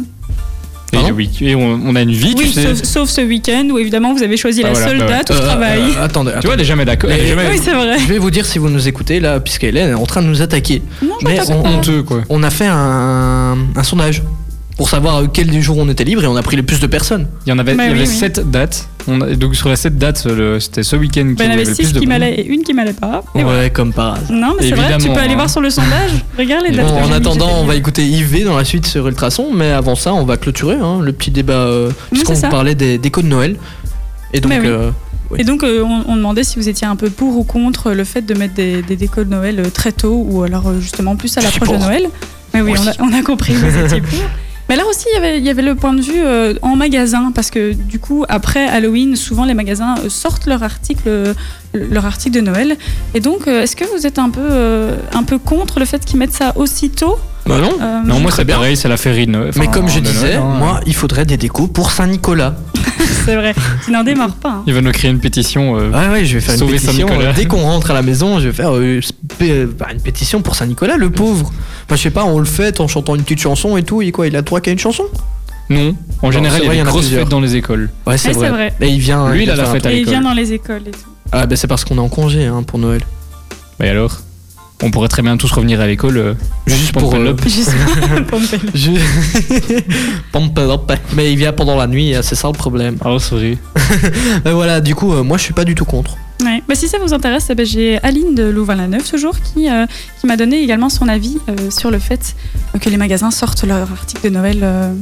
S6: Et,
S1: Pardon
S6: oui, et on, on a une vie, tu
S7: Oui,
S6: sais.
S7: sauf, sauf ce week-end où évidemment vous avez choisi
S6: Ah,
S7: la
S6: voilà,
S7: seule
S6: bah ouais.
S7: date où je
S1: Euh,
S7: travaille.
S1: euh, attendez,
S6: Tu vois, elle est jamais d'accord. Elle est
S1: Mais-
S6: jamais
S7: oui, c'est vrai.
S1: Je vais vous dire si vous nous écoutez là, puisqu'Hélène est en train de nous attaquer.
S7: Non, je
S1: Mais
S7: t'attaque
S1: on-
S7: pas.
S6: honteux, quoi.
S1: On a fait un, un sondage pour savoir quel des jours on était libre et on a pris le plus de personnes.
S6: Il y en avait,
S7: Bah
S6: il y
S7: oui,
S6: avait
S7: oui.
S6: 7 dates. On a- donc sur les 7 dates, le- c'était ce week-end qui
S7: Ben, il y
S6: avait
S7: en avait
S6: le plus
S7: six
S6: de
S7: qui
S6: monde.
S7: m'allaient et une qui m'allait pas. Et
S1: Ouais,
S7: voilà.
S1: comme par hasard.
S7: Non, mais c'est vrai, tu
S6: Évidemment,
S7: peux
S6: hein.
S7: aller voir sur le sondage. Regarde les
S6: Et
S7: dates.
S1: Bon,
S7: que j'ai
S1: en
S7: mises,
S1: attendant,
S7: j'étais
S1: on va
S7: nulle.
S1: écouter Yves dans la suite sur Ultrason, mais avant ça, on va clôturer hein, le petit débat, euh, puisqu'on
S7: c'est ça.
S1: parlait des, des codes de Noël. Et donc,
S7: Mais oui.
S1: euh,
S7: Et donc, euh, on, on demandait si vous étiez un peu pour ou contre le fait de mettre des, des décos de Noël euh, très tôt ou alors euh, justement plus à
S1: Je suis
S7: l'approche de
S1: pour.
S7: Noël. Mais oui,
S1: Moi
S7: on a, on a compris que vous étiez pour. Mais là aussi, il y avait- il y avait le point de vue euh, en magasin, parce que du coup, après Halloween, souvent les magasins euh, sortent leur article, euh, leur article de Noël. Et donc, euh, est-ce que vous êtes un peu, euh, un peu contre le fait qu'ils mettent ça aussitôt
S1: bah non.
S7: Euh,
S6: Non, moi
S1: Très
S6: c'est
S1: bien.
S6: pareil, c'est la féerie de Noël.
S1: mais
S6: Enfin,
S1: comme je
S6: de Noël,
S1: disais,
S6: hein.
S1: moi, il faudrait des décos pour Saint-Nicolas.
S7: C'est vrai, tu n'en démarres pas. hein.
S6: Ils veulent nous créer une pétition. euh,
S1: Ouais, ouais, je vais faire
S6: Sauver
S1: une pétition.
S6: Saint-Nicolas.
S1: euh, Dès qu'on rentre à la maison, je vais faire euh, spé- euh, bah, une pétition pour Saint-Nicolas, le pauvre. Enfin, je sais pas, on le fête en chantant une petite chanson et tout. Et quoi, il a droit qu'à une chanson
S6: Non, en général,
S1: c'est
S6: il y a
S1: vrai, il y
S6: des
S1: en a
S6: grosses
S1: plusieurs.
S6: fêtes dans les écoles.
S1: Ouais, c'est
S7: Ouais, c'est
S1: vrai.
S7: vrai.
S1: Et il vient.
S6: Lui, il a la
S1: faire un
S6: fête à
S1: truc.
S7: Et il
S6: l'école.
S7: vient dans les écoles et tout.
S1: Ah, bah c'est parce qu'on est en congé hein, pour Noël.
S6: Mais alors On pourrait très bien tous revenir à l'école. euh,
S1: Juste
S6: Pump
S1: pour.
S6: and
S1: euh,
S6: Up.
S7: Je sais pas, pour me faire-
S1: Je... Pom, pom, pom. Mais il vient pendant la nuit, hein, c'est ça le problème.
S6: Ah, sorry.
S1: Mais voilà, du coup, euh, moi je suis pas du tout contre.
S7: Ouais. Bah, si ça vous intéresse, eh ben, j'ai Aline de Louvain-la-Neuve ce jour qui, euh, qui m'a donné également son avis euh, sur le fait euh, que les magasins sortent leur article de Noël. euh,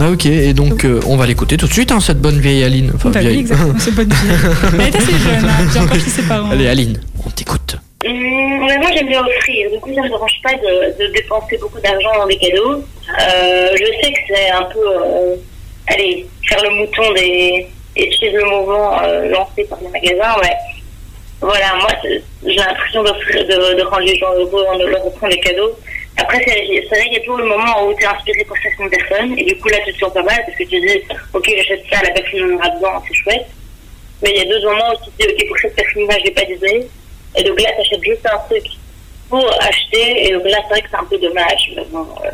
S1: Ah ok, et donc euh, on va l'écouter tout de suite, hein, cette bonne vieille Aline. Enfin,
S7: bah oui,
S1: vieille.
S7: exactement, c'est bonne idée. Elle est assez jeune, hein, j'ai encore chez ses parents.
S1: Allez Aline, on t'écoute.
S11: Hum, mais moi, j'aime bien offrir. Du coup, ça ne me dérange pas de, de dépenser beaucoup d'argent dans des cadeaux. Euh, je sais que c'est un peu, euh, allez, faire le mouton des, et suivre le mouvement euh, lancé par les magasins, mais Voilà, moi, c'est- j'ai l'impression d'offrir- de, de rendre les gens heureux en leur offrant des cadeaux. Après, c'est c'est vrai qu'il y a toujours le moment où tu es inspiré pour certaines personnes, et du coup, là, tu te sens pas mal parce que tu dis, ok, j'achète ça, la personne en aura besoin, c'est chouette. Mais il y a deux moments où tu te dis, ok, pour cette personne-là, je n'ai pas d'idée. Et donc là, tu achètes juste un truc pour acheter, et donc là, c'est vrai que c'est un peu dommage. mais bon, euh.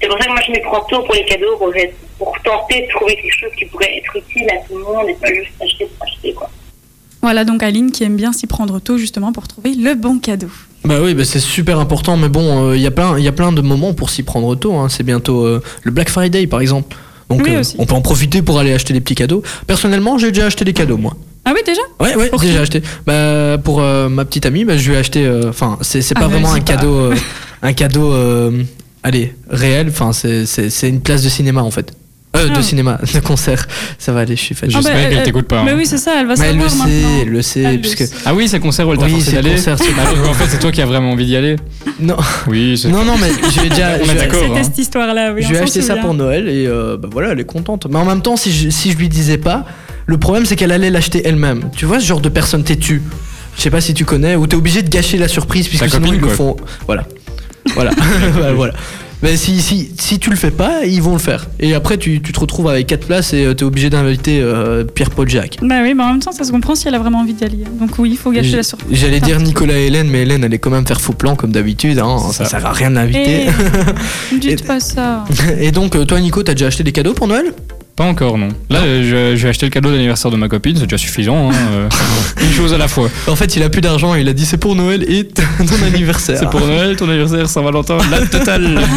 S11: C'est pour ça que moi, je m'y prends tôt pour les cadeaux, pour, pour tenter de trouver quelque chose qui pourrait être utile à tout le monde et pas juste acheter pour acheter, quoi.
S7: Voilà donc Aline qui aime bien s'y prendre tôt justement pour trouver le bon cadeau.
S1: Bah oui, bah c'est super important, mais bon, euh, il y, a plein- y a plein de moments pour s'y prendre tôt. hein. C'est bientôt euh, le Black Friday, par exemple. Donc
S7: Oui,
S1: euh,
S7: aussi.
S1: on peut en profiter pour aller acheter des petits cadeaux. Personnellement, j'ai déjà acheté des cadeaux, moi.
S7: Ah oui déjà
S1: Ouais, ouais,
S7: Pour
S1: déjà
S7: qui
S1: acheté. Bah, pour euh, ma petite amie, bah, je lui ai acheté. euh, Enfin, c'est c'est
S7: Ah,
S1: pas
S7: bah,
S1: vraiment
S7: dis
S1: un
S7: pas.
S1: cadeau, euh, un cadeau. euh, allez, réel. Enfin, c'est- c'est c'est une place de cinéma en fait. Euh,
S7: Ah.
S1: de cinéma, de concert. Ça va aller, je suis fan.
S6: J'espère
S7: bah,
S6: qu'elle
S7: euh,
S6: t'écoute pas.
S7: Mais
S6: hein.
S7: oui c'est ça, elle va
S1: Mais elle le
S7: savoir
S1: sait,
S7: maintenant.
S1: elle le
S7: Elle
S1: sait,
S7: le
S1: puisque.
S7: sait.
S6: Ah oui, c'est concert où elle t'a
S1: Oui,
S6: forcé
S1: c'est
S6: d'aller.
S1: concert, c'est-
S6: Alors en fait, c'est toi qui as vraiment envie d'y aller.
S1: Non,
S6: Oui, c'est
S1: non, non, mais je vais déjà.
S6: On est
S1: je vais-
S6: d'accord.
S7: C'était
S6: hein.
S7: cette histoire-là, oui.
S1: je
S7: on
S1: lui ai
S7: s'en
S1: acheté ça
S7: souvient.
S1: pour Noël et euh, bah voilà, elle est contente. Mais en même temps, si je, si je lui disais pas, le problème c'est qu'elle allait l'acheter elle-même. Tu vois, ce genre de personne têtue. Je sais pas si tu connais, ou t'es obligé de gâcher la surprise puisque
S6: Ta
S1: sinon
S6: copine,
S1: ils le
S6: quoi.
S1: font. Voilà. Voilà. Bah, voilà. Mais si, si, si tu le fais pas, ils vont le faire. Et après, tu, tu te retrouves avec 4 places et euh, t'es obligé d'inviter euh, Pierre-Paul Jacques.
S7: Bah oui, mais en même temps ça se comprend si elle a vraiment envie d'y aller. hein. Donc oui, il faut gâcher la surprise.
S1: J'allais dire Nicolas et Hélène, mais Hélène allait quand même faire faux plan comme d'habitude. hein.
S6: C'est
S1: Ça,
S6: ça.
S1: sert à rien d'inviter.
S7: Eh, ne dites pas ça.
S1: Et donc, euh, toi, Nico, t'as déjà acheté des cadeaux pour Noël
S6: Pas encore, non. Là, euh, je, je vais acheter le cadeau d'anniversaire de ma copine, c'est déjà suffisant. hein, euh, une chose à la fois.
S1: En fait, il a plus d'argent et il a dit c'est pour Noël et ton anniversaire.
S6: C'est pour Noël, ton anniversaire, Saint-Valentin, la totale.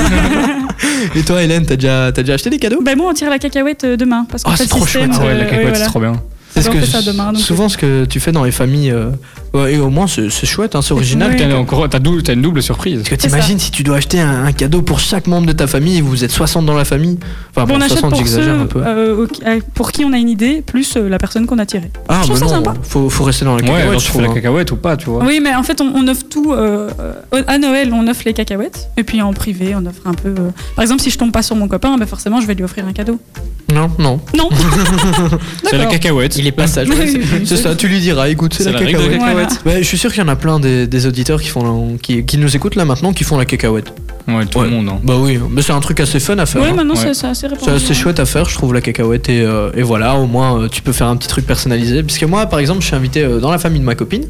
S1: Et toi, Hélène, t'as déjà, t'as déjà acheté des cadeaux
S7: Bah moi on tire la cacahuète euh, demain parce qu'en
S1: Ah,
S7: fait
S1: c'est
S7: le
S1: trop
S7: système.
S1: chouette.
S6: Ah ouais, la
S7: euh, oui,
S6: cacahuète, c'est
S7: voilà.
S6: trop bien.
S1: C'est ce
S7: on
S1: que
S7: fait ça demain, donc
S1: souvent ce que tu fais dans les familles. euh, ouais, et au moins, c'est c'est chouette, hein, c'est original.
S7: Oui.
S6: T'as encore- t'as dou- t'as une double surprise.
S1: Parce que t'imagines si tu dois acheter un, un cadeau pour chaque membre de ta famille, vous êtes 60 dans la famille. Enfin, bon,
S7: Bon, on achète
S1: 60,
S7: pour
S1: j'exagère
S7: ceux
S1: un peu.
S7: euh, au- euh, pour qui on a une idée, plus euh, la personne qu'on a tirée.
S1: ah,
S7: je
S1: mais
S7: trouve
S1: non,
S7: ça sympa.
S1: Faut, faut rester dans la
S6: Ouais,
S1: cacahuète,
S6: alors
S1: je
S6: tu fais
S1: trouve.
S6: la
S1: hein.
S6: cacahuète ou pas, tu vois.
S7: Oui, mais en fait, on, on offre tout. euh, euh, à Noël, on offre les cacahuètes. Et puis en privé, on offre un peu. euh, Par exemple, si je tombe pas sur mon copain, bah forcément, je vais lui offrir un cadeau.
S1: Non, non.
S7: Non
S6: C'est la
S7: D'accord.
S6: cacahuète.
S1: Il est pas sage.
S7: ouais, c'est-
S1: c'est ça, tu lui diras, écoute, c'est
S6: C'est
S1: la,
S6: la règle de la
S1: cacahuète.
S7: Voilà.
S1: Ouais, je suis sûr qu'il y en a plein des, des auditeurs qui, font la- qui, qui nous écoutent là maintenant qui font la cacahuète.
S6: Ouais, tout
S1: Ouais.
S6: le monde. hein.
S1: Bah oui, mais c'est un truc assez fun à faire.
S7: Ouais,
S1: hein.
S7: maintenant,
S6: Ouais.
S7: c'est- c'est assez répandu.
S1: Ça, C'est chouette à faire, je trouve, la cacahuète. Et, euh, et voilà, au moins, euh, tu peux faire un petit truc personnalisé. Puisque moi, par exemple, je suis invité euh, dans la famille de ma copine.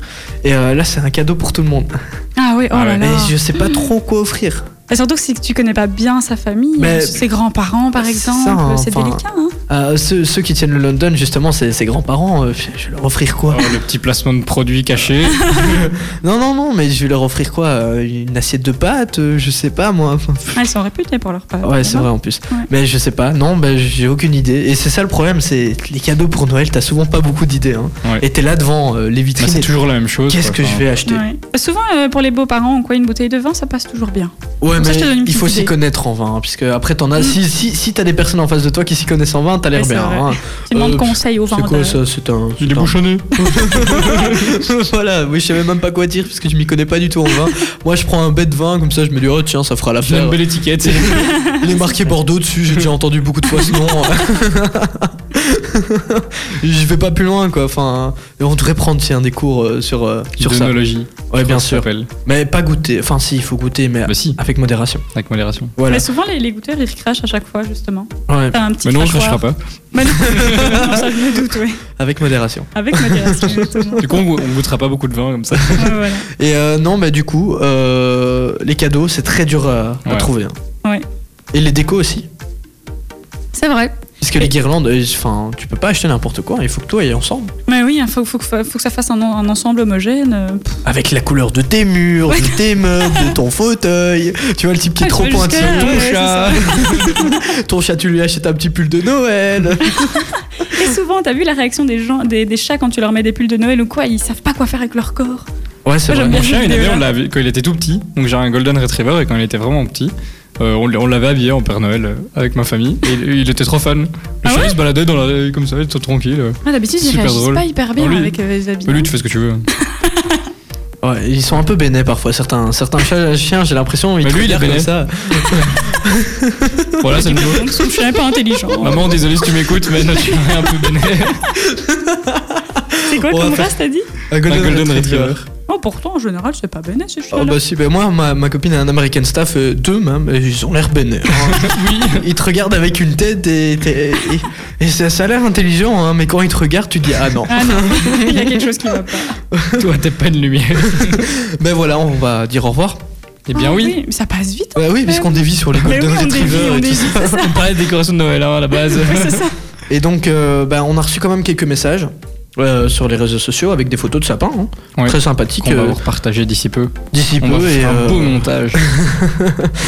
S1: Et euh, là, c'est un cadeau pour tout le monde.
S7: Ah oui, oh
S6: Ah
S7: là
S6: ouais.
S7: là.
S1: Mais je sais pas trop quoi offrir.
S7: Et surtout que si tu connais pas bien sa famille,
S1: Mais-
S7: ses grands-parents par
S1: C'est ça,
S7: exemple,
S1: hein,
S7: c'est
S1: enfin-
S7: délicat. Hein
S1: Euh, ceux, ceux qui tiennent le London, justement, c'est ses grands-parents, euh, je vais leur offrir quoi
S6: Oh, le petit placement de Bah, produit caché. Ah.
S1: Non, non, non, mais je vais leur offrir quoi Euh, Une assiette de pâtes euh, Je sais pas, moi.
S7: Ah, ils sont réputés pour leur part.
S1: Ouais, c'est vrai en plus.
S7: Ouais.
S1: Mais je sais pas, non, bah, j'ai aucune idée. Et c'est ça le problème, c'est les cadeaux pour Noël, t'as souvent pas beaucoup d'idées. Hein.
S6: Ouais.
S1: Et t'es là devant euh, les
S6: Bah,
S1: vitrines.
S6: c'est
S1: et
S6: toujours la même chose.
S1: Qu'est-ce
S6: quoi,
S1: que je
S6: enfin.
S1: vais acheter
S7: Ouais. Souvent, euh, pour les beaux-parents, quoi, une bouteille de vin, ça passe toujours bien.
S1: Ouais,
S7: Comme ça,
S1: mais
S7: je te donne une
S1: il faut
S7: petite
S1: s'y
S7: idée. Mm.
S1: connaître en vin, hein, puisque après t'en as. Si, si, si t'as des personnes en face de toi qui s'y connaissent en vin, t'as l'air
S7: Ouais, c'est
S1: bien.
S7: vrai.
S1: hein.
S7: Tu demandes
S1: Euh,
S7: conseil aux
S1: C'est
S7: vendeurs.
S1: quoi ça C'est un.
S6: Il
S1: c'est
S6: est
S1: un-
S6: bouchonné.
S1: voilà, oui, je savais même pas quoi dire, puisque je m'y connais pas du tout en vin. Moi, je prends un bête vin, comme ça, je me dis, oh tiens, ça fera
S6: J'ai
S1: l'affaire.
S6: une belle étiquette.
S1: Il est marqué Bordeaux dessus, j'ai déjà entendu beaucoup de fois ce nom. je vais pas plus loin, quoi. Enfin, on devrait prendre tiens, des cours euh, sur, euh, sur ça.
S6: D'onologie.
S1: Ouais, bien sûr. Ah.
S6: s'appelle.
S1: Mais pas goûter. Enfin, si, il faut goûter, mais
S6: Bah si,
S1: avec modération.
S6: avec modération.
S1: Voilà.
S7: Mais souvent, les, les goûteurs, ils recrachent à chaque fois, justement.
S1: Ouais,
S7: T'as un petit
S6: Mais non, je
S7: crachoir.
S6: cracherai pas.
S7: Mais non, non, ça, je me doute, oui.
S1: avec modération.
S7: Avec modération, justement.
S6: Du coup, on, on goûtera pas beaucoup de vin comme ça.
S7: Ouais, voilà.
S1: Et euh, non, bah du coup, euh, les cadeaux, c'est très dur à, à
S6: Ouais.
S1: trouver. hein.
S7: Ouais.
S1: Et les décos aussi.
S7: C'est vrai.
S1: Parce que les guirlandes, euh, enfin, tu peux pas acheter n'importe quoi, il faut que tout aille ensemble.
S7: Mais oui, il faut, faut, que- faut que ça fasse un, en- un ensemble homogène. euh, pff,
S1: Avec la couleur de tes murs,
S7: Ouais.
S1: de tes meubles, de ton fauteuil. Tu vois le petit, petit
S7: Ah, tu
S1: trop
S7: vas
S1: pointilleux.
S7: jusqu'à là,
S1: Ton
S7: ouais, c'est
S1: chat. ton chat, tu lui achètes un petit pull de Noël.
S7: Et souvent, t'as vu la réaction des gens, des, des chats quand tu leur mets des pulls de Noël ou quoi, ils savent pas quoi faire avec leur corps.
S1: Ouais, c'est
S7: Moi, j'aime
S1: vrai.
S7: bien.
S6: Mon chien, il avait,
S7: vidéo-là.
S6: on l'a habillé- quand il était tout petit, donc j'ai un Golden Retriever et quand il était vraiment petit, euh, on, l'a- on l'avait habillé en Père Noël euh, avec ma famille et il, il était trop fan. Le
S7: Ah
S6: chien
S7: ouais
S6: il se baladait dans la rue comme ça, il était tranquille. euh.
S7: Ah, D'habitude, ils
S6: Super
S7: réagissent
S6: drôle.
S7: pas hyper bien
S6: Ah, lui-
S7: avec euh, les habits.
S6: Mais lui, tu fais ce que tu veux.
S1: Ouais, ils sont un peu bénés parfois, certains, certains chats, chiens, j'ai l'impression, ils
S6: Mais
S1: te
S6: lui, il est
S1: regardent comme
S6: béné.
S1: ça.
S6: Voilà, c'est le mot.
S7: Donc, je suis même pas intelligent.
S6: Maman, désolé si tu m'écoutes, mais non, tu es un peu béné.
S7: C'est quoi
S1: on va
S7: comme
S6: Oh,
S1: faire-
S7: race, t'as dit
S1: Un golden,
S6: golden
S1: retriever.
S6: retriever.
S7: Oh, pourtant, en général, c'est pas béné, c'est
S1: Oh
S7: chiant.
S1: bah si, bah moi, ma, ma copine a un American Staff, euh, deux même, et ils ont l'air bénés. oui. Ils te regardent avec une tête et, t'es- et- et ça, ça a l'air intelligent, hein, mais quand ils te regardent, tu dis ah non.
S7: Ah non, il y a quelque chose qui va pas.
S6: Toi, t'es pas une lumière.
S1: Mais Ben voilà, on va dire au revoir.
S6: Eh bien
S7: Ah
S6: oui.
S7: mais ça passe vite.
S1: Bah oui, puisqu'on dévie sur les
S7: Mais
S1: Golden
S7: oui, on dévie,
S1: Retrievers
S7: on
S1: et tout
S7: dévie,
S1: ça.
S7: c'est ça.
S6: On parlait de décoration de Noël hein, à la base.
S7: Oui, c'est ça.
S1: Et donc, euh, bah, on a reçu quand même quelques messages euh, sur les réseaux sociaux avec des photos de sapins, hein.
S6: Ouais.
S1: très sympathiques.
S6: Qu'on va
S1: euh,
S6: vous repartager d'ici peu.
S1: D'ici peu.
S6: On va
S1: et,
S6: faire un
S1: euh,
S6: beau montage.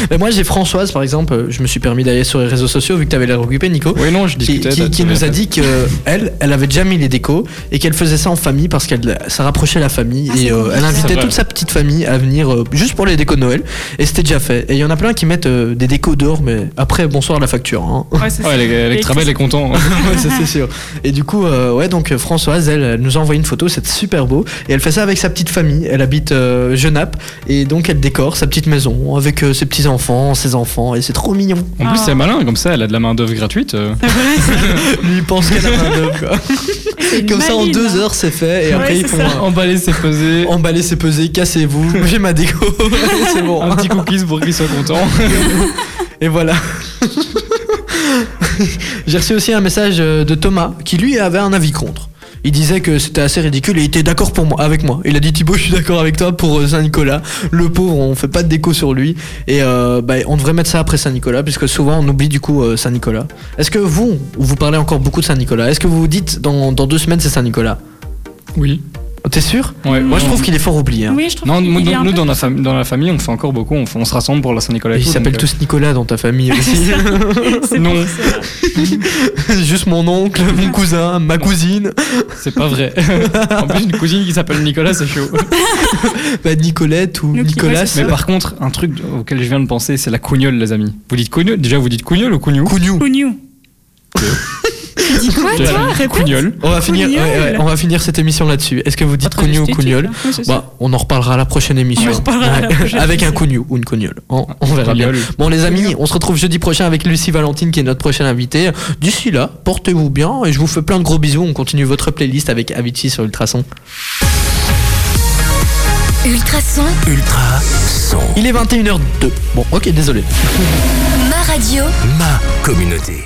S1: bah, moi, j'ai Françoise, par exemple, euh, je me suis permis d'aller sur les réseaux sociaux vu que t'avais l'air occupé, Nico.
S6: Oui, non,
S1: qui,
S6: je discutais.
S1: qui-
S6: t'as-
S1: qui
S6: t'as
S1: nous a
S6: fait.
S1: dit que elle, elle avait déjà mis les décos et qu'elle faisait ça en famille parce qu'elle ça rapprochait la famille
S7: Ah,
S1: et
S7: c'est
S1: euh,
S7: vrai.
S1: elle invitait
S6: C'est
S1: toute
S6: vrai.
S1: sa petite famille à venir euh, juste pour les décos de Noël et c'était déjà fait. Et il y en a plein qui mettent euh, des décos dehors mais après bonsoir la facture. hein.
S7: Ouais, c'est
S6: Ouais,
S7: ça.
S6: les- les
S7: Et
S6: travail,
S7: que-
S6: elle est content. hein.
S1: Ouais, ça, c'est sûr. Et du coup, euh, ouais, donc euh, Françoise, elle, elle nous a envoyé une photo, c'est super beau. Et elle fait ça avec sa petite famille. Elle habite euh, Genappe et donc elle décore sa petite maison avec euh, ses petits enfants, ses enfants et c'est trop mignon.
S6: En plus,
S7: Ah.
S6: c'est malin, comme ça, elle a de la main-d'œuvre gratuite. euh.
S1: Lui, il pense qu'elle a un homme, quoi.
S7: c'est une
S1: Comme ça, en
S7: maline,
S1: deux
S7: hein.
S1: heures, c'est fait. Et
S7: Ouais,
S1: après, ils
S7: c'est
S1: font
S7: ça.
S1: un-
S6: Emballer, c'est pesé.
S1: Emballez, c'est pesé, cassez-vous. J'ai ma déco. Allez, c'est bon.
S6: Un petit cookies pour qu'il soit content.
S1: Et voilà. J'ai reçu aussi un message euh, de Thomas qui lui avait un avis contre. Il disait que c'était assez ridicule et il était d'accord pour moi, avec moi. Il a dit Thibaut, je suis d'accord avec toi pour euh, Saint-Nicolas. Le pauvre, on fait pas de déco sur lui et euh, bah, on devrait mettre ça après Saint-Nicolas puisque souvent on oublie du coup euh, Saint-Nicolas. Est-ce que vous, vous parlez encore beaucoup de Saint-Nicolas Est-ce que vous vous dites dans, dans deux semaines c'est Saint-Nicolas
S6: Oui.
S1: T'es sûr
S6: Ouais,
S1: Moi je
S6: non.
S1: trouve qu'il est fort oublié. hein.
S7: Oui, je trouve
S6: Non,
S7: qu'il
S6: nous,
S7: il est un
S6: nous,
S7: peu-
S6: dans, la fam- dans la famille, on fait encore beaucoup. On, fait- on se rassemble pour la Saint-Nicolas. et
S1: Ils
S6: tout,
S1: s'appellent
S6: Bah, donc, euh,
S1: tous Nicolas dans ta famille aussi.
S7: C'est
S6: Non.
S7: pour ça.
S1: Juste mon oncle, mon cousin, ma cousine.
S6: euh, C'est pas vrai. en plus, une cousine qui s'appelle Nicolas, c'est chaud.
S1: Bah, Nicolette ou
S7: Nous qui
S1: Nicolas.
S7: passons-
S6: Mais par contre, un truc auquel je viens de penser, c'est la cougnole, les amis. Vous dites cougnole Déjà, vous dites cougnole ou cougnou
S1: Cougnou.
S7: Cognou. Tu dis quoi,
S6: Déjà,
S7: toi Répète.
S6: Cougnole.
S1: On va, finir,
S7: Cougnoule.
S1: ouais, ouais, on va finir cette émission là-dessus. Est-ce que vous dites
S7: Votre
S1: cognou ou
S7: geste utile,
S1: cougnole
S7: hein. Oui, c'est ça.
S1: bah, On en reparlera à la prochaine émission.
S7: On en reparlera à la prochaine
S1: Avec un
S7: émission.
S1: cognou ou une cognole. On, on verra bien.
S6: Cougnole.
S1: Bon les amis, on se retrouve jeudi prochain avec Lucie Valentine qui est notre prochaine invitée. D'ici là, portez-vous bien et je vous fais plein de gros bisous. On continue votre playlist avec Avicii sur Ultrason.
S2: Ultrason,
S3: Ultra son.
S1: Il est 21h02. Bon ok, désolé.
S2: ma radio.
S3: Ma communauté.